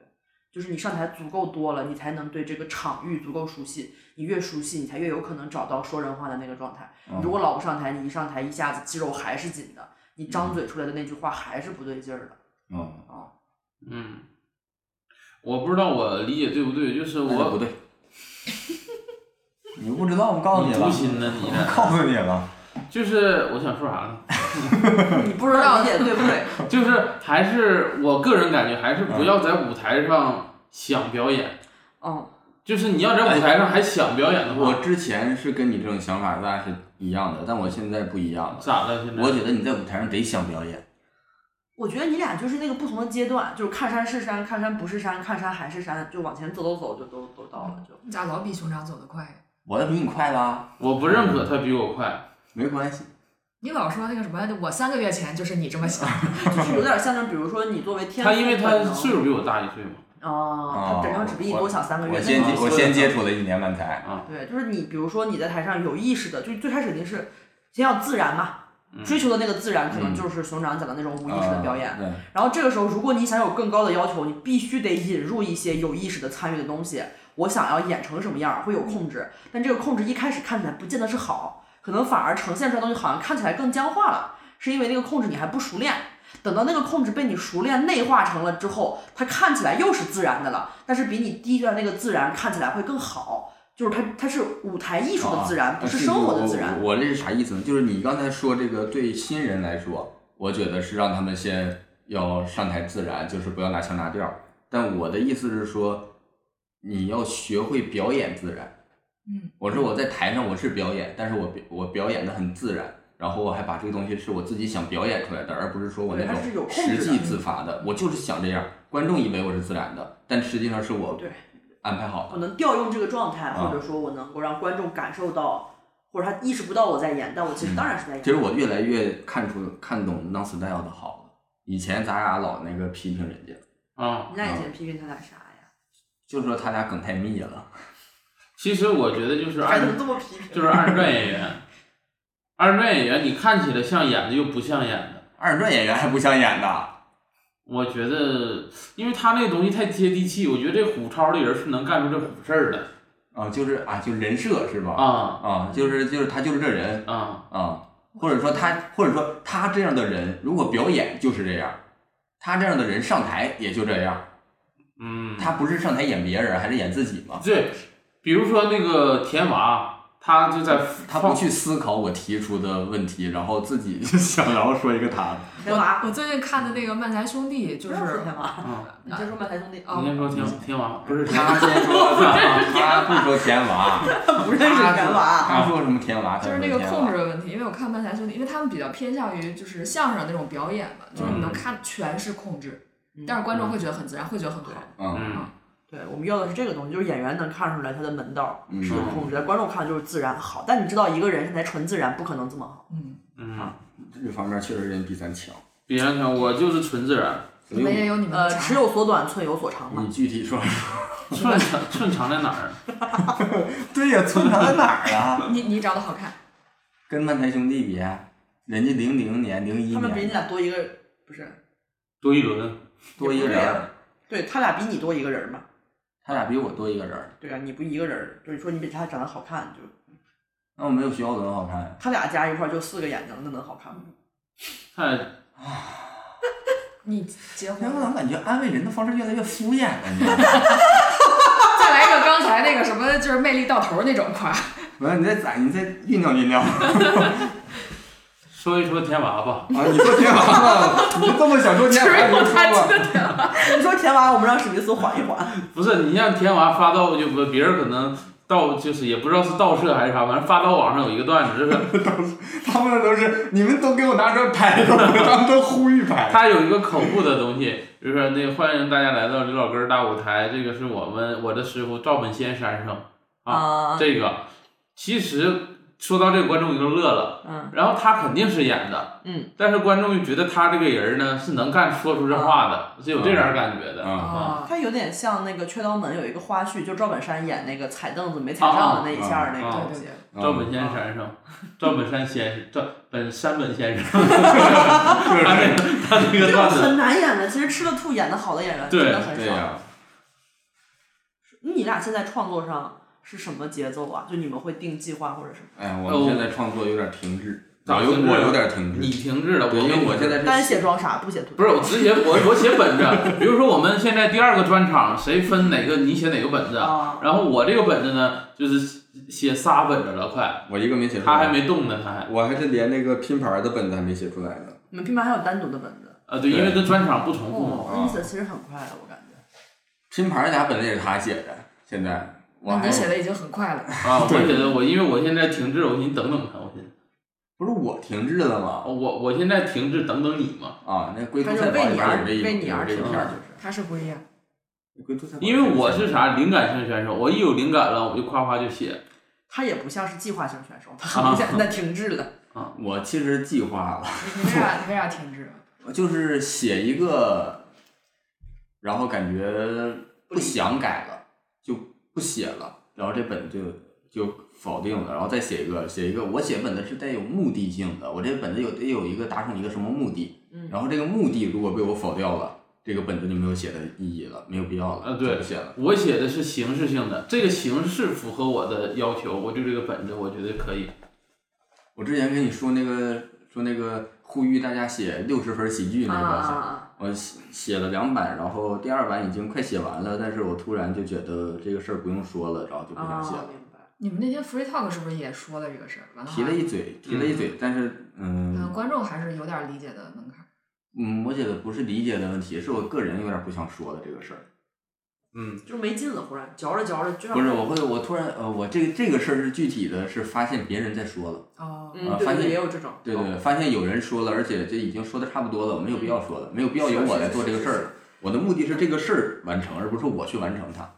S1: 就是你上台足够多了，你才能对这个场域足够熟悉。你越熟悉，你才越有可能找到说人话的那个状态。
S2: 嗯
S1: 如果老不上台，你一上台一下子肌肉还是紧的，你张嘴出来的那句话还是不对劲儿的。
S2: 嗯，
S3: 嗯，我不知道我理解对不对，就是
S2: 那就
S3: 我
S1: [LAUGHS]
S2: 不对，你不知道，我告诉
S3: 你
S2: 你了
S3: 诛，心呢，你
S2: 我
S3: 呢？
S2: 告诉你了，
S3: 就是我想说啥呢？
S1: 你不知道理解对不对？
S3: 就是还是我个人感觉，还是不
S2: 嗯
S3: 要在舞台上想表演。
S1: 嗯，
S3: 就是你要在舞台上还想表演的话，
S2: [LAUGHS] 我之前是跟你这种想法，咱俩是一样的，但我现在不一样了。
S3: 咋了？现在
S2: 我觉得你在舞台上得想表演，
S1: 我觉得你俩就是那个不同的阶段，就是看山是山，看山不是山，看山还是山，就往前走走走，就都都到了。就
S3: [LAUGHS]
S4: 你咋老比熊掌走得快？
S2: 我的比你快啦，
S3: 我不认可他比我快，
S2: 没关系。
S1: 啊
S4: 你老说那个什么，我三个月前就是你这么想，
S1: 就是有点像那，比如说你作为嗯天赋
S3: 他因为他
S1: 本能
S3: 岁数比我大一岁嘛。
S1: 啊，他本身只比你多小三个月。
S2: 哦我先接
S1: 那种
S2: 我先接触了一年漫才，
S1: 对，就是你，比如说你在台上有意识的，就最开始肯定是先要自然嘛，
S3: 嗯
S1: 追求的那个自然，可能
S2: 嗯
S1: 就是熊掌讲的那种无意识的表演。
S2: 啊对，
S1: 然后这个时候，如果你想有更高的要求，你必须得引入一些有意识的参与的东西。我想要演成什么样儿，会有控制，但这个控制一开始看起来不见得是好，可能反而呈现出来的东西好像看起来更僵化了，是因为那个控制你还不熟练。等到那个控制被你熟练内化成了之后，它看起来又是自然的了，但是比你低段那个自然看起来会更好，就是它它是舞台艺术的自然，
S2: 啊
S1: 不是生活的自然。
S2: 我我我这是啥意思呢？就是你刚才说这个对新人来说，我觉得是让他们先要上台自然，就是不要拿腔拿调儿。但我的意思是说，你要学会表演自然。
S4: 嗯，
S2: 我说我在台上我是表演，但是我表我表演的很自然，然后我还把这个东西是我自己想表演出来的，而不是说我那
S1: 对它是有
S2: 种
S1: 控制
S2: 实
S1: 的
S2: 际自发的，我就是想这样，观众以为我是自然的，但实际上是我
S1: 对
S2: 安排好
S1: 我
S2: 的。
S1: 能调用这个状态，
S2: 啊
S1: 或者说我能够让观众感受到，或者他意识不到我在演，但我其实当然是在演。
S2: 嗯其实我越来越看出看懂 non-style 的好了。以前咱俩老那个批评人家，嗯
S3: 啊、
S1: 你俩以前批评他俩啥呀？
S2: 就说他俩梗太密了。
S3: 其实我觉得就是
S1: 还
S3: 二
S1: 能这么批评？
S3: 就是二人转演员，二人转演员你看起来像演的又不像演的，
S2: 二人转演员还不想演呢，
S3: 我觉得因为他那个东西太接地气，我觉得这虎超的人是能干出这虎事儿的
S2: 啊，就是啊，就人设是吧？
S3: 啊
S2: 啊，就是就是他就是这人
S3: 啊！
S2: 啊，或者说他，或者说他这样的人，如果表演就是这样，他这样的人上台也就这样，
S3: 嗯，
S2: 他不是上台演别人，还是演自己吗？
S3: 对，比如说那个田娃，他就在
S2: 他
S3: 放
S2: 不去思考我提出的问题，然后自己就想，然后说一个他，
S1: 没娃，
S4: [LAUGHS] 我最近看的那个《漫才兄弟》，就
S1: 不要说
S4: 是
S1: 天娃，
S3: 啊，
S1: 你先说漫才兄弟哦
S4: 啊
S3: 你
S2: 嗯
S3: 先说田田娃，不是
S2: 他先说他不说田娃，
S1: 不认识天娃，
S2: 他说什么田娃？
S4: 就
S2: 他
S4: 是那
S2: 说
S4: 个
S2: 田
S4: 控
S2: 娃
S4: 制的问题，因为我看《漫才兄弟》，因为他们比较偏向于就是相声那种表演嘛，就是
S2: 嗯
S4: 你能看全是控制，
S1: 嗯
S4: 但是观众会觉得很自然，会觉得很好。
S2: 嗯，
S3: 嗯，
S1: 对我们要的是这个东西，就是演员能看出来他的门道
S2: 嗯
S1: 是有控制，观众看就是自然好。但你知道，一个人现在纯自然不可能这么好。
S4: 嗯，
S3: 嗯，
S2: 这方面确实人比咱强。
S3: 比方讲，我就是纯自然，
S2: 哎
S4: 你们也有你们
S1: 呃
S4: 的，
S1: 尺
S4: 长，
S1: 有所短，寸有所长嘛。
S2: 你具体说，
S3: 寸长寸长在哪儿？
S2: 对呀、村长在哪儿啊？
S4: 你你长得好
S1: [LAUGHS]
S4: 看，
S2: 跟漫才兄弟比，人家零零年、零嗯一
S1: 他们比你
S2: 年
S1: 俩多一个，不是？
S3: 多一轮，
S2: 多一个人儿，
S1: 对他俩比你多一个人嘛？
S2: 他俩比我多一个人儿。
S1: 对啊，你不一个人儿，就是说你比他长得好看，就
S2: 那我没有徐浩伦好看呀。
S1: 他俩加一块儿就四个眼睛，那能好看吗？
S3: 太
S4: 你结
S2: 哎，
S4: 婚
S2: 我
S4: 了
S2: 怎么感觉安慰人的方式越来越敷衍了呢？
S4: [LAUGHS] 再来一个刚才那个什么，就是魅力到头那种
S2: [LAUGHS]
S4: 夸。
S2: 完，你再攒，你再酝酿酝酿。啊，
S3: 说一说田娃吧，
S2: 你说天王吧， [LAUGHS] 你这么想说天王，
S4: [LAUGHS]
S2: 你就说吧。
S1: 你说田娃，我们让史密斯缓一缓。
S3: 不是你让田娃发到就不别人可能。到就是也不知道是盗摄还是啥，反正发到网上有一个段子，就是
S2: 他们都是，你们都给我拿出来拍的，他们都呼吁拍。
S3: 它有一个口误的东西，就是说那欢迎大家来到刘老根儿大舞台，这个是我们我的师傅赵本先先生啊，这个其实说到这个观众就乐了，
S1: 嗯，
S3: 然后他肯定是演的，
S1: 嗯，
S3: 但是观众就觉得他这个人儿呢是能干说出这话的，是有这点感觉的，
S4: [LAUGHS]
S2: 啊，
S4: 啊，
S1: 他有点像那个《雀刀门》有一个花絮，就赵本山演那个踩凳子没踩
S3: 啊
S1: 上的那一下儿那
S3: 啊
S1: 个
S4: 对
S1: 东
S4: 对
S1: 西
S4: 对。，
S3: 赵本先先生，赵本山先生，赵本山本先生，
S2: 就是
S3: 他那个他那个
S1: 这
S3: 段
S1: 种
S3: 子，
S1: 很难演的，其实吃了吐演的好的演员真
S3: 对
S1: 的很
S2: 嗯对
S1: 少。
S2: 呀、
S1: 你俩现在创作上是什么节奏啊？就你们会定计划或者什么？
S2: 哎，
S3: 哦
S2: 我们现在创作有点停滞，我有
S3: 咋停滞
S2: 我有点停
S3: 你
S2: 滞，
S3: 停滞了，
S2: 对，因为我现在
S1: 单
S2: 是
S1: 写装傻，不写图。
S3: 不是，我只写我我写本子，比如说我们现在第二个专场，谁分哪个你写哪个本子，
S1: 啊，
S3: 然后我这个本子呢，就是写仨本子了，快，
S2: 我一个没写出来，
S3: 他还，没动呢，他还
S2: 我还是连那个拼盘的本子还没写出来呢。
S1: 你们拼盘还有单独的本子。
S3: 啊对，因为这专场不重复嘛，
S1: 哦，那你写其实很快的，我感觉。
S2: 拼盘俩本子也是他写的，现在我
S1: 嗯
S4: 那
S2: 还
S4: 哦你写的已经很快了。
S2: 哎
S3: 啊，我觉得我因为我现在停滞，我寻思等等他，我寻思
S2: 不是我停滞了吗？
S3: 我我现在停滞等等你嘛，
S2: 啊，那龟兔
S1: 他就
S2: 赛跑
S1: 为
S2: 里
S1: 你而
S2: 边有这一
S1: 为你
S2: 有
S1: 而
S2: 这
S1: 停
S2: 个
S1: 滞，
S2: 片
S1: 就
S2: 儿，
S1: 是。
S4: 他是不一
S2: [LAUGHS]
S4: 样，
S2: 龟兔赛跑里
S3: 因
S2: 边有这个片儿。
S3: 为我是啥灵感型选手，我一有灵感了我就夸夸就写，
S1: 他也不像是计划型选手，他很明显在停滞了。
S2: 我其实计划了，
S4: 你为啥你为啥停滞？
S2: 就是写一个，然后感觉不想改了，就不写了，然后这本就就否定了，然后再写一个，写一个。我写本子是带有目的性的，我这本子有得有一个达成一个什么目的，
S1: 嗯
S2: 然后这个目的如果被我否掉了，这个本子就没有写的意义了，没有必要了，
S3: 啊对
S2: 就不写了。
S3: 我写的是形式性的，这个形式符合我的要求，我对这个本子我觉得可以，
S2: 我之前跟你说那个说那个呼吁大家写六十分喜剧那
S1: 啊
S2: 个。
S1: 啊啊！
S2: 我写写了两版，然后第二版已经快写完了，但是我突然就觉得这个事儿不用说了，然后就不想写
S1: 啊
S2: 了。
S1: 明白。
S4: 你们那天 free talk 是不是也说了这个事儿？完了好
S2: 提了
S4: 像，
S2: 一嘴，提了一嘴，但是
S4: 嗯，
S2: 嗯
S4: 观众还是有点理解的门槛。
S2: 嗯，我觉得不是理解的问题，是我个人有点不想说了这个事儿。
S3: 嗯，
S1: 就是没劲了，忽然嚼着嚼着就让
S2: 不是，我会我突然呃，我这个这个事儿是具体的，是发现别人在说了，
S4: 哦，
S1: 嗯，
S2: 啊
S1: 对
S2: 发
S1: 对
S2: 现
S1: 对，也有这种。
S2: 对对，发现有人说了，而且这已经说的差不多了，没有必要说了，没有必要由我来做这个事儿。我的目的是这个事儿完成，而不是我去完成它。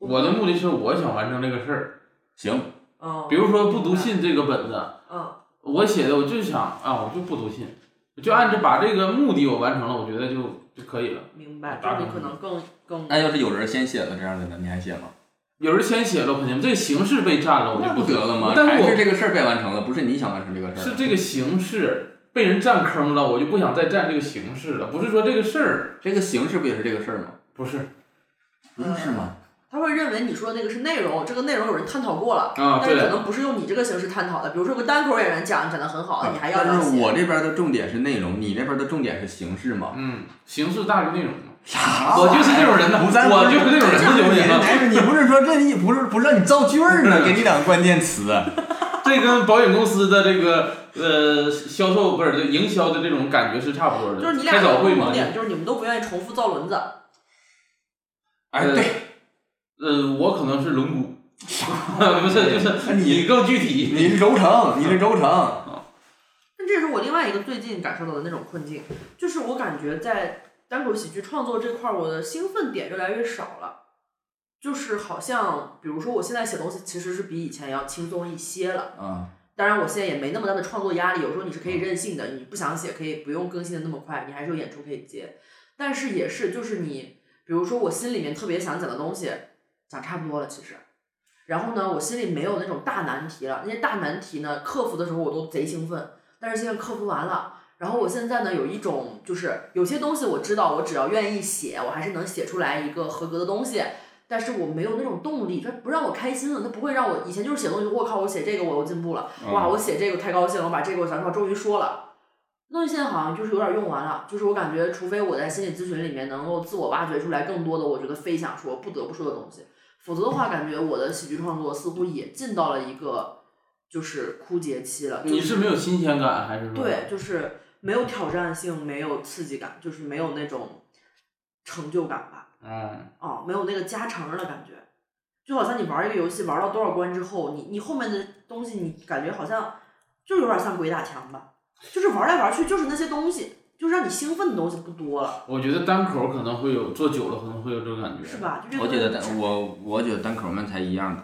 S3: 我的目的是我想完成这个事儿，
S2: 行，
S1: 嗯，
S3: 比如说不读信这个本子，
S1: 嗯，
S3: 我写的我就想啊，我就不读信，我就按着把这个目的我完成了，我觉得就就可以了。
S1: 明白。就
S3: 达
S1: 是
S3: 成
S1: 你可能更更。
S2: 那要是有人先写了这样的呢，你还写吗？
S3: 有人先写了，我肯定这个形式被占了，我
S2: 那
S3: 就
S2: 不
S3: 不
S2: 得 [LAUGHS] 了吗？
S3: 但
S2: 还是
S3: 我
S2: 这个事儿被完成了，不是你想完成这个事
S3: 是
S2: 儿。
S3: 这个形式被人占坑了，我就不想再占这个形式了。不是说这个事儿
S2: 这个形式不也是这个事儿吗？
S1: 嗯
S3: 不是，
S2: 嗯不就是吗？
S1: 他会认为你说的那个是内容，这个内容有人探讨过了，
S3: 啊，
S1: 但是可
S3: 对，
S1: 能不是用你这个形式探讨的。比如说有个单口演员讲讲的很好，你还要
S2: 但
S1: 让
S2: 是
S1: 写
S2: 我这边的重点是内容，你那边的重点是形式嘛？
S3: 嗯，形式大于内容嘛。
S2: 啥
S3: 我就是这种人呢，
S2: 不在乎
S3: 我就是这种人，
S2: 这
S3: 行不行
S2: [LAUGHS]
S3: 啊？
S2: 你不是说这你不是不是让你造句儿呢？ [LAUGHS] 给你两个关键词，
S3: 这跟保险公司的这个呃销售不是就营销的这种感觉是差不多的，
S1: 就是你俩
S3: 开
S1: 有
S3: 早
S1: 共
S3: 会
S1: 同
S3: 嘛。
S1: 点，就是你们都不愿意重复造轮子。
S2: 哎对，
S3: 呃，我可能是龙骨，不是就是
S2: 你
S3: 更具体。
S2: 你是轴承，你是轴承，
S1: 但这也是我另外一个最近感受到的那种困境，就是我感觉在单口喜剧创作这块儿，我的兴奋点越来越少了。就是好像，比如说我现在写东西，其实是比以前要轻松一些了。
S2: 啊，
S1: 当然，我现在也没那么大的创作压力。有时候你是可以任性的，你不想写可以不用更新的那么快，你还是有演出可以接。但是也是，就是你，比如说我心里面特别想讲的东西，讲差不多了，其实。然后呢，我心里没有那种大难题了。那些大难题呢，克服的时候我都贼兴奋，但是现在克服完了。然后我现在呢，有一种就是有些东西我知道，我只要愿意写，我还是能写出来一个合格的东西。但是我没有那种动力，它不让我开心了，它不会让我以前就是写东西，我靠，我写这个我又进步了，哇，我写这个太高兴了，我把这个我想法终于说了。东西现在好像就是有点用完了，就是我感觉，除非我在心理咨询里面能够自我挖掘出来更多的我觉得非想说、不得不说的东西，否则的话，感觉我的喜剧创作似乎也进到了一个就是枯竭期了。
S3: 你是没有新鲜感还是说？
S1: 对，就是没有挑战性，没有刺激感，就是没有那种成就感吧。
S3: 嗯，
S1: 哦，没有那个加成儿的感觉，就好像你玩儿一个游戏玩到多少关之后，你你后面的东西你感觉好像就有点像鬼打墙吧，就是玩儿来玩儿去就是那些东西，就是让你兴奋的东西不多了，
S3: 我觉得单口可能会有，做久了可能会有这个感觉。
S1: 是吧？就这个
S2: 我觉得单我我觉得单口漫才一样的，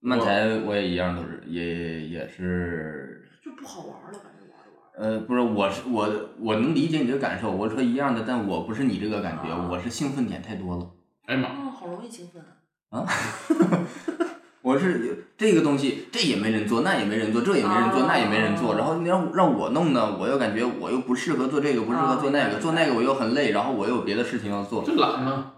S2: 漫才我也一样都是也也是
S1: 就不好玩儿了，感觉玩着玩着。
S2: 呃，不是，我是我，我能理解你的感受，我说一样的，但我不是你这个感觉，我是兴奋点太多了。
S3: 哎呀妈，
S1: 嗯，好容易兴奋啊！
S2: [LAUGHS] 我是这个东西，这也没人做，那也没人做，这也没人做，
S1: 啊
S2: 那也没人做，然后你让让我弄呢，我又感觉我又不适合做这个，不适合做那个，做那个我又很累，然后我又有别的事情要做
S3: 这，懒吗？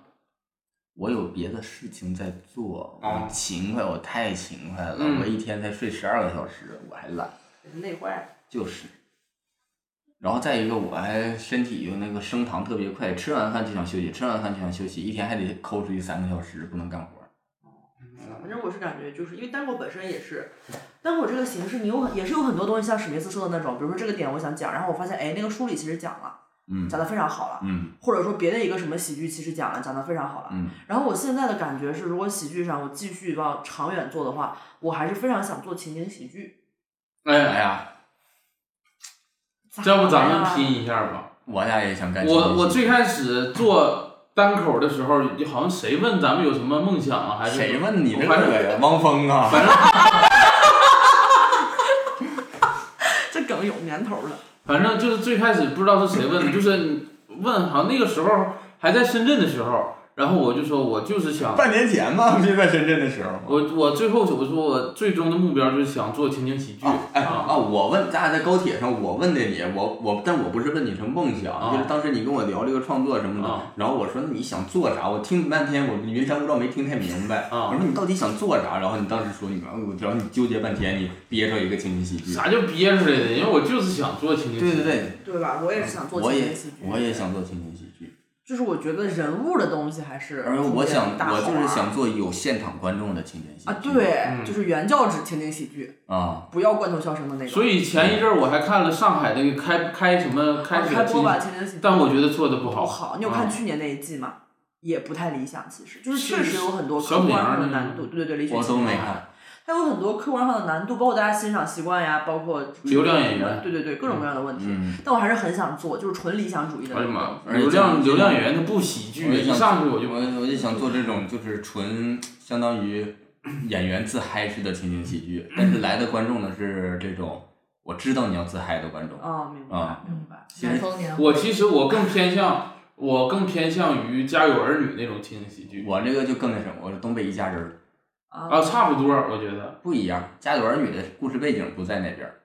S2: 我有别的事情在做，
S3: 啊
S2: 我勤快，我太勤快了，
S3: 嗯
S2: 我一天才睡十二个小时，我还懒。
S1: 内坏，
S2: 就是。然后再一个，我还身体有那个升糖特别快，吃完饭就想休息，吃完饭就想休息，一天还得抠出去三个小时，不能干活。
S1: 反正我是感觉，就是因为单口本身也是，单口这个形式，你有很也是有很多东西，像史密斯说的那种，比如说这个点我想讲，然后我发现，哎，那个书里其实讲了，
S2: 嗯
S1: 讲的非常好了，
S2: 嗯
S1: 或者说别的一个什么喜剧其实讲了，讲的非常好了，
S2: 嗯，
S1: 然后我现在的感觉是，如果喜剧上我继续往长远做的话，我还是非常想做情景喜剧。
S2: 哎
S3: 哎，
S2: 呀，
S3: 要不咱
S1: 咋
S3: 们
S1: 呀
S3: 拼一下吧？
S2: 我俩也想干这个
S3: 我
S2: 东西。
S3: 我最开始做单口的时候，好像谁问咱们有什么梦想啊，还是
S2: 谁问你这
S3: 反
S2: 个呀？汪峰啊，
S3: 反正
S1: 这梗有年头了，
S3: 反正就是最开始不知道是谁问的，就是你问，好像那个时候还在深圳的时候，然后我就说我就是想，
S2: 半年前吧，不就在深圳的时候吗？
S3: 我我最后我说我最终的目标就是想做情景喜剧
S2: 啊，哎
S3: 啊
S2: 啊！我问咱俩在高铁上，我问的你，我我，但我不是问你什么梦想，
S3: 啊
S2: 就是当时你跟我聊这个创作什么的，
S3: 啊
S2: 然后我说你想做啥？我听半天，我云山雾罩没听太明白。
S3: 啊
S2: 我说你到底想做啥？然后你当时说你，我然后你纠结半天，你憋着一个情景喜剧。
S3: 啥叫憋出来的？因为我就是想做情景喜剧。
S2: 对对对，
S1: 对吧？我也是想做
S2: 我
S1: 情
S2: 也
S1: 景喜剧，
S2: 我也，想做情景喜剧，
S1: 就是我觉得人物的东西还是
S2: 而且我想
S1: 大
S2: 我
S1: 好
S2: 就是
S1: 玩
S2: 想做有现场观众的情景喜剧
S1: 啊，对，
S3: 嗯
S1: 就是原教旨情景喜剧，
S2: 啊，
S1: 不要罐头笑声的那种。
S3: 所以前一阵儿我还看了上海那个开开什么开
S1: 啊
S3: 始
S1: 开
S3: 的
S1: 播
S3: 情
S1: 吧，
S3: 景，
S1: 情景喜剧，
S3: 但我觉得做的不
S1: 不
S3: 好。
S1: 好。你有
S3: 啊
S1: 看去年那一季吗？也不太理想，其实就是
S3: 是
S1: 确实有很多
S3: 小
S1: 客
S3: 沈
S1: 观
S3: 阳
S1: 上的
S3: 那个
S1: 难度，对对对，李雪
S2: 我都
S1: 琴
S2: 没看。
S1: 它有很多客观上的难度，包括大家欣赏习惯呀，包括
S3: 流量演员
S1: 对对对，各种各样的问题。
S2: 嗯，
S1: 但我还是很想做，就是纯理想主义的
S3: 哎
S1: 那
S3: 呀
S1: 种。
S3: 妈，
S2: 而且
S3: 流量
S2: 这
S3: 流量源它不喜剧，
S2: 我也
S3: 一
S2: 想
S3: 上去我就
S2: 我嗯我就想做这种就是纯相当于演员自嗨式的情景喜剧，
S1: 嗯
S2: 但是来的观众呢是这种我知道你要自嗨的观众，
S1: 哦，明白、
S2: 啊
S1: 明白。
S4: 南方年
S3: 我其实我更偏向，我更偏向于《家有儿女》那种情景喜剧
S2: 我这个就更那什么，我是东北一家人儿
S1: 啊
S3: 啊，差不多，我觉得
S2: 不一样，家有儿女的故事背景不在那边儿，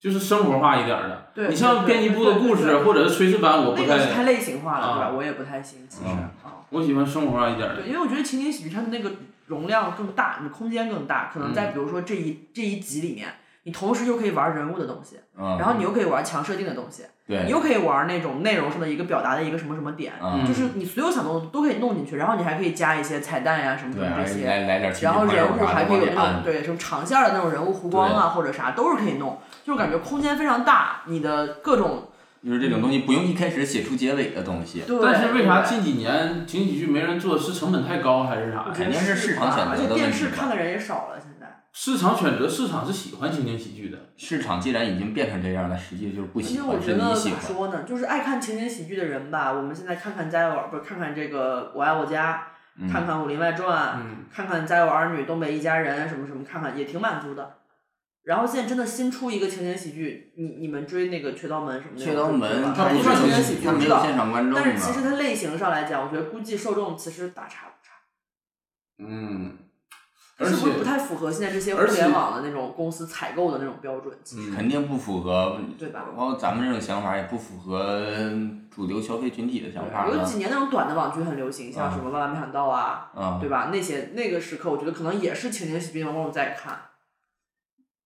S3: 就是生活化一点儿的。
S1: 对
S3: 你像编辑部的故
S1: 对对
S3: 事
S1: 对
S3: 或者是炊事班，我
S1: 那
S3: 不
S1: 个是太
S3: 太，
S1: 类型化了，对吧？
S3: 啊
S1: 我也不太行，其实
S2: 嗯
S1: 啊、
S3: 我喜欢生活化一点儿的
S1: 对，。因为我觉得情景喜剧它的那个容量更大，你空间更大，可能在比如说这一、这一集里面，你同时又可以玩人物的东西，
S2: 嗯，
S1: 然后你又可以玩强设定的东西，你
S2: 对，
S1: 又可以玩那种内容上的一个表达的一个什么什么点，
S2: 嗯，
S1: 就是你所有想弄的都可以弄进去，然后你还可以加一些彩蛋呀、什么什
S2: 对，
S1: 么
S2: 还
S1: 嗯这些。
S2: 来来点亲戚
S1: 然后
S2: 朋友
S1: 人物
S2: 啥
S1: 还
S2: 的
S1: 可以
S2: 往
S1: 有
S2: 里
S1: 那种
S2: 按，
S1: 对什么长线儿的那种人物弧光啊，或者啥都是可以弄，就是感觉空间非常大，你的各种
S2: 就是这种东西不用一开始写出结尾的东西，
S1: 嗯对。
S3: 但是为啥
S1: 对
S3: 近几年情景喜剧没人做？是成本太高还是啥
S1: 我
S3: 呀？
S1: 觉得
S2: 肯定是市场
S1: 吧
S2: 选择
S3: 啊
S1: 而且
S2: 的问
S1: 电
S2: 题
S1: 视
S2: 吧
S1: 看的人也少了，现在。
S3: 市场选择，市场是喜欢情景喜剧的。
S2: 市场既然已经变成这样了，实际就是不
S1: 因
S2: 喜
S1: 为我
S2: 欢，
S1: 觉
S2: 是
S1: 得
S2: 哦你
S1: 怎
S2: 喜
S1: 么
S2: 欢。
S1: 说呢，就是爱看情景喜剧的人吧，我们现在看看《家有儿》，不是看看这个《我爱我家》，看
S2: 嗯，
S1: 看《武林外传》，
S3: 嗯，
S1: 看看《家有儿女》《东北一家人》什么什么，看看也挺满足的。然后现在真的新出一个情景喜剧，你你们追那个《雀刀门》什么的，
S2: 雀刀门，
S1: 它
S2: 它不
S1: 不
S2: 是
S1: 算
S2: 情
S1: 情
S2: 景
S1: 景
S2: 喜
S1: 喜
S2: 剧，
S1: 剧，
S2: 它
S1: 我
S2: 没
S1: 知
S2: 有
S1: 道。
S2: 现场观众
S1: 但是其实
S2: 嘛。
S1: 它类型上来讲，我觉得估计受众其实大差不差，
S3: 嗯，而
S1: 是不是
S3: 且
S1: 不太符合现在这些互
S3: 而且
S1: 联网的那种公司采购的那种标准？其实，
S2: 肯定不符合，
S3: 嗯
S1: 对吧
S2: 然后咱们这种想法也不符合主流消费群体的想法啊
S1: 有
S2: 了
S1: 几，年那种短的网剧很流行，
S3: 嗯
S1: 像什么《万万没想到》啊。
S2: 啊，
S1: 对吧？那些那个时刻，我觉得可能也是情景喜剧的观众在看。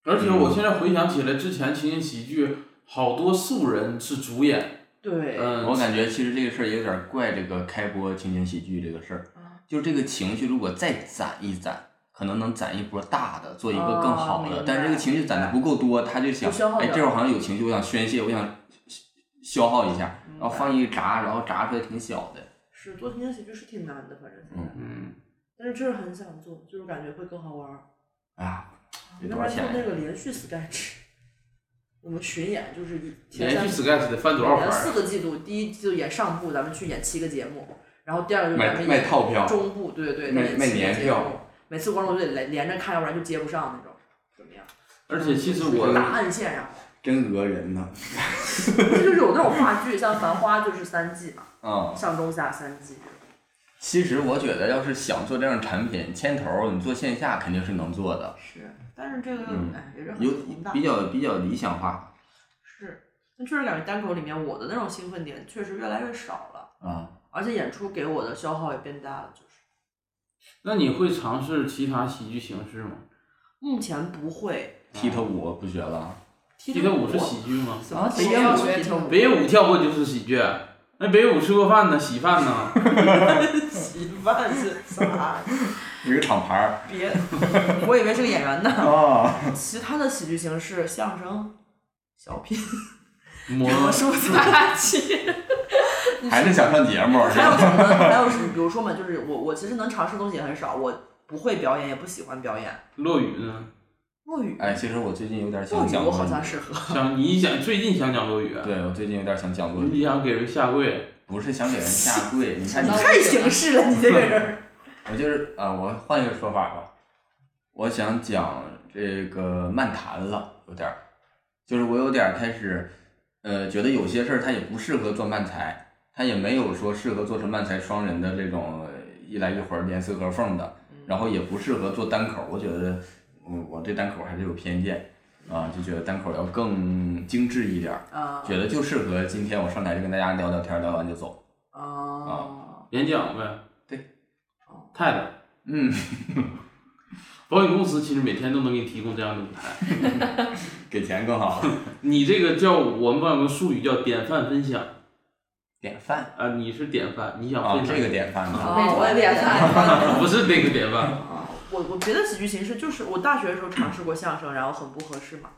S3: 而且
S2: 嗯
S3: 我现在回想起来，之前情景喜剧好多素人是主演。
S1: 对，
S3: 嗯，
S2: 我感觉其实这个事儿有点怪这个开播情景喜剧这个事儿，
S1: 啊
S2: 就这个情绪如果再攒一攒，可能能攒一波大的，做一个更好
S1: 哦明
S2: 的
S1: 白。
S2: 但是这个情绪攒的不够多，他就想
S1: 就消，耗
S2: 哎，
S1: 掉
S2: 这会儿好像有情绪，我想宣泄，我想消耗一下，
S1: 明白
S2: 然后放一炸，然后炸出来挺小的。
S1: 是做情景喜剧是挺难的，反正现在，
S3: 嗯，
S1: 但是就是很想做，就是感觉会更好玩儿。
S2: 哎呀，这
S1: 要
S2: 多
S1: 不
S2: 少
S1: 然做那
S2: 钱？啊
S1: 个连续 sketch，我们巡演就是一前三
S3: 连续 sketch 得翻多
S1: 每
S3: 少
S1: 年
S3: 番
S1: 四
S3: 儿？
S1: 个季度，第一季度演上部，咱们去演七个节目，然后第二个就是咱
S2: 卖
S1: 们
S2: 卖
S1: 演
S2: 套票，
S1: 中部，对对对，
S2: 卖
S1: 演
S2: 卖
S1: 七个
S2: 年
S1: 节
S2: 票
S1: 目，每次观众就得连连着看，要不然就接不上那种。怎么样？
S3: 而且其实
S1: 打
S3: 我
S1: 暗线上，
S2: 真讹人呢。
S1: 这就是有那种话剧，像《繁花》就是三季嘛，
S2: 啊、
S1: 上中下三季。
S2: 其实我觉得要是想做这样的产品，牵头儿你做线下肯定是能做的，
S1: 是，但是这个
S2: 嗯
S1: 哎也是很
S2: 有
S1: 宏大
S2: 比，较比较理想化
S1: 是，但确实感觉单口里面我的那种兴奋点确实越来越少了，
S2: 啊。
S1: 而且演出给我的消耗也变大了，就是
S3: 那你会尝试其他喜剧形式吗？
S1: 目前不会
S2: 踢踏舞不学了。
S1: 踢
S3: 踢
S1: 踏
S3: 踏舞是喜剧吗？
S1: 怎么
S2: 啊
S1: 踢
S2: 北野
S1: 要
S2: 武
S1: 学
S4: 也
S1: 踢
S4: 挺
S1: 踏舞
S3: 北野武跳过就是喜剧，那北野武吃过饭呢，洗饭呢。
S2: [LAUGHS]
S1: 习惯是啥？
S2: 有一个厂牌 [LAUGHS] 儿
S1: 别，我以为是个演员
S2: [LAUGHS]
S1: 呢。
S2: 啊，
S1: 其他的喜剧形式，相声、小品、
S3: 魔
S1: [LAUGHS] 蔬菜鸡。
S2: [LAUGHS] 还是想上节目是
S1: 还有
S2: 吧？ [LAUGHS]
S1: 什么？还有什么？比如说嘛，就是我我其实能尝试的东西也很少，我不会表演，也不喜欢表演。
S3: [LAUGHS] 落雨呢？
S1: 落语，
S2: 哎，其实我最近有点
S1: 落
S2: 想
S1: 语
S2: 讲
S1: 我
S2: 落
S1: 好像
S2: 语，
S1: 适
S2: [LAUGHS]
S1: 合。
S3: 想你想最近想讲落雨，
S2: 对我最近有点想讲落
S3: 你
S2: 语，
S3: 想给人下跪，
S2: 不是想给人下跪，
S1: [LAUGHS]
S2: 你看
S4: 你
S2: 我
S4: 看
S1: 太形式了，你这个
S2: [LAUGHS]
S1: 人。
S2: 我就是啊，我换一个说法吧，我想讲这个漫谈了，有点儿，就是我有点儿开始，呃，觉得有些事儿它也不适合做漫才，它也没有说适合做成漫才双人的这种呃一来一回儿严丝合缝的，然后也不适合做单口儿，我觉得，嗯，我对单口儿还是有偏见。啊，就觉得单口儿要更精致一点儿，
S1: 啊
S2: 觉得就适合今天我上台就跟大家聊聊天儿，聊完就走。
S1: 啊，
S3: 演讲呗。
S2: 对，
S3: 太太，
S2: 嗯，
S3: 保险公司其实每天都能给你提供这样的舞台。
S2: 给钱更好，
S3: 你这个叫我们有个术语叫典范分享
S2: 典范
S3: 啊，你是典范，你想
S2: 啊
S3: 分，享、
S2: 这个典范呢。
S1: 哦我也点赞。
S3: 不是那个典范
S1: 啊我我别的喜剧形式就是我大学的时候尝试过相声，然后很不合适嘛，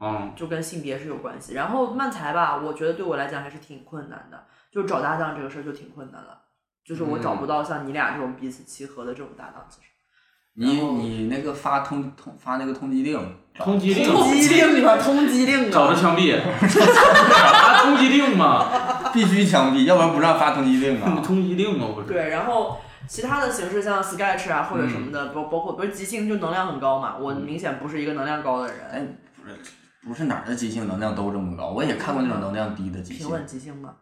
S3: 嗯，
S1: 就跟性别是有关系。然后漫才吧，我觉得对我来讲还是挺困难的，就找搭档这个事儿就挺困难了，就是我找不到像你俩这种彼此契合的这种搭档，其实。
S2: 你
S1: 然后
S2: 你那个发通通发那个通缉令，
S3: 通缉令，
S1: 缉令啊，通缉令
S3: 找着枪
S2: [LAUGHS]
S3: 毙，啊通缉令嘛，
S2: 必须枪毙，要不然不让发通缉
S1: [LAUGHS]
S2: 令啊。
S3: 通缉令嘛不是？
S1: 对，然后其他的形式像 Sketch 啊或者什么的，包、包括不是即兴就能量很高嘛，我明显不是一个能量高的人，
S2: 哎，不是不是哪儿的即兴能量都这么高，我也看过那种能量低的即
S1: 平
S2: 兴
S1: 稳即兴嘛。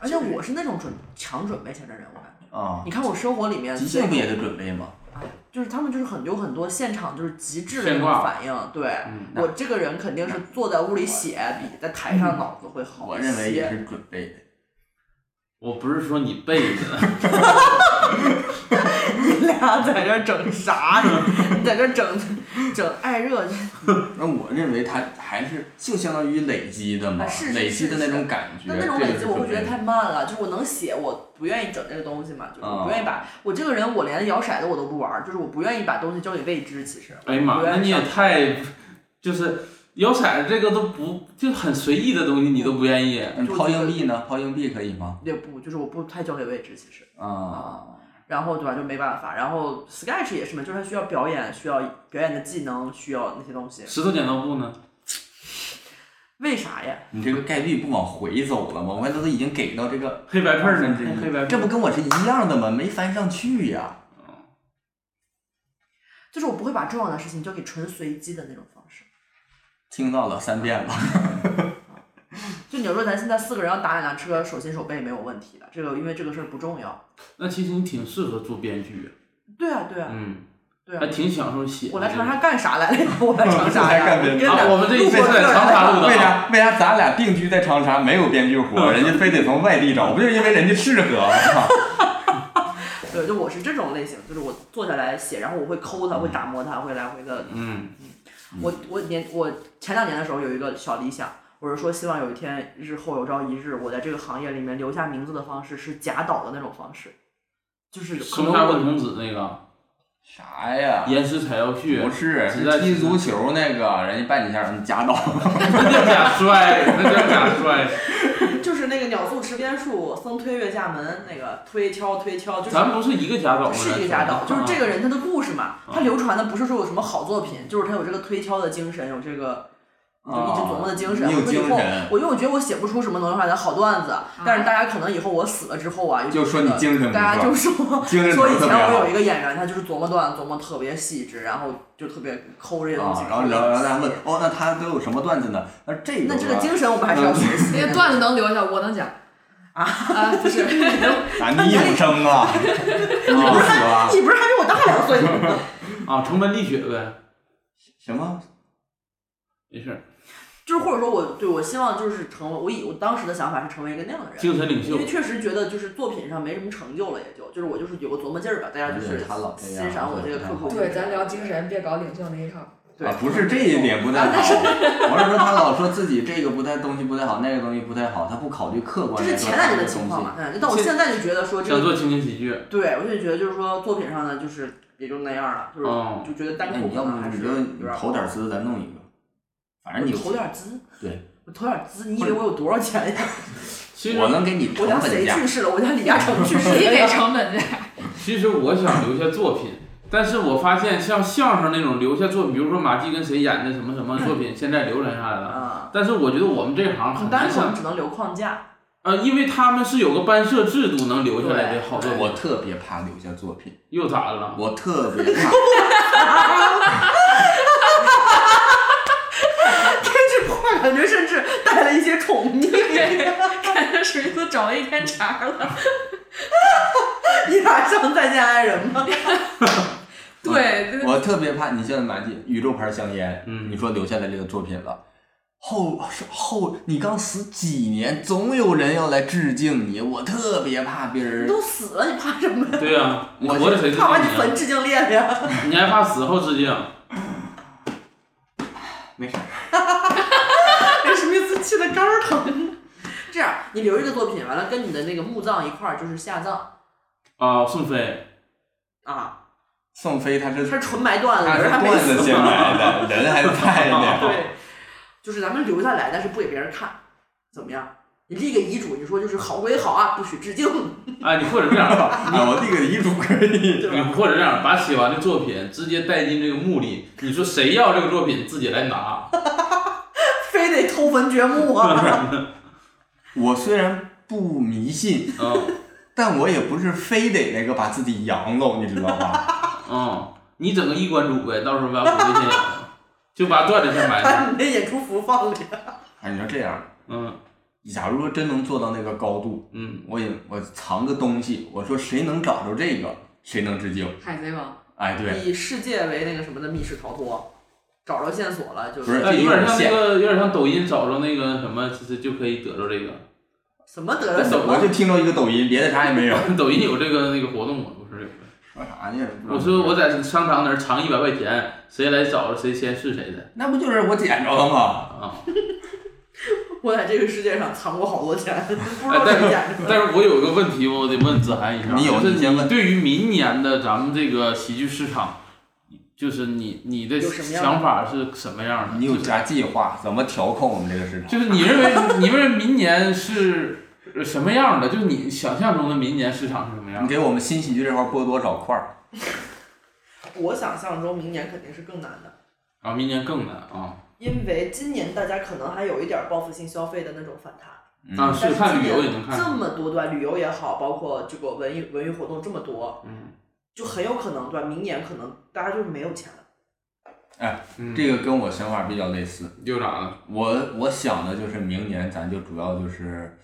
S1: 而且我是那种准强准备型的人，我感觉。
S2: 啊
S1: 你。看我生活里面
S2: 即
S1: 最
S2: 兴不也得准备吗？
S1: 就是他们就是很有很多现场就是极致的那
S3: 现
S1: 种
S3: 挂
S1: 反应。对、
S3: 嗯
S1: 我这个人肯定是坐在屋里写，比在台上脑子会好
S2: 嗯我
S1: 一些。
S2: 认为也是准备的。
S3: 我不是说你背
S1: [LAUGHS]
S3: 的，
S1: 你 [LAUGHS] 俩在这儿整啥？ [LAUGHS] 你你在这儿整整艾热，
S2: 那我认为他还是就相当于累积的嘛，
S1: 啊是是
S2: 累积的那
S1: 是
S2: 种
S1: 是
S2: 感觉。
S1: 那那种
S2: 这个
S1: 累积
S2: 是
S1: 我会
S2: 准
S1: 觉得
S2: 备
S1: 太慢了，就是我能写，我不愿意整这个东西嘛，就是我
S2: 哦
S1: 不愿意把我这个人，我连摇骰子我都不玩儿，就是我不愿意把东西交给未知。其实，
S3: 哎呀妈，
S1: 我不愿
S3: 那
S1: 意
S3: 你也
S1: 上
S3: 太，就是摇骰子这个都不就很随意的东西，你都不愿意。
S2: 嗯抛硬币呢？抛硬币可以吗？
S1: 也不就是我不太交给未知，其实。
S2: 啊，
S1: 然后对吧，就没办法。然后 Sketch 也是嘛，就是它需要表演，需要表演的技能，需要那些东西。
S3: 石头剪刀布呢？
S1: 为啥呀？
S2: 你这个概率不往回走了吗？我都都已经给到这个，
S3: 黑白配儿呢
S2: 这？
S3: 黑白
S2: 这
S3: 配儿
S2: 不跟我是一样的吗？没翻上去呀。
S1: 就是我不会把重要的事情交给纯随机的那种方式。
S2: 听到了三遍了，
S1: 就你要说咱现在四个人要打两辆车，手心手背没有问题的，这个因为这个事儿不重要。
S3: 那其实你挺适合做编剧，
S1: 对啊，对啊，
S3: 嗯，
S1: 对啊
S3: 还。挺享受写的。
S1: 我来长沙干啥来了？ [LAUGHS] 我
S3: 嗯
S1: 来长沙
S2: 还
S1: 呀！
S2: 干别
S1: 真
S2: 的
S1: 的，
S3: 啊，我们这
S1: 路
S3: 一期
S1: 过
S3: 是在
S1: 这儿
S3: 长沙录的
S2: 为
S3: 啊。
S2: 啥为啥咱俩定居在长沙没有编剧活？人家非得从外地找，不就是因为人家适合吗？
S1: 对，就我是这种类型，就是我坐下来写，然后我会抠它，会打磨它，会来回的
S3: 嗯，
S1: 我我年我前两年的时候有一个小理想，我是说希望有一天日后有朝一日，我在这个行业里面留下名字的方式是贾导的那种方式，就是可
S3: 生
S1: 能
S3: 杀问
S1: 我
S3: 童子那个
S2: 啥呀？
S3: 延时采药序，
S2: 不是，
S3: 只
S2: 是
S3: 在
S2: 踢足球那个，人家绊你一下，你夹啊倒。
S3: 那叫假摔，那叫假摔。
S1: 就是那个鸟宿池边树，僧推月下门那个推敲推敲，就是
S3: 咱不是一个贾导吗？
S1: 是一个贾导，
S2: 啊
S1: 就是这个人他的故事嘛，
S3: 啊
S1: 他流传的不是说有什么好作品，就是他有这个推敲的精神，有这个。就一直琢磨的精神，
S2: 啊你有
S1: 我说以
S2: 精
S1: 后
S2: 神，
S1: 我因为我觉得我写不出什么能出来的好段子，
S4: 啊
S1: 但是大家可能以后我死了之后啊，
S2: 就说你精神不错
S1: 大家就说
S2: 精神
S1: 说以
S2: 特
S1: 前
S2: 别
S1: 我有
S2: 好
S1: 一。个演员，他就是琢磨段子琢磨特别细致，然后就特别抠这些东西
S2: 啊，，然后然后然后大家问，哦，那他都有什么段子呢？那这个
S1: 那这个精神我们还是
S2: 嗯
S1: 要学习
S4: [LAUGHS] 那
S1: 的。
S4: 些段子能留下，我能讲。啊，不 [LAUGHS] 是，
S2: 啊，你有生
S1: [LAUGHS]
S2: 啊，你不死啊？
S1: [LAUGHS] 你不是还比我大两岁吗？ [LAUGHS]
S3: 啊，成本力学呗，
S2: 什么？
S3: 没事儿，
S1: 就是或者说我对我希望就是成为我以我当时的想法是成为一个那样的人，
S3: 精神领袖
S1: 因为。确实觉得就是作品上没什么成就了，也就就是我就是有个琢磨劲儿吧，大家就是
S2: 对他老这样
S1: 欣赏我这个刻苦。
S4: 对，咱聊精神，别搞领袖那一套。 [LAUGHS]
S1: 对
S2: 啊，不是这一点不
S1: 啊
S2: 太好。我是说他老说自己这个不太东西不太好，那个东西不太好，他不考虑客观
S1: 这
S2: 来
S1: 是
S2: 说
S1: 前
S2: 他
S1: 两
S2: 这
S1: 年
S2: 个
S1: 的
S2: 东
S1: 情况嘛，
S2: 西。
S1: 嗯，但我现在就觉得说这
S3: 想
S1: 个，
S3: 做情景喜剧，
S1: 对我就觉得就是说作品上呢，就是也就那样了，就是
S3: 哦
S1: 就觉得单
S2: 那
S1: 口
S2: 哎你
S1: 可
S2: 要
S1: 能
S2: 不
S1: 还
S2: 你
S1: 是
S2: 就
S1: 有
S2: 你
S1: 点
S2: 投点资，咱弄一个，反正你
S1: 投点资，
S2: 对，
S1: 我投点资，你以为我有多少钱呀？
S3: 其实
S2: 我能给你成
S1: 我家
S2: 本
S1: 谁
S2: 价。
S1: 去世了？我家李嘉诚去世了
S4: 你给
S1: 呀。
S4: 成本 [LAUGHS] 价。
S3: 其实我想留下作品，但是我发现像相声那种留下作品，比如说马季跟谁演的什么什么作
S1: 嗯
S3: 品，现在流传下来了。
S1: [LAUGHS] 啊，
S3: 但是我觉得我们这行
S1: 你
S3: 很难
S1: 单口
S2: 啊
S3: 像，
S1: 只能留框架， [LAUGHS]
S3: 呃，因为他们是有个班社制度能留下来的好作品。
S2: 我特别怕留下作品，
S3: 又咋了？
S2: 我特别
S1: [LAUGHS]
S2: 怕。
S1: 这句话感觉甚至带了一些宠溺。 [LAUGHS]
S4: 看这水都找了一天茬儿了。
S1: 一打上再见爱人吗？
S4: 对，对
S2: 我特别怕你像马季宇宙牌香烟，
S3: 嗯
S2: 你说留下来这个作品了，后后你刚死几年，总有人要来致敬你，我特别怕别
S1: 你
S2: 人。
S1: 都死了，你怕什么呀？
S3: 对呀、啊，
S2: 我
S3: 活着谁知
S1: 怕
S3: 道
S1: 把
S3: 你
S1: 你坟
S3: 啊？
S1: 致敬裂了呀？ [LAUGHS]
S3: 你还怕死后啊致敬？
S2: 没事儿，
S1: 史密斯气得肝儿疼。这样，你留一个作品，完了跟你的那个墓葬一块儿就是下葬
S3: 啊，宋飞，
S1: 啊，
S2: 宋飞他是
S1: 他是纯埋段子，
S2: 他
S1: 人还
S2: 是
S1: 没
S2: 段
S1: 死
S2: 子先来的，人还在
S3: 啊
S2: 呢。
S1: [LAUGHS] 对，就是咱们留下来，但是不给别人看，怎么样？你立个遗嘱，你说就是好归好啊，不许致敬，
S3: 哎，你或者这样， [LAUGHS]
S2: 啊，我立个遗嘱可以。
S1: 对
S3: 你
S1: 吧？
S3: 或者这样，把写完的作品直接带进这个墓里。你说谁要这个作品，自己来拿。
S1: 非得偷坟掘墓
S2: [LAUGHS]
S1: 啊！
S2: 我虽然不迷信，
S3: 嗯
S2: 但我也不是非得那个把自己扬喽，你知道吧？
S3: 嗯，你整个衣冠冢呗，到时候把骨灰先养了，就把段子先埋
S1: 把
S3: [LAUGHS] 上。
S1: 你那演出服放里。
S2: 啊，你说这样，
S3: 嗯
S2: 假如说真能做到那个高度，
S3: 嗯，
S2: 我也我藏个东西，我说谁能找着这个，谁能致敬。
S4: [LAUGHS] 海贼王，
S2: 哎，
S3: 呃
S2: 对，
S1: 以世界为那个什么的密室逃脱，找着线索了就
S2: 不是
S3: 哎，
S2: 这
S3: 有
S2: 就
S3: 点像那
S2: 现
S3: 个，有点像抖音找着那个什么，其实就可以得着这个。 [LAUGHS]
S1: 什么得了
S2: 但
S1: 什
S2: 我
S1: 么
S2: 就听着一个抖音，别的啥也
S3: [LAUGHS]
S2: 没有。
S3: 抖音有这个那个活动吗？不是有个。
S2: 说啥呢？
S3: 我说我在商场那儿藏一百块钱，谁来找谁先是谁的
S2: 那不就是我捡着了吗？
S3: 啊！
S1: 我在这个世界上藏过好多钱，
S3: [LAUGHS]
S1: 不知
S3: 哎
S1: 道
S3: 但
S1: 谁
S3: 是
S1: 捡着的。
S3: [LAUGHS] 但是我有一个问题，我得问子涵一下，
S2: 你有
S3: 就是
S2: 你先
S3: 你
S2: 问
S3: 对于明年的咱们这个喜剧市场，就是你你的
S1: 有什么样的
S3: 想法是什么样的？
S2: 你有
S3: 就是
S2: 啥计划？怎么调控我们这个市场？
S3: 就是你认为 [LAUGHS] 你认为明年是呃什么样的？就是你想象中的明年市场是什么样
S2: 你
S3: 的？
S2: 给我们新喜剧这块拨多少块儿？
S1: 我想象中明年肯定是更难的，
S3: 啊，明年更难啊！
S1: 因为今年大家可能还有一点报复性消费的那种反弹。
S2: 嗯
S3: 啊，
S1: 但
S3: 是
S1: 是
S3: 看
S1: 今
S3: 旅游也
S1: 年
S3: 能看
S1: 这么多对吧？旅游也好，包括这个文娱文娱活动这么多，
S3: 嗯，
S1: 就很有可能对吧？明年可能大家就没有钱了。
S3: 嗯
S2: 这个跟我想法比较类似。
S3: 又咋了？
S2: 我我想的就是明年咱就主要就是，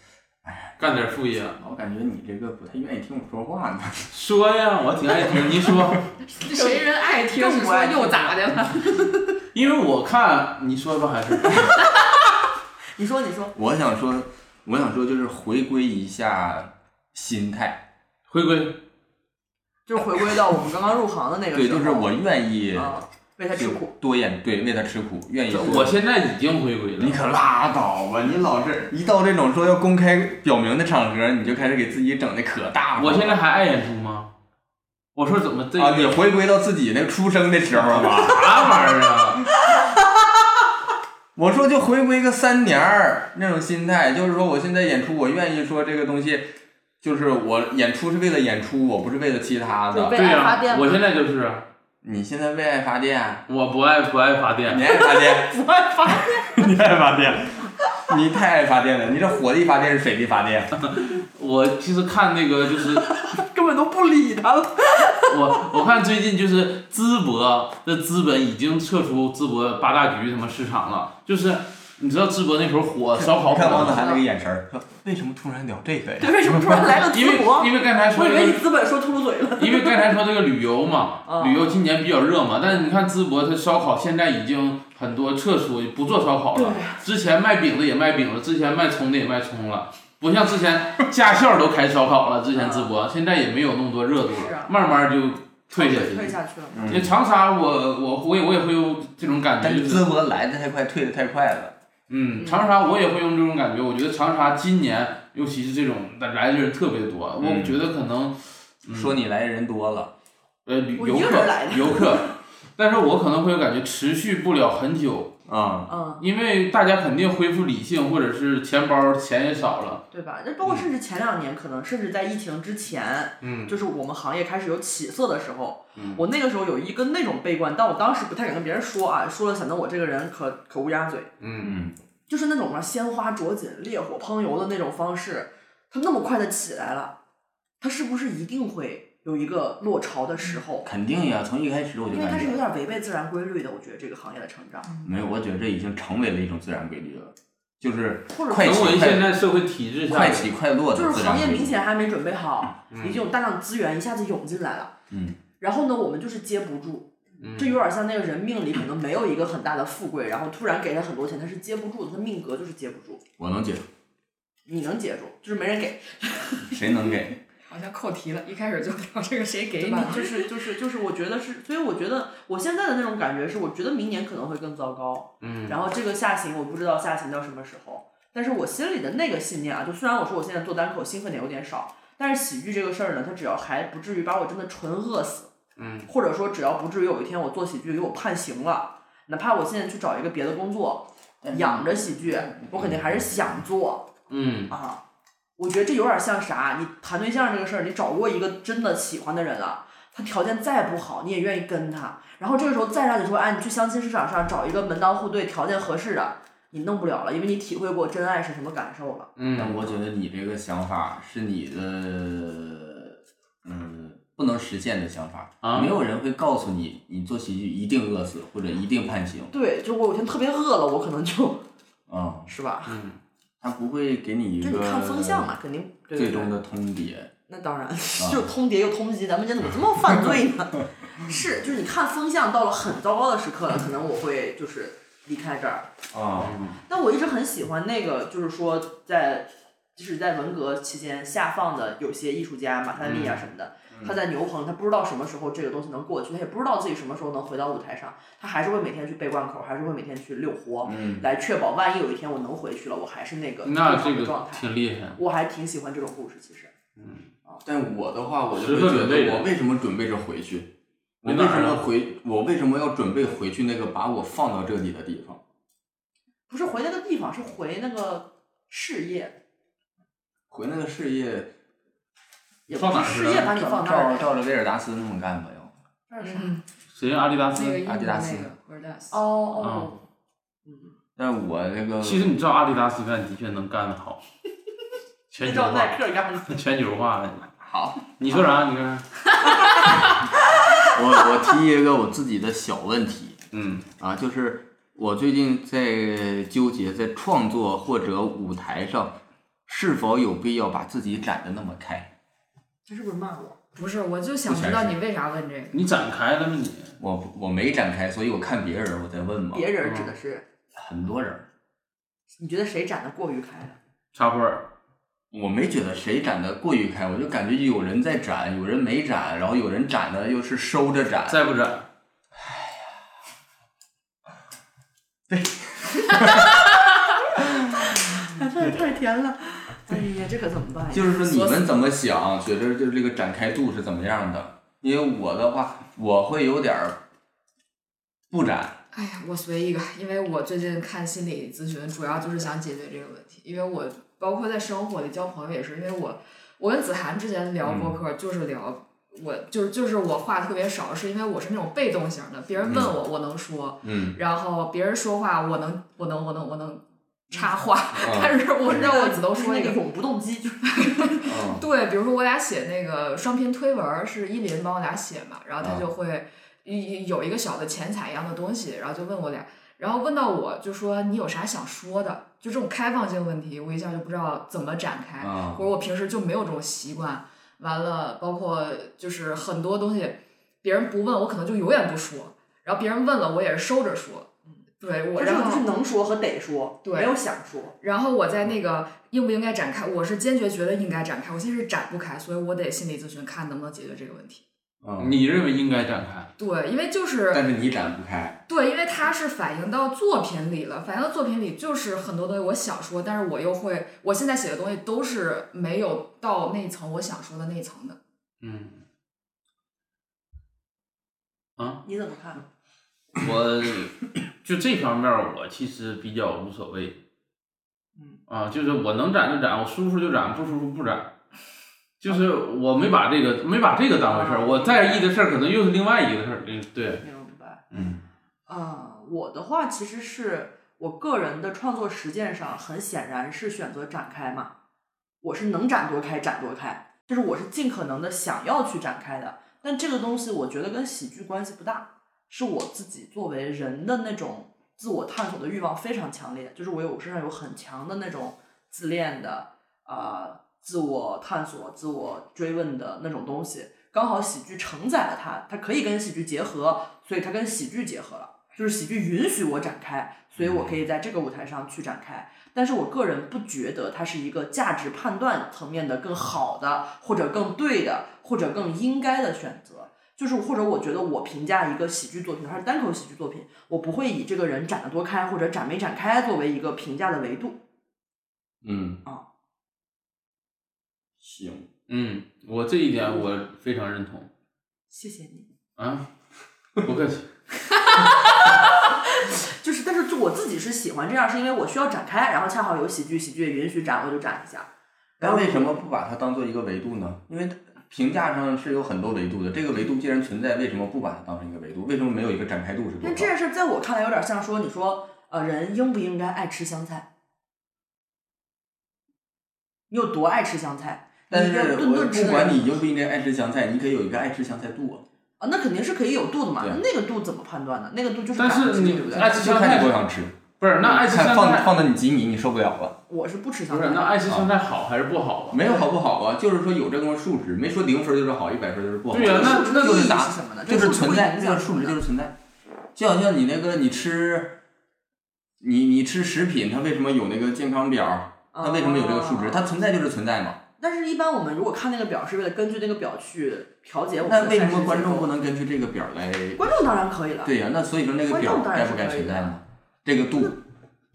S3: 干点副业，啊
S2: 我感觉你这个不太愿意听我说话呢。 [LAUGHS]
S3: 说呀，我挺爱 [LAUGHS] 听。你说，
S4: 谁人爱听？
S1: 更
S4: 你
S1: 不
S4: 说
S1: 爱听
S4: 又咋的了？
S3: 因为我看你说吧，
S2: [LAUGHS]
S3: 还是
S1: 你说，你说，
S2: 我想说，我想说就是回归一下心态，
S3: 回归
S1: 就是回归到我们刚刚入行的那个
S2: 对，
S1: 时候
S2: 就是我愿意
S1: 啊，为他吃
S2: 就
S1: 苦。
S2: 多演，对，为他吃苦，愿意。
S3: 我现在已经回归了。
S2: 你可拉倒吧！你老是一到这种说要公开表明的场合，你就开始给自己整的可大方了。
S3: 我现在还爱演出吗？我说怎么这
S2: 啊，
S3: 啥
S2: 你回归到自己那个出生的时候 [LAUGHS] 吧。
S3: 玩意儿
S1: [LAUGHS]
S3: 啊？
S2: 我说就回归个三年儿那种心态，就是说我现在演出，我愿意说这个东西，就是我演出是为了演出，我不是为了其他
S1: 就
S2: 的。
S1: 为
S3: 对
S1: 爱
S3: 呀、
S1: 发电嘛
S3: 我现在就是
S2: 你现在为爱发电，
S3: 我不爱不爱发电
S2: 你，爱发电， [LAUGHS]
S1: 不爱发电，
S2: 你爱发电，你太爱发电了。你这火力发电是水力发电？
S3: [LAUGHS] 我其实看那个就是
S1: [LAUGHS] 根本都不理他了。
S3: [LAUGHS] 我我看最近就是淄博的资本已经撤出淄博八大局什么市场了，就是你知道淄博那时候火烧烤
S2: 你看王子
S3: 火，
S2: 涵那个眼神儿，说为什么突然聊这个呀？
S1: 对，为什么突然来了
S3: 因为
S1: 淄博？
S3: 因为刚才
S1: 我
S3: 说
S1: 以
S3: 这
S1: 为你
S3: 个，
S1: 资本说秃噜嘴了。
S3: [LAUGHS] 因为刚才说这个旅游嘛
S1: 啊，
S3: 旅游今年比较热嘛，但是你看淄博它烧烤现在已经很多撤出不做烧烤了，之前卖饼的也卖饼了，之前卖葱的也卖葱了。不像之前驾校都开烧烤了，之前淄博现在也没有那么多热度
S1: 嗯是
S3: 了
S1: 啊，
S3: 慢慢就退下去
S1: 退
S3: 了。
S1: 下去了。
S2: 嗯
S3: 那长沙我我我也我也会有这种感
S2: 但
S3: 觉，
S2: 是
S3: 就是
S2: 淄博来的太快，退的太快了。
S3: 嗯，长沙我也会用这种感觉。我觉得长沙今年，尤其是这种来的人特别多，我
S2: 嗯
S3: 觉得可能、嗯
S2: 说你来人多了，
S3: 呃旅
S1: 我
S3: 游
S1: 一个人来
S3: 客
S1: 的
S3: 游客，但是我可能会感觉持续不了很久，
S2: 嗯，
S1: 嗯，
S3: 因为大家肯定恢复理性，或者是钱包钱也少了。
S1: 对吧？那包
S2: 嗯
S1: 括甚至前两年，可能甚至在疫情之前，
S3: 嗯
S1: 就是我们行业开始有起色的时候，
S3: 嗯
S1: 我那个时候有一个那种悲观，但我当时不太敢跟别人说啊，说了显得我这个人可可乌鸦嘴，
S3: 嗯，
S2: 嗯，
S1: 就是那种嘛鲜花着锦、烈火烹油的那种方式，它那么快的起来了，它是不是一定会有一个落潮的时候？
S2: 肯定呀，从一开始我就
S1: 因为它
S2: 感
S1: 是有
S2: 觉
S1: 点违背自然规律的，我觉得这个行业的成长，
S2: 没有，我觉得这已经成为了一种自然规律了，就是
S1: 或者
S2: 快
S3: 成为
S2: 起快
S3: 现在社会体制下
S2: 快
S3: 的，
S2: 起快落
S1: 就
S2: 的
S1: 是
S2: 自
S1: 行
S2: 然
S1: 业
S2: 规律
S1: 明。显还没准备好，
S3: 嗯
S1: 已经有大量资源一下子涌进来了，
S2: 嗯，
S1: 然后呢，我们就是接不住，
S3: 嗯
S1: 这有点像那个人命里可能没有一个很大的富贵，然后突然给他很多钱，他是接不住的，他命格就是接不住。
S2: 我能接受，
S1: 你能接住，就是没人给，
S2: 谁能给？
S4: 好像扣题了，一开始就聊这个谁给
S1: 对
S4: 你 [LAUGHS]
S1: 吧？就是就是就是，我觉得是，所以我觉得我现在的那种感觉是，我觉得明年可能会更糟糕。
S3: 嗯
S1: 然后这个下行我不知道下行到什么时候，但是我心里的那个信念啊，就虽然我说我现在做单口兴奋点有点少，但是喜剧这个事儿呢，它只要还不至于把我真的纯饿死，
S3: 嗯
S1: 或者说只要不至于有一天我做喜剧给我判刑了，哪怕我现在去找一个别的工作养着喜剧，我肯定还是想做。
S3: 嗯
S1: 啊，我觉得这有点像啥？你谈对象这个事儿，你找过一个真的喜欢的人了，他条件再不好，你也愿意跟他。然后这个时候再让你说，哎，你去相亲市场上找一个门当户对、条件合适的，你弄不了了，因为你体会过真爱是什么感受了。
S2: 但
S3: 嗯，
S2: 我觉得你这个想法是你的，嗯，不能实现的想法。
S3: 啊
S2: 没有人会告诉你，你做喜剧一定饿死或者一定判刑。
S1: 对，就我有一天特别饿了，我可能就 [LAUGHS]
S2: 嗯，
S1: 是吧？
S2: 他不会给你一
S1: 这
S2: 个
S1: 你看风向啊嘛，肯定对
S2: 最
S1: 对
S2: 终
S1: 对。
S2: 的通牒。啊
S1: 那当然，就是通牒又通缉，咱们今天怎么这么犯罪呢？ [LAUGHS] 是就是你看风向到了很糟糕的时刻了，可能我会就是离开这儿。
S2: 啊，
S1: 但我一直很喜欢那个，就是说在就是在文革期间下放的有些艺术家，马三
S3: 嗯
S1: 立啊什么的，他在牛棚，他不知道什么时候这个东西能过去，他也不知道自己什么时候能回到舞台上，他还是会每天去背贯口，还是会每天去遛活，
S2: 嗯，
S1: 来确保万一有一天我能回去了，我还是那个
S3: 那
S1: 正常
S3: 这
S1: 的
S3: 个
S1: 状态。
S3: 挺厉害。
S1: 我还挺喜欢这种故事，其实。
S2: 但我的话，我就
S3: 时
S2: 会
S3: 刻
S2: 觉
S3: 准备
S2: 得
S3: 着
S2: 我为什么准备着回去？我
S3: 没
S2: 为
S3: 哪
S2: 什
S3: 儿
S2: 么
S3: 啊？
S2: 回？我为什么要准备回去那个把我放到这里的地方？
S1: 不是回那个地方，是回那个事业，
S2: 回那个事业，
S1: 也不
S3: 放哪儿
S1: 是
S3: 去
S1: 事业
S3: 啊
S1: 把你放那儿
S2: 照
S1: 了。
S2: 照着威尔达斯那么干吧，要
S1: 那儿是啥
S4: 嗯
S3: 谁？阿迪达斯
S4: 那个。英国
S2: 阿迪
S4: 那
S2: 达斯
S4: 个 v e r d a s
S1: 哦
S3: 啊
S1: 哦，
S2: 但是我那个
S3: 其实你知道阿迪达斯干的确能干
S1: [LAUGHS]
S3: 得好，全
S1: 那
S3: 球
S1: 照
S3: 化
S1: 耐，克干
S3: [LAUGHS]
S1: 的。
S3: 全球化。
S2: 好，
S3: 你说啥？你看，
S2: 我我提一个我自己的小问题，
S3: 嗯，
S2: 啊，就是我最近在纠结，在创作或者舞台上，是否有必要把自己展的那么开？
S1: 这是不是骂我？
S4: 不是，我就想知道你为啥问这个。
S3: 你展开了吗？你
S2: 我我没展开，所以我看别人，我在问
S3: 哦
S2: 嘛。
S1: 别人
S3: 嗯
S1: 指的是
S2: 很多人，
S1: 你觉得谁展的过于开了？
S3: 查普尔，
S2: 我没觉得谁展的过于开，我就感觉有人在展，有人没展，然后有人展的又是收着展。
S3: 再不展，
S1: 这也 [LAUGHS] 太甜了！哎呀，这可怎么办呀？
S2: 就是说你们怎么想，觉得就是这个展开度是怎么样的？因为我的话，我会有点儿不展，
S4: 哎呀，我随一个，因为我最近看心理咨询，主要就是想解决这个问题。因为我包括在生活里交朋友也是，因为我我跟子涵之前聊播客就是聊，我就是就是我话特别少，是因为我是那种被动型的，别人问我、我能说，
S2: 嗯，
S4: 然后别人说话我能我能我能我能插话，
S2: 啊
S4: [LAUGHS] 但是
S1: 嗯
S4: 我让我只能
S1: 就是
S4: 说一
S1: 那
S4: 个
S1: 个永不动机，就是
S2: 啊
S4: 对，比如说我俩写那个双篇推文儿，是依林帮我俩写嘛，然后他就会一一有一个小的钱财一样的东西，然后就问我俩，然后问到我就说你有啥想说的，就这种开放性问题，我一下就不知道怎么展开，
S2: 啊
S4: 或者我平时就没有这种习惯。完了，包括就是很多东西，别人不问我可能就永远不说，然后别人问了我也是收着说。嗯对我，
S1: 这
S4: 然
S1: 种
S4: 后
S1: 就是能说和得说，
S4: 对
S1: 没有想说。
S4: 然后我在那个应不应该展开，我是坚决觉得应该展开，我现在是展不开，所以我得心理咨询看能不能解决这个问题。
S2: 啊！
S3: 你认为应该展开？
S4: 对，因为就是
S2: 但是你展不开。
S4: 对，因为它是反映到作品里了，反映到作品里就是很多东西我想说，但是我又会，我现在写的东西都是没有到那一层我想说的那一层的。
S3: 嗯，啊，
S1: 你怎么看？
S3: 我就这方面儿我其实比较无所谓。啊，就是我能展就展，我舒服就展，不舒服不展。就是我没把这个没把这个当回事儿，我在意的事儿可能又是另外一个事儿。嗯，对，
S1: 明白。
S2: 嗯
S1: 啊、我的话其实是我个人的创作实践上，很显然是选择展开嘛。我是能展多开，展多开，就是我是尽可能的想要去展开的。但这个东西我觉得跟喜剧关系不大，是我自己作为人的那种自我探索的欲望非常强烈，就是我有我身上有很强的那种自恋的啊、呃自我探索、自我追问的那种东西。刚好喜剧承载了它，它可以跟喜剧结合，所以它跟喜剧结合了。就是喜剧允许我展开，所以我可以在这个舞台上去展开。但是我个人不觉得它是一个价值判断层面的更好的，或者更对的，或者更应该的选择。就是或者我觉得我评价一个喜剧作品，它是单口喜剧作品，我不会以这个人展得多开或者展没展开作为一个评价的维度。
S2: 嗯
S1: 啊，
S2: 行，
S3: 嗯，我这一点我非常认同
S1: 谢谢你。
S2: [LAUGHS]
S3: 啊，不客气。
S1: [LAUGHS] 就是，但是就我自己是喜欢这样，是因为我需要展开，然后恰好有喜剧，喜剧也允许展，我就展一下。
S2: 但为什么不把它当做一个维度呢？因为评价上是有很多维度的，这个维度既然存在，为什么不把它当成一个维度？为什么没有一个展开度是多
S1: 但这
S2: 少？
S1: 件事儿在我看来有点像说，你说呃，人应不应该爱吃香菜？你有多爱吃香菜？
S2: 但
S1: 你这
S2: 是
S1: 顿
S2: 我
S1: 顿吃
S2: 不
S1: 的
S2: 管
S1: 人
S2: 你应不应该爱吃香菜，你可以有一个爱吃香菜度啊，
S1: 啊，那肯定是可以有度的嘛。
S2: 对
S1: 那那个度怎么判断呢？那个度就是
S3: 但
S1: 感
S3: 是
S1: 知
S3: 你
S1: 对不对？
S3: 爱吃
S2: 就
S3: 香
S2: 看
S3: 菜
S2: 你多想吃。
S3: 不是，那爱吃
S2: 看
S3: 香
S2: 放
S3: 菜
S2: 放到你吉米，你受不了了。
S1: 我是不吃香
S3: 不
S1: 菜
S3: 是，
S1: 的
S3: 那。爱吃香菜好还是不好啊？
S2: 没有好不好啊？就是说有这个数值，没说零分就是好，一百分就是不好。
S3: 对呀那那
S2: 就是
S1: 意义
S2: 答
S1: 是什么呢？
S2: 就是
S1: 这个
S2: 存
S1: 不
S2: 在，
S1: 影
S2: 这
S1: 响
S2: 个数值就是是存在。就好像你那个你吃，你你吃食品，它为什么有那个健康表？它为什么有这个数值？它存在就是存在嘛。
S1: 哦但是，一般我们如果看那个表，是为了根据那个表去调哦节我们
S2: 那
S1: 的
S2: 为什
S1: 膳食
S2: 么观
S1: 结
S2: 众
S1: 构
S2: 不？能根据这个表来？
S1: 观众当然可以了。
S2: 对呀、那所以说那个
S1: 观
S2: 表
S1: 众当
S2: 该
S1: 然是
S2: 不该
S1: 可以
S2: 存
S1: 的
S2: 在呢？这个度，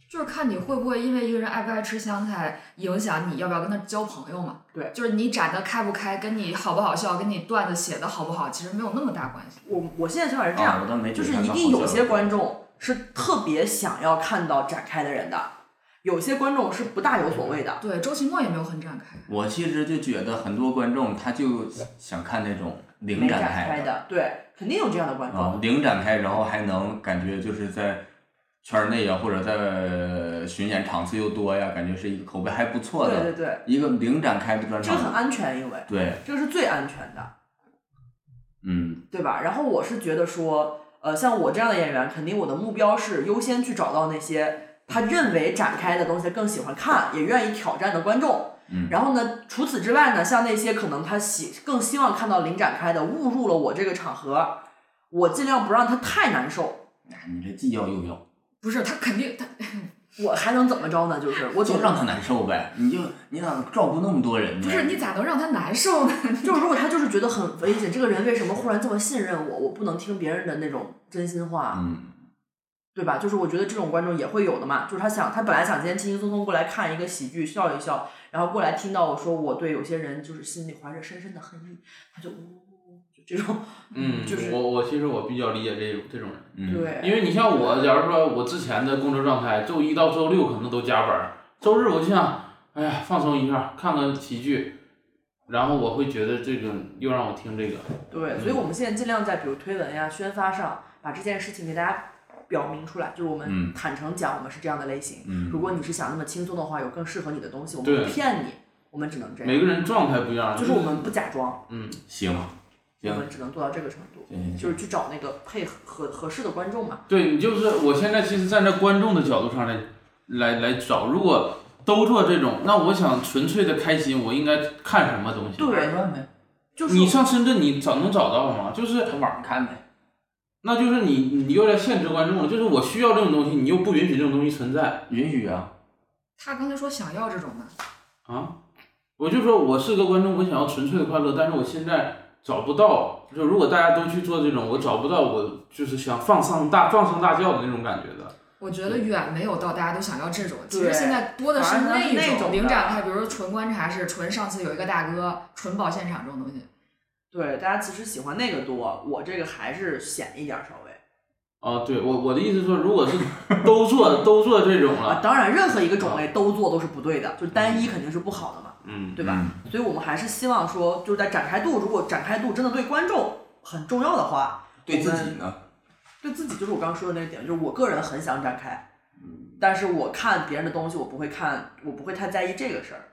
S4: 就是看你会不会因为一个人爱不爱吃香菜，影响你要不要跟他交朋友嘛。
S1: 对
S4: 就是你展得开不开，跟你好不好笑，跟你段子写的好不好，其实没有那么大关系。
S1: 我我现在想法是这
S2: 啊
S1: 样，
S2: 我倒没觉
S1: 就是
S2: 得它
S1: 一
S2: 那
S1: 定
S2: 好
S1: 有
S2: 笑
S1: 些观众是特别想要看到展开的人的，有些观众是不大有所谓
S2: 嗯
S1: 的。
S4: 对，周奇墨也没有很展开。
S2: 我其实就觉得很多观众他就想看那种零
S1: 没
S2: 展
S1: 展
S2: 开
S1: 开
S2: 的
S1: 的，对，肯定有这样的观众。
S2: 啊，零展开，然后还能感觉就是在圈儿内啊，或者在巡演场次又多呀，感觉是一个口碑还不错
S1: 对对
S2: 的嗯
S1: 对，
S2: 一个零展开的专
S1: 这个很
S2: 场。
S1: 安全，因为
S2: 对，
S1: 这个是最安全的。
S2: 嗯，
S1: 对吧？然后我是觉得说，呃，像我这样的演员，肯定我的目标是优先去找到那些他认为展开的东西他更喜欢看，也愿意挑战的观众。
S2: 嗯
S1: 然后呢，除此之外呢，像那些可能他喜更希望看到零展开的，误入了我这个场合，我尽量不让他太难受。
S2: 那哎你这既要又要，
S4: 不是，他肯定他
S1: 我还能怎么着呢？就是我
S2: 就
S1: 总
S2: 让他难受呗。你就你咋照顾那么多人呢？
S1: 嗯
S4: 不是你咋能让他难受呢？ [LAUGHS]
S1: 就是如果他就是觉得很危险，这个人为什么忽然这么信任我？我不能听别人的那种真心话。
S2: 嗯，
S1: 对吧？就是我觉得这种观众也会有的嘛，就是他想，他本来想今天轻轻松松过来看一个喜剧，笑一笑，然后过来听到我说我对有些人就是心里怀着深深的恨意，他就呜，就这种，
S3: 嗯，
S1: 就是
S3: 我我其实我比较理解这种这种人，
S2: 嗯，
S1: 对，
S3: 因为你像我，假如说我之前的工作状态，周一到周六可能都加班儿，周日我就想，哎呀，放松一下，看看喜剧，然后我会觉得这个又让我听这个，
S1: 对，所以我们现在尽量在比如推文呀、宣发上，把这件事情给大家表明出来，就是我
S2: 嗯
S1: 们坦诚讲我们是这样的类型。
S2: 嗯，
S1: 如果你是想那么轻松的话，有更适合你的东西，我
S3: 对
S1: 们不骗你，我们只能这
S3: 每
S1: 样，
S3: 个人状态不一样，
S1: 就是我们不假装，
S3: 嗯，
S2: 行
S1: 我
S2: 行
S1: 们只能做到这个程度，
S2: 行行
S1: 就是去找那个配合合合适的观众嘛。
S3: 对你就是我现在其实站在观众的角度上来来来找，如果都做这种，那我想纯粹的开心，我应该看什么东西？
S1: 对，就是
S3: 你上深圳你找能找到吗？就是
S2: 网上看呗。
S3: 那就是你你又在限制观众了，就是我需要这种东西，你又不允许这种东西存在
S2: 允许啊，
S4: 他刚才说想要这种的，
S3: 啊！我就说我是个观众，我想要纯粹的快乐，但是我现在找不到。就如果大家都去做这种，我找不到我就是想放上大放声大叫的那种感觉的。
S4: 我觉得远没有到大家都想要这种。其实
S1: 对
S4: 现在多的是
S1: 反而是那
S4: 那
S1: 种的
S4: 零展开，比如说纯观察室、纯上次有一个大哥、纯跑现场这种东西。
S1: 对，大家其实喜欢那个多，我这个还是显一点儿稍微
S3: 啊，对我我的意思是说，如果是都做都做这种
S1: 啊。
S3: 了，
S1: 当然，任何一个种类都做都是不对的，就单一肯定是不好的嘛，
S3: 嗯，
S1: 对吧？所以我们还是希望说，就是在展开度，如果展开度真的对观众很重要的话，
S2: 对自
S1: 我
S2: 己
S1: 们
S2: 呢？
S1: 对自己就是我刚刚说的那个点，就是我个人很想展开，但是我看别人的东西，我不会看，我不会太在意这个事儿。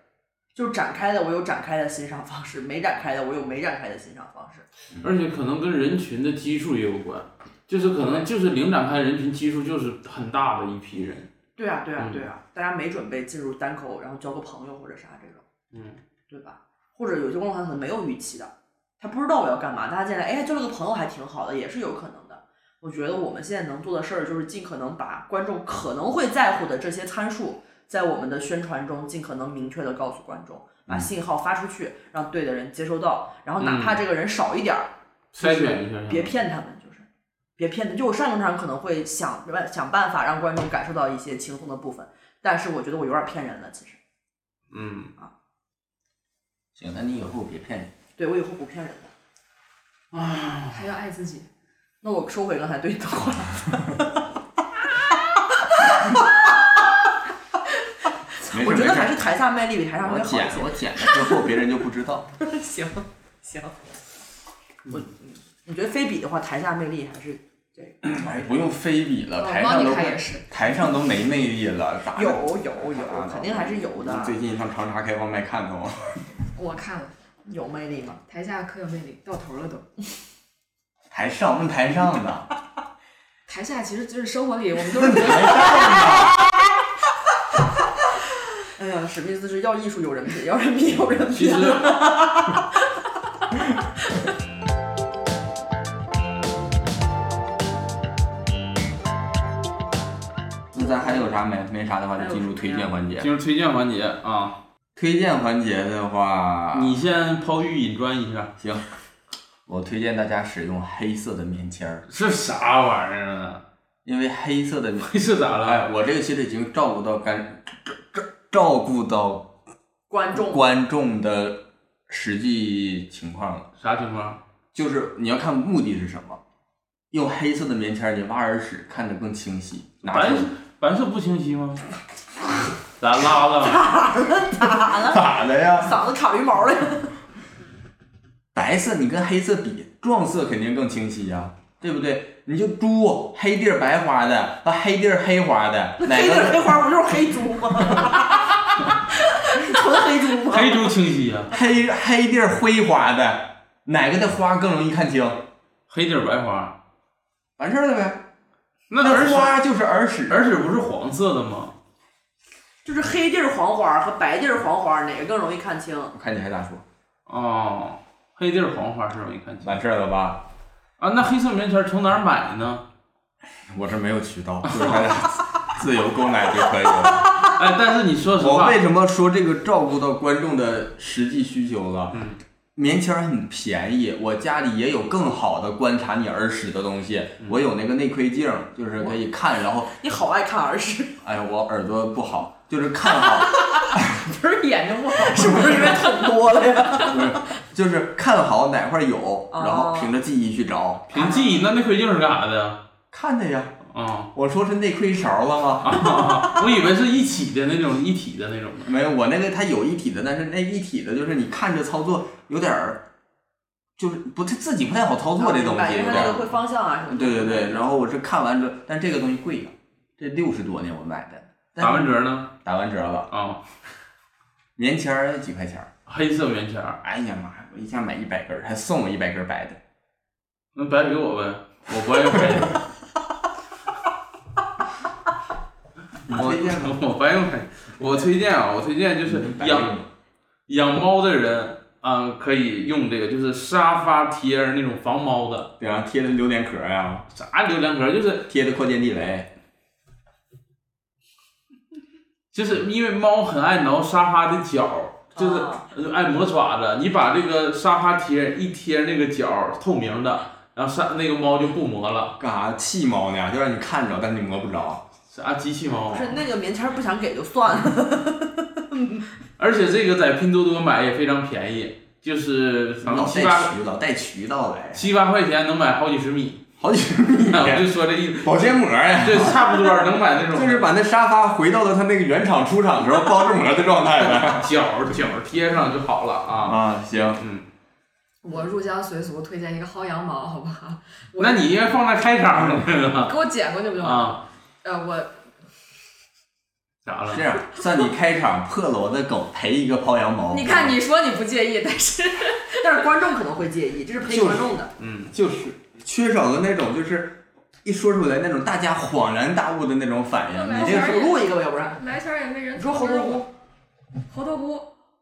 S1: 就是展开的，我有展开的欣赏方式；没展开的，我有没展开的欣赏方式。
S3: 而且可能跟人群的基数也有关，就是可能就是零展开人群基数就是很大的一批人。
S1: 对啊，对啊
S3: 嗯，
S1: 对啊，大家没准备进入单口，然后交个朋友或者啥这种。
S3: 嗯，
S1: 对吧？或者有些观众他可能没有预期的，他不知道我要干嘛，大家进来，哎，交了个朋友还挺好的，也是有可能的。我觉得我们现在能做的事儿就是尽可能把观众可能会在乎的这些参数，在我们的宣传中尽可能明确的告诉观众，把信号发出去，让对的人接收到，然后哪怕这个人少一点儿，
S3: 筛选一
S2: 嗯
S3: 下，
S1: 别骗他们，就是别骗他。就我上个场可能会想想办法让观众感受到一些轻松的部分，但是我觉得我有点骗人了，其实。
S3: 嗯。
S2: 行，那你以后别骗人。
S1: 对我以后不骗人了。
S4: 还要爱自己。
S1: 那我收回刚才对你的话。
S2: 没
S1: [LAUGHS]
S2: 事
S1: 我觉
S2: 没
S1: 得
S2: 事
S1: 还是台下卖力比台上
S2: 我
S1: 会好一
S2: 剪我剪了之后，别人就不知
S1: [LAUGHS]
S2: 道。
S1: 些。 [LAUGHS] 行行，我嗯你觉得非比的话，台下魅力还是
S2: 哎，不用非比
S1: 哦
S2: 了，
S4: 呃
S2: 台上都
S4: ，Monica 也是，
S2: 台上都没魅力了，咋
S1: 有有有，肯定还是有
S2: 啊你最
S1: 的。
S2: 近上长沙开放麦看 [LAUGHS] 看吗？
S4: 我看了
S1: 有魅力吗？
S4: 台下可有魅力，到头了都。
S2: 台上问台上呢，
S4: 台下其实就是生活里我们都是
S1: 哎呀，史密斯是要艺术有人品，要人品有人
S3: 其
S1: 品啊
S3: 实。
S2: 那咱还有啥没没啥的话，就进入推荐环节。
S3: 进入推荐环节啊，
S2: 推荐环节的话，
S3: 你先抛玉引砖一下，
S2: 行，我推荐大家使用黑色的棉签儿，
S3: 是啥玩意儿啊？
S2: 因为黑色的棉，
S3: [LAUGHS] 是咋
S2: [LAUGHS]
S3: 了？
S2: 哎，我这个其实已经照顾到干照照顾到
S1: [LAUGHS] 观众
S2: 观众的实际情况了，
S3: 啥情况？
S2: 就是你要看目的是什么。用黑色的棉签儿，你挖耳屎看得更清晰。拿
S3: 白
S2: 出
S3: 白色不清晰吗？ [LAUGHS] 咋
S2: [LAUGHS]
S3: 拉了？
S2: 咋的呀？
S1: 嗓子卡驴毛了，
S2: 白色你跟黑色比，撞色肯定更清晰呀、对不对？你就猪黑地儿白花的和黑地儿黑花的，
S1: [LAUGHS]
S2: 哪
S1: 黑的黑
S2: 个
S1: 花不就是黑猪吗？ [LAUGHS] 纯黑猪吗？
S3: 黑猪清晰啊呀、
S2: 黑黑地儿灰花的，哪个的花更容易看清？
S3: 黑底儿白花。
S2: 完事儿了呗。
S3: 那
S2: 那
S3: 耳屎，
S2: 花就是耳屎，
S3: 耳屎不是黄色的吗？
S1: 就是黑地儿黄花和白地儿黄花哪个更容易看清？
S2: 我看你还咋说？
S3: 哦，黑底儿黄花是容易看清
S2: 完事儿了吧？
S3: 啊。那黑色棉签儿从哪儿买呢？
S2: 我这没有渠道，就是大家 [LAUGHS] 自由购买就可以了。
S3: 哎，但是你说实
S2: 我
S3: 话，
S2: 为什么说这个照顾到观众的实际需求了？
S3: 嗯
S2: 棉签儿很便宜，我家里也有更好的观察你耳屎的东西，
S1: 嗯
S2: 我有那个内窥镜，就是可以看，然后
S1: 你好爱看耳屎，
S2: 哎呀，我耳朵不好， [LAUGHS] 就是看好，
S1: 不是眼睛不好，是不是因为捅 [LAUGHS] 多了呀？哦
S2: 就是 [LAUGHS] 就是看好哪块儿有，然后凭着记忆去找，
S3: 凭记忆，那那窥镜是干啥的呀？
S2: 看的呀。
S3: 啊、
S2: 我说是内窥勺了吗？
S1: 啊
S3: 我以为是一起的那种，一体的那种的。
S2: 没有，我那个它有一体的，但是那一体的就是你看着操作有点儿，就是不太自己不太好操作这东
S1: 感
S2: 西，
S1: 觉
S2: 有
S1: 它
S2: 点
S1: 那
S2: 儿
S1: 个。会方向啊什么的。
S2: 对对对，然后我是看完之后，但这个东西贵呀、这六十多呢我买的，但
S3: 打完折呢？
S2: 打完折了，
S3: 啊、
S2: 棉签儿几块钱儿，
S3: 黑色棉签儿，
S2: 哎呀妈呀，我一下买一百根儿，还送我一百根儿白的，
S3: 那白给我呗，我不爱用黑的。
S2: 我推荐吗？
S3: [LAUGHS] 我不爱用黑，我推荐啊，我推荐就是
S2: 嗯
S3: 养养猫的人啊、可以用这个，就是沙发贴儿那种防猫的，
S2: 对啊，贴的榴莲壳呀、
S3: 啥榴莲壳儿，就是
S2: 贴的扩建地雷，
S3: 就是因为猫很爱挠沙发的角儿，就是
S1: 啊
S3: 呃爱磨爪子。你把这个沙发贴一贴，那个角儿透明的，然后沙那个猫就不磨了。
S2: 干啥气猫呢？就让你看着，但你摸不着。
S3: 啥机器猫啊
S1: 不？是那个棉签儿不想给就算了， [LAUGHS]
S3: 而且这个在拼多多买也非常便宜，就是可能
S2: 老
S3: 七八
S2: 带渠，老带渠道来，
S3: 七八块钱能买好几十
S2: [LAUGHS]
S3: 米。哎
S2: 好几十米，
S3: 我就说这意思，
S2: [LAUGHS] 保鲜膜呀，
S3: 对，差不多能买那种
S2: 就是把那沙发回到了它那个原厂出厂时候包着膜的状态呗。
S3: 角儿角儿贴上就好了啊。
S2: 啊，行，
S3: 嗯，
S4: [LAUGHS] 我入乡随俗，推荐一个薅羊毛，好不好？我
S3: 那你应该放在开场上那
S1: 嗯
S3: 个
S4: 给我剪过去不就完了？
S3: 啊，
S4: 呃，我
S1: 哦
S3: 咋了
S2: 这？样算你开场破锣的狗赔一个薅羊毛。啊
S4: 你
S1: 哦
S4: 看你说你不介意，但是 [LAUGHS]
S1: 但是观众可能会介意，这是陪观众的。
S3: 嗯，
S2: 就是缺少了那种就是一说出来那种大家恍然大悟的那种反应。你这
S4: 就
S2: 个
S4: 是
S1: 手录一个吧，要不然
S4: 来钱儿也没人
S1: 你说猴头菇，
S4: 猴头菇，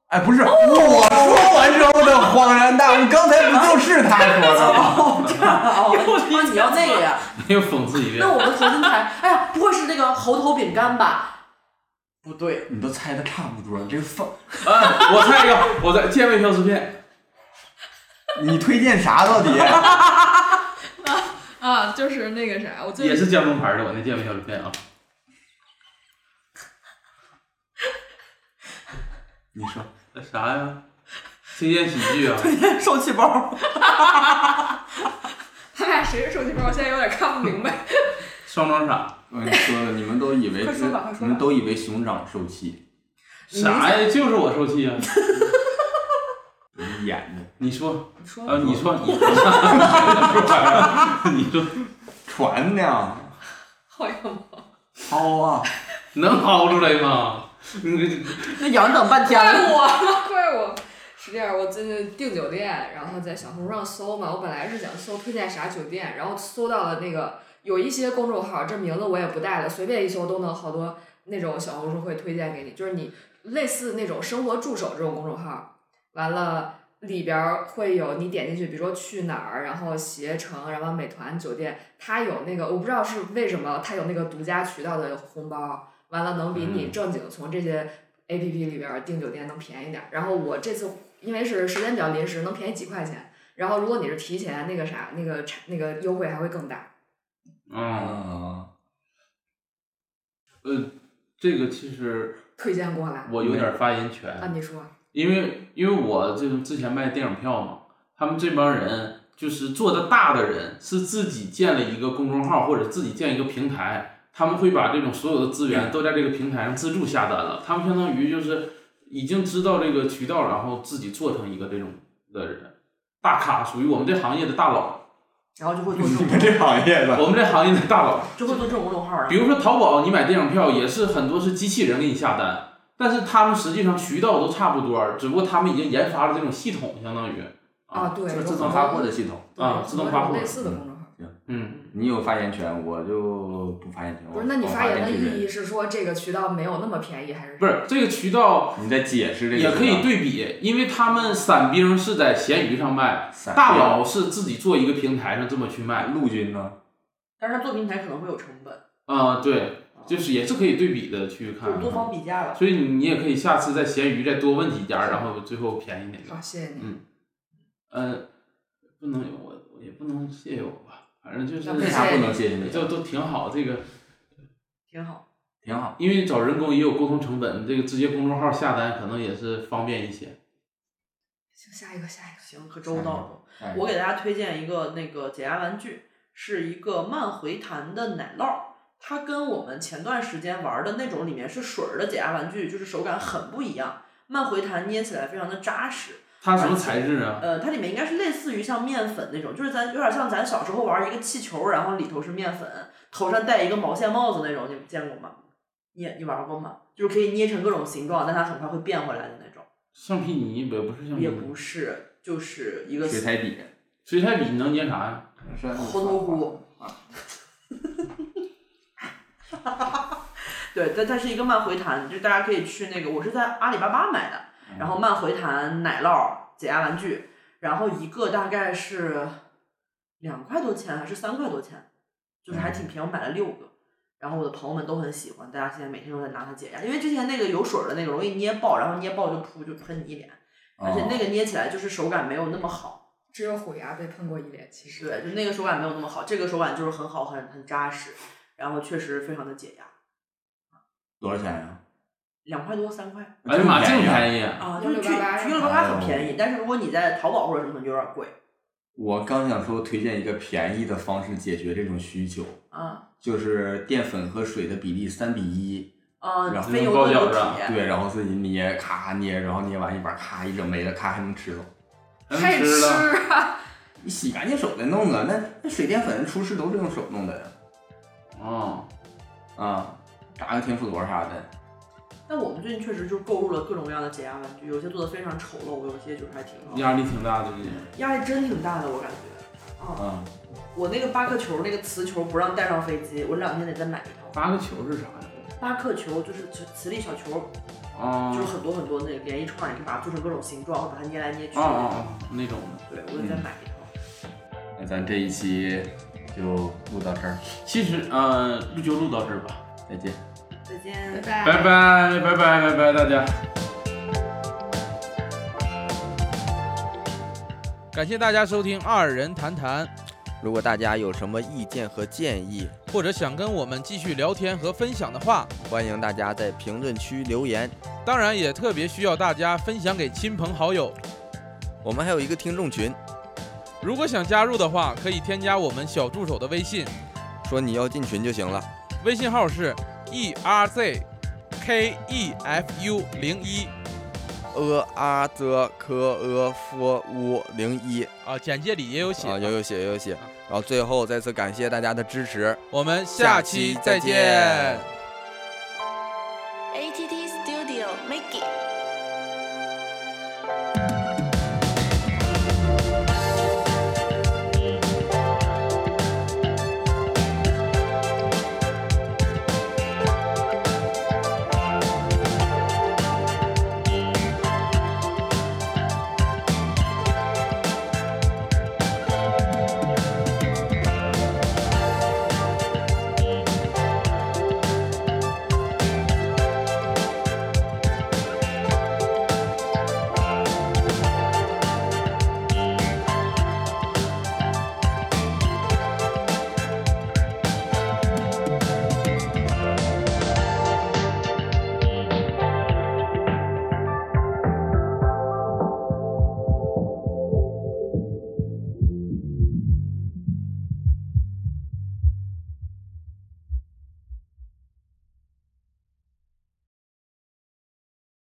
S2: 哎，不是、我说完之后的恍然大悟，刚才不就是他说
S1: [LAUGHS]
S2: 的吗？
S1: 哦，那你要那个呀？
S3: 又讽刺一遍
S1: 那。我们投金台，哎呀，不会是那个猴头饼干吧？ [LAUGHS] 不对，
S2: 你都猜的差不多，这个放
S3: 啊，我猜一个，我猜健胃消食片，
S2: 你推荐啥到底？ [LAUGHS]
S4: 啊，就是那个啥，我最
S3: 也是江东牌的，我那健胃消食片啊。
S2: 你说
S3: 啥呀？推荐喜剧啊？
S1: 受气包，
S4: 他俩哎谁是手机包？我现在有点看不明白。 [LAUGHS]
S3: 双装傻？
S2: 嗯，说的你们都以为
S1: 快说吧快说吧
S2: 你们都以为熊掌受气，
S3: 啥呀？就是我受气啊！
S2: 你演的
S3: 你说，
S1: 你说
S3: 啊，你说，你
S2: 哦 [LAUGHS]
S3: 说，你说，
S2: 传呢，
S4: 好呀妈！
S2: 薅啊，
S3: 能薅出来吗？你
S4: [LAUGHS]
S1: 那羊等半天了，
S4: 我，怪我，是这样，我最近订酒店，然后在小红书上搜嘛，我本来是想搜推荐啥酒店，然后搜到了那个有一些公众号，这名字我也不带了，随便一搜都能好多那种小红书会推荐给你，就是你类似那种生活助手这种公众号，完了。里边儿会有你点进去，比如说去哪儿，然后携程，然后美团酒店，它有那个我不知道是为什么，它有那个独家渠道的红包，完了能比你正经从这些 A P P 里边儿订酒店能便宜点儿。然后我这次因为是时间比较临时，能便宜几块钱。然后如果你是提前那个啥，那个差那个优惠还会更大。
S3: 嗯，
S2: 啊，
S3: 呃，这个其实
S4: 推荐过来
S3: 我有点发言
S4: 啊，
S3: 权，
S4: 你说
S3: 因为因为我这之前卖电影票嘛，他们这帮人就是做的大的人是自己建了一个公众号或者自己建一个平台，他们会把这种所有的资源都在这个平台上自助下单了，他们相当于就是已经知道这个渠道，然后自己做成一个这种的人，大咖属于我们这行业的大佬，
S1: 然后就
S5: [LAUGHS]
S1: 会做这种，
S5: 这行业的
S3: 我们这行业的大佬。
S1: 就会做这种公众号啊
S3: 比。如说淘宝，你买电影票也是很多是机器人给你下单，但是他们实际上渠道都差不多儿，只不过他们已经研发了这种系统，相当于
S4: 啊，对，
S2: 就是
S4: 有
S2: 自
S4: 很
S2: 动发
S4: 多
S2: 货的系统，
S4: 对
S3: 啊自动发货
S4: 类似的公众号。
S3: 嗯，
S2: 你有发言权，我就不发言权。
S4: 不是，那
S3: 哦
S4: 你
S2: 我
S4: 发言的
S2: 权是
S4: 意义是说这个渠道没有那么便宜，还是
S3: 不是这个渠道
S2: 你在解释这个啊
S3: 也可
S2: 渠道
S3: 以对比，因为他们伞兵是在闲鱼上卖，
S2: 散
S3: 大佬是自己做一个平台上这么去卖，
S2: 陆军呢？
S1: 但是他做平台可能会有成本，
S3: 啊、对，就是也是可以对比的去看
S1: 就是，多方比价了。
S3: 所以你你也可以下次在闲鱼再多问几家，然后最后便宜哪个
S4: 好，。谢谢你。
S3: 嗯呃，不能有我，我也不能谢谢我吧，反正就是
S4: 那
S2: 为啥不能谢谢你？
S3: 就都挺好。这个
S1: 挺好，
S2: 挺好。
S3: 因为找人工也有沟通成本，这个直接公众号下单可能也是方便一些。
S4: 行，下一个，下一个。
S1: 行，可周到了。
S2: 哎
S1: 我给大家推荐一个那个解压玩具，是一个慢回弹的奶酪，它跟我们前段时间玩的那种里面是水儿的解压玩具，就是手感很不一样。慢回弹捏起来非常的扎实，
S3: 它什么材质啊？
S1: 呃，它里面应该是类似于像面粉那种，就是咱有点像咱小时候玩一个气球，然后里头是面粉，头上戴一个毛线帽子那种，你们见过吗？你你玩过吗？就是可以捏成各种形状，但它很快会变回来的那种。
S3: 橡皮泥也不是橡皮
S1: 也
S3: 泥
S1: 不，是，就是一个嗯
S2: 水彩笔，啊
S3: 水彩笔能捏啥呀？
S1: 糊涂糊。对，但它是一个慢回弹，就是大家可以去那个，我是在阿里巴巴买的，然后慢回弹奶酪解压玩具，然后一个大概是两块多钱还是三块多钱，就是还挺便宜，我买了六个。然后我的朋友们都很喜欢，大家现在每天都在拿它解压，因为之前那个有水儿的那个容易捏爆，然后捏爆就噗就喷你一脸，
S2: 哦
S1: 而且那个捏起来就是手感没有那么好。
S4: 只有虎牙被喷过一脸，其实
S1: 对，就那个手感没有那么好，这个手感就是很好，很很扎实，然后确实非常的解压，
S2: 多少钱啊呀？
S1: 两块多三块
S3: 哎呀妈，
S2: 这
S3: 净
S2: 么便宜啊
S3: 便宜！
S1: 啊，
S4: 就
S1: 就是是去去
S4: 168
S1: 六八八
S3: 哦
S1: 很便宜，但是如果你在淘宝或者什么就有点贵
S2: 我刚想说推荐一个便宜的方式解决这种需求，
S1: 啊
S2: 就是淀粉和水的比例三比一，
S1: 啊，
S2: 然后
S1: 非油
S3: 包
S1: 的
S3: 饺
S1: 油
S3: 子啊
S1: 体，
S2: 对，然后自己捏，咔捏，然后捏完一把，咔一整没了，咔还能吃了。
S4: 太
S3: 能吃了。
S4: 啊！
S2: 你洗干净手再弄啊，那那水淀粉厨师都是用手弄的呀，
S3: 哦，
S2: 啊，炸个天妇罗啥的，
S1: 但我们最近确实就购入了各种各样的解压玩具，有些做的非常丑陋，有些就是还挺好，
S3: 压力挺大的，这个
S1: 压力真挺大的，我感觉
S3: 嗯
S2: 啊，
S1: 我那个巴克球那个磁球不让带上飞机，我这两天得再买一套。
S3: 八个球是啥呀？
S1: 巴克球就是磁磁力小球，
S3: 哦
S1: 就是很多很多那个连一串，你可以把它做成各种形状，把它捏来捏去。
S3: 哦哦，哦那种的。
S1: 对，我得再买一套。
S2: 那咱这一期就录到这儿，
S3: 其实，呃，录就录到这儿吧。
S2: 再见。
S1: 再见
S4: 拜。拜
S3: 拜拜拜拜拜拜，大家。
S11: 感谢大家收听《二人谈谈》，
S15: 如果大家有什么意见和建议，
S11: 或者想跟我们继续聊天和分享的话，
S15: 欢迎大家在评论区留言。
S11: 当然也特别需要大家分享给亲朋好友。
S15: 我们还有一个听众群，
S11: 如果想加入的话，可以添加我们小助手的微信，
S15: 说你要进群就行了。
S11: 微信号是 e r z k e f u 零一
S15: 呃啊则科呃 f 乌零一
S11: 啊，简介里也有写。
S15: 啊，有有写有有写。然后最后再次感谢大家的支持，
S11: 我们下期再见。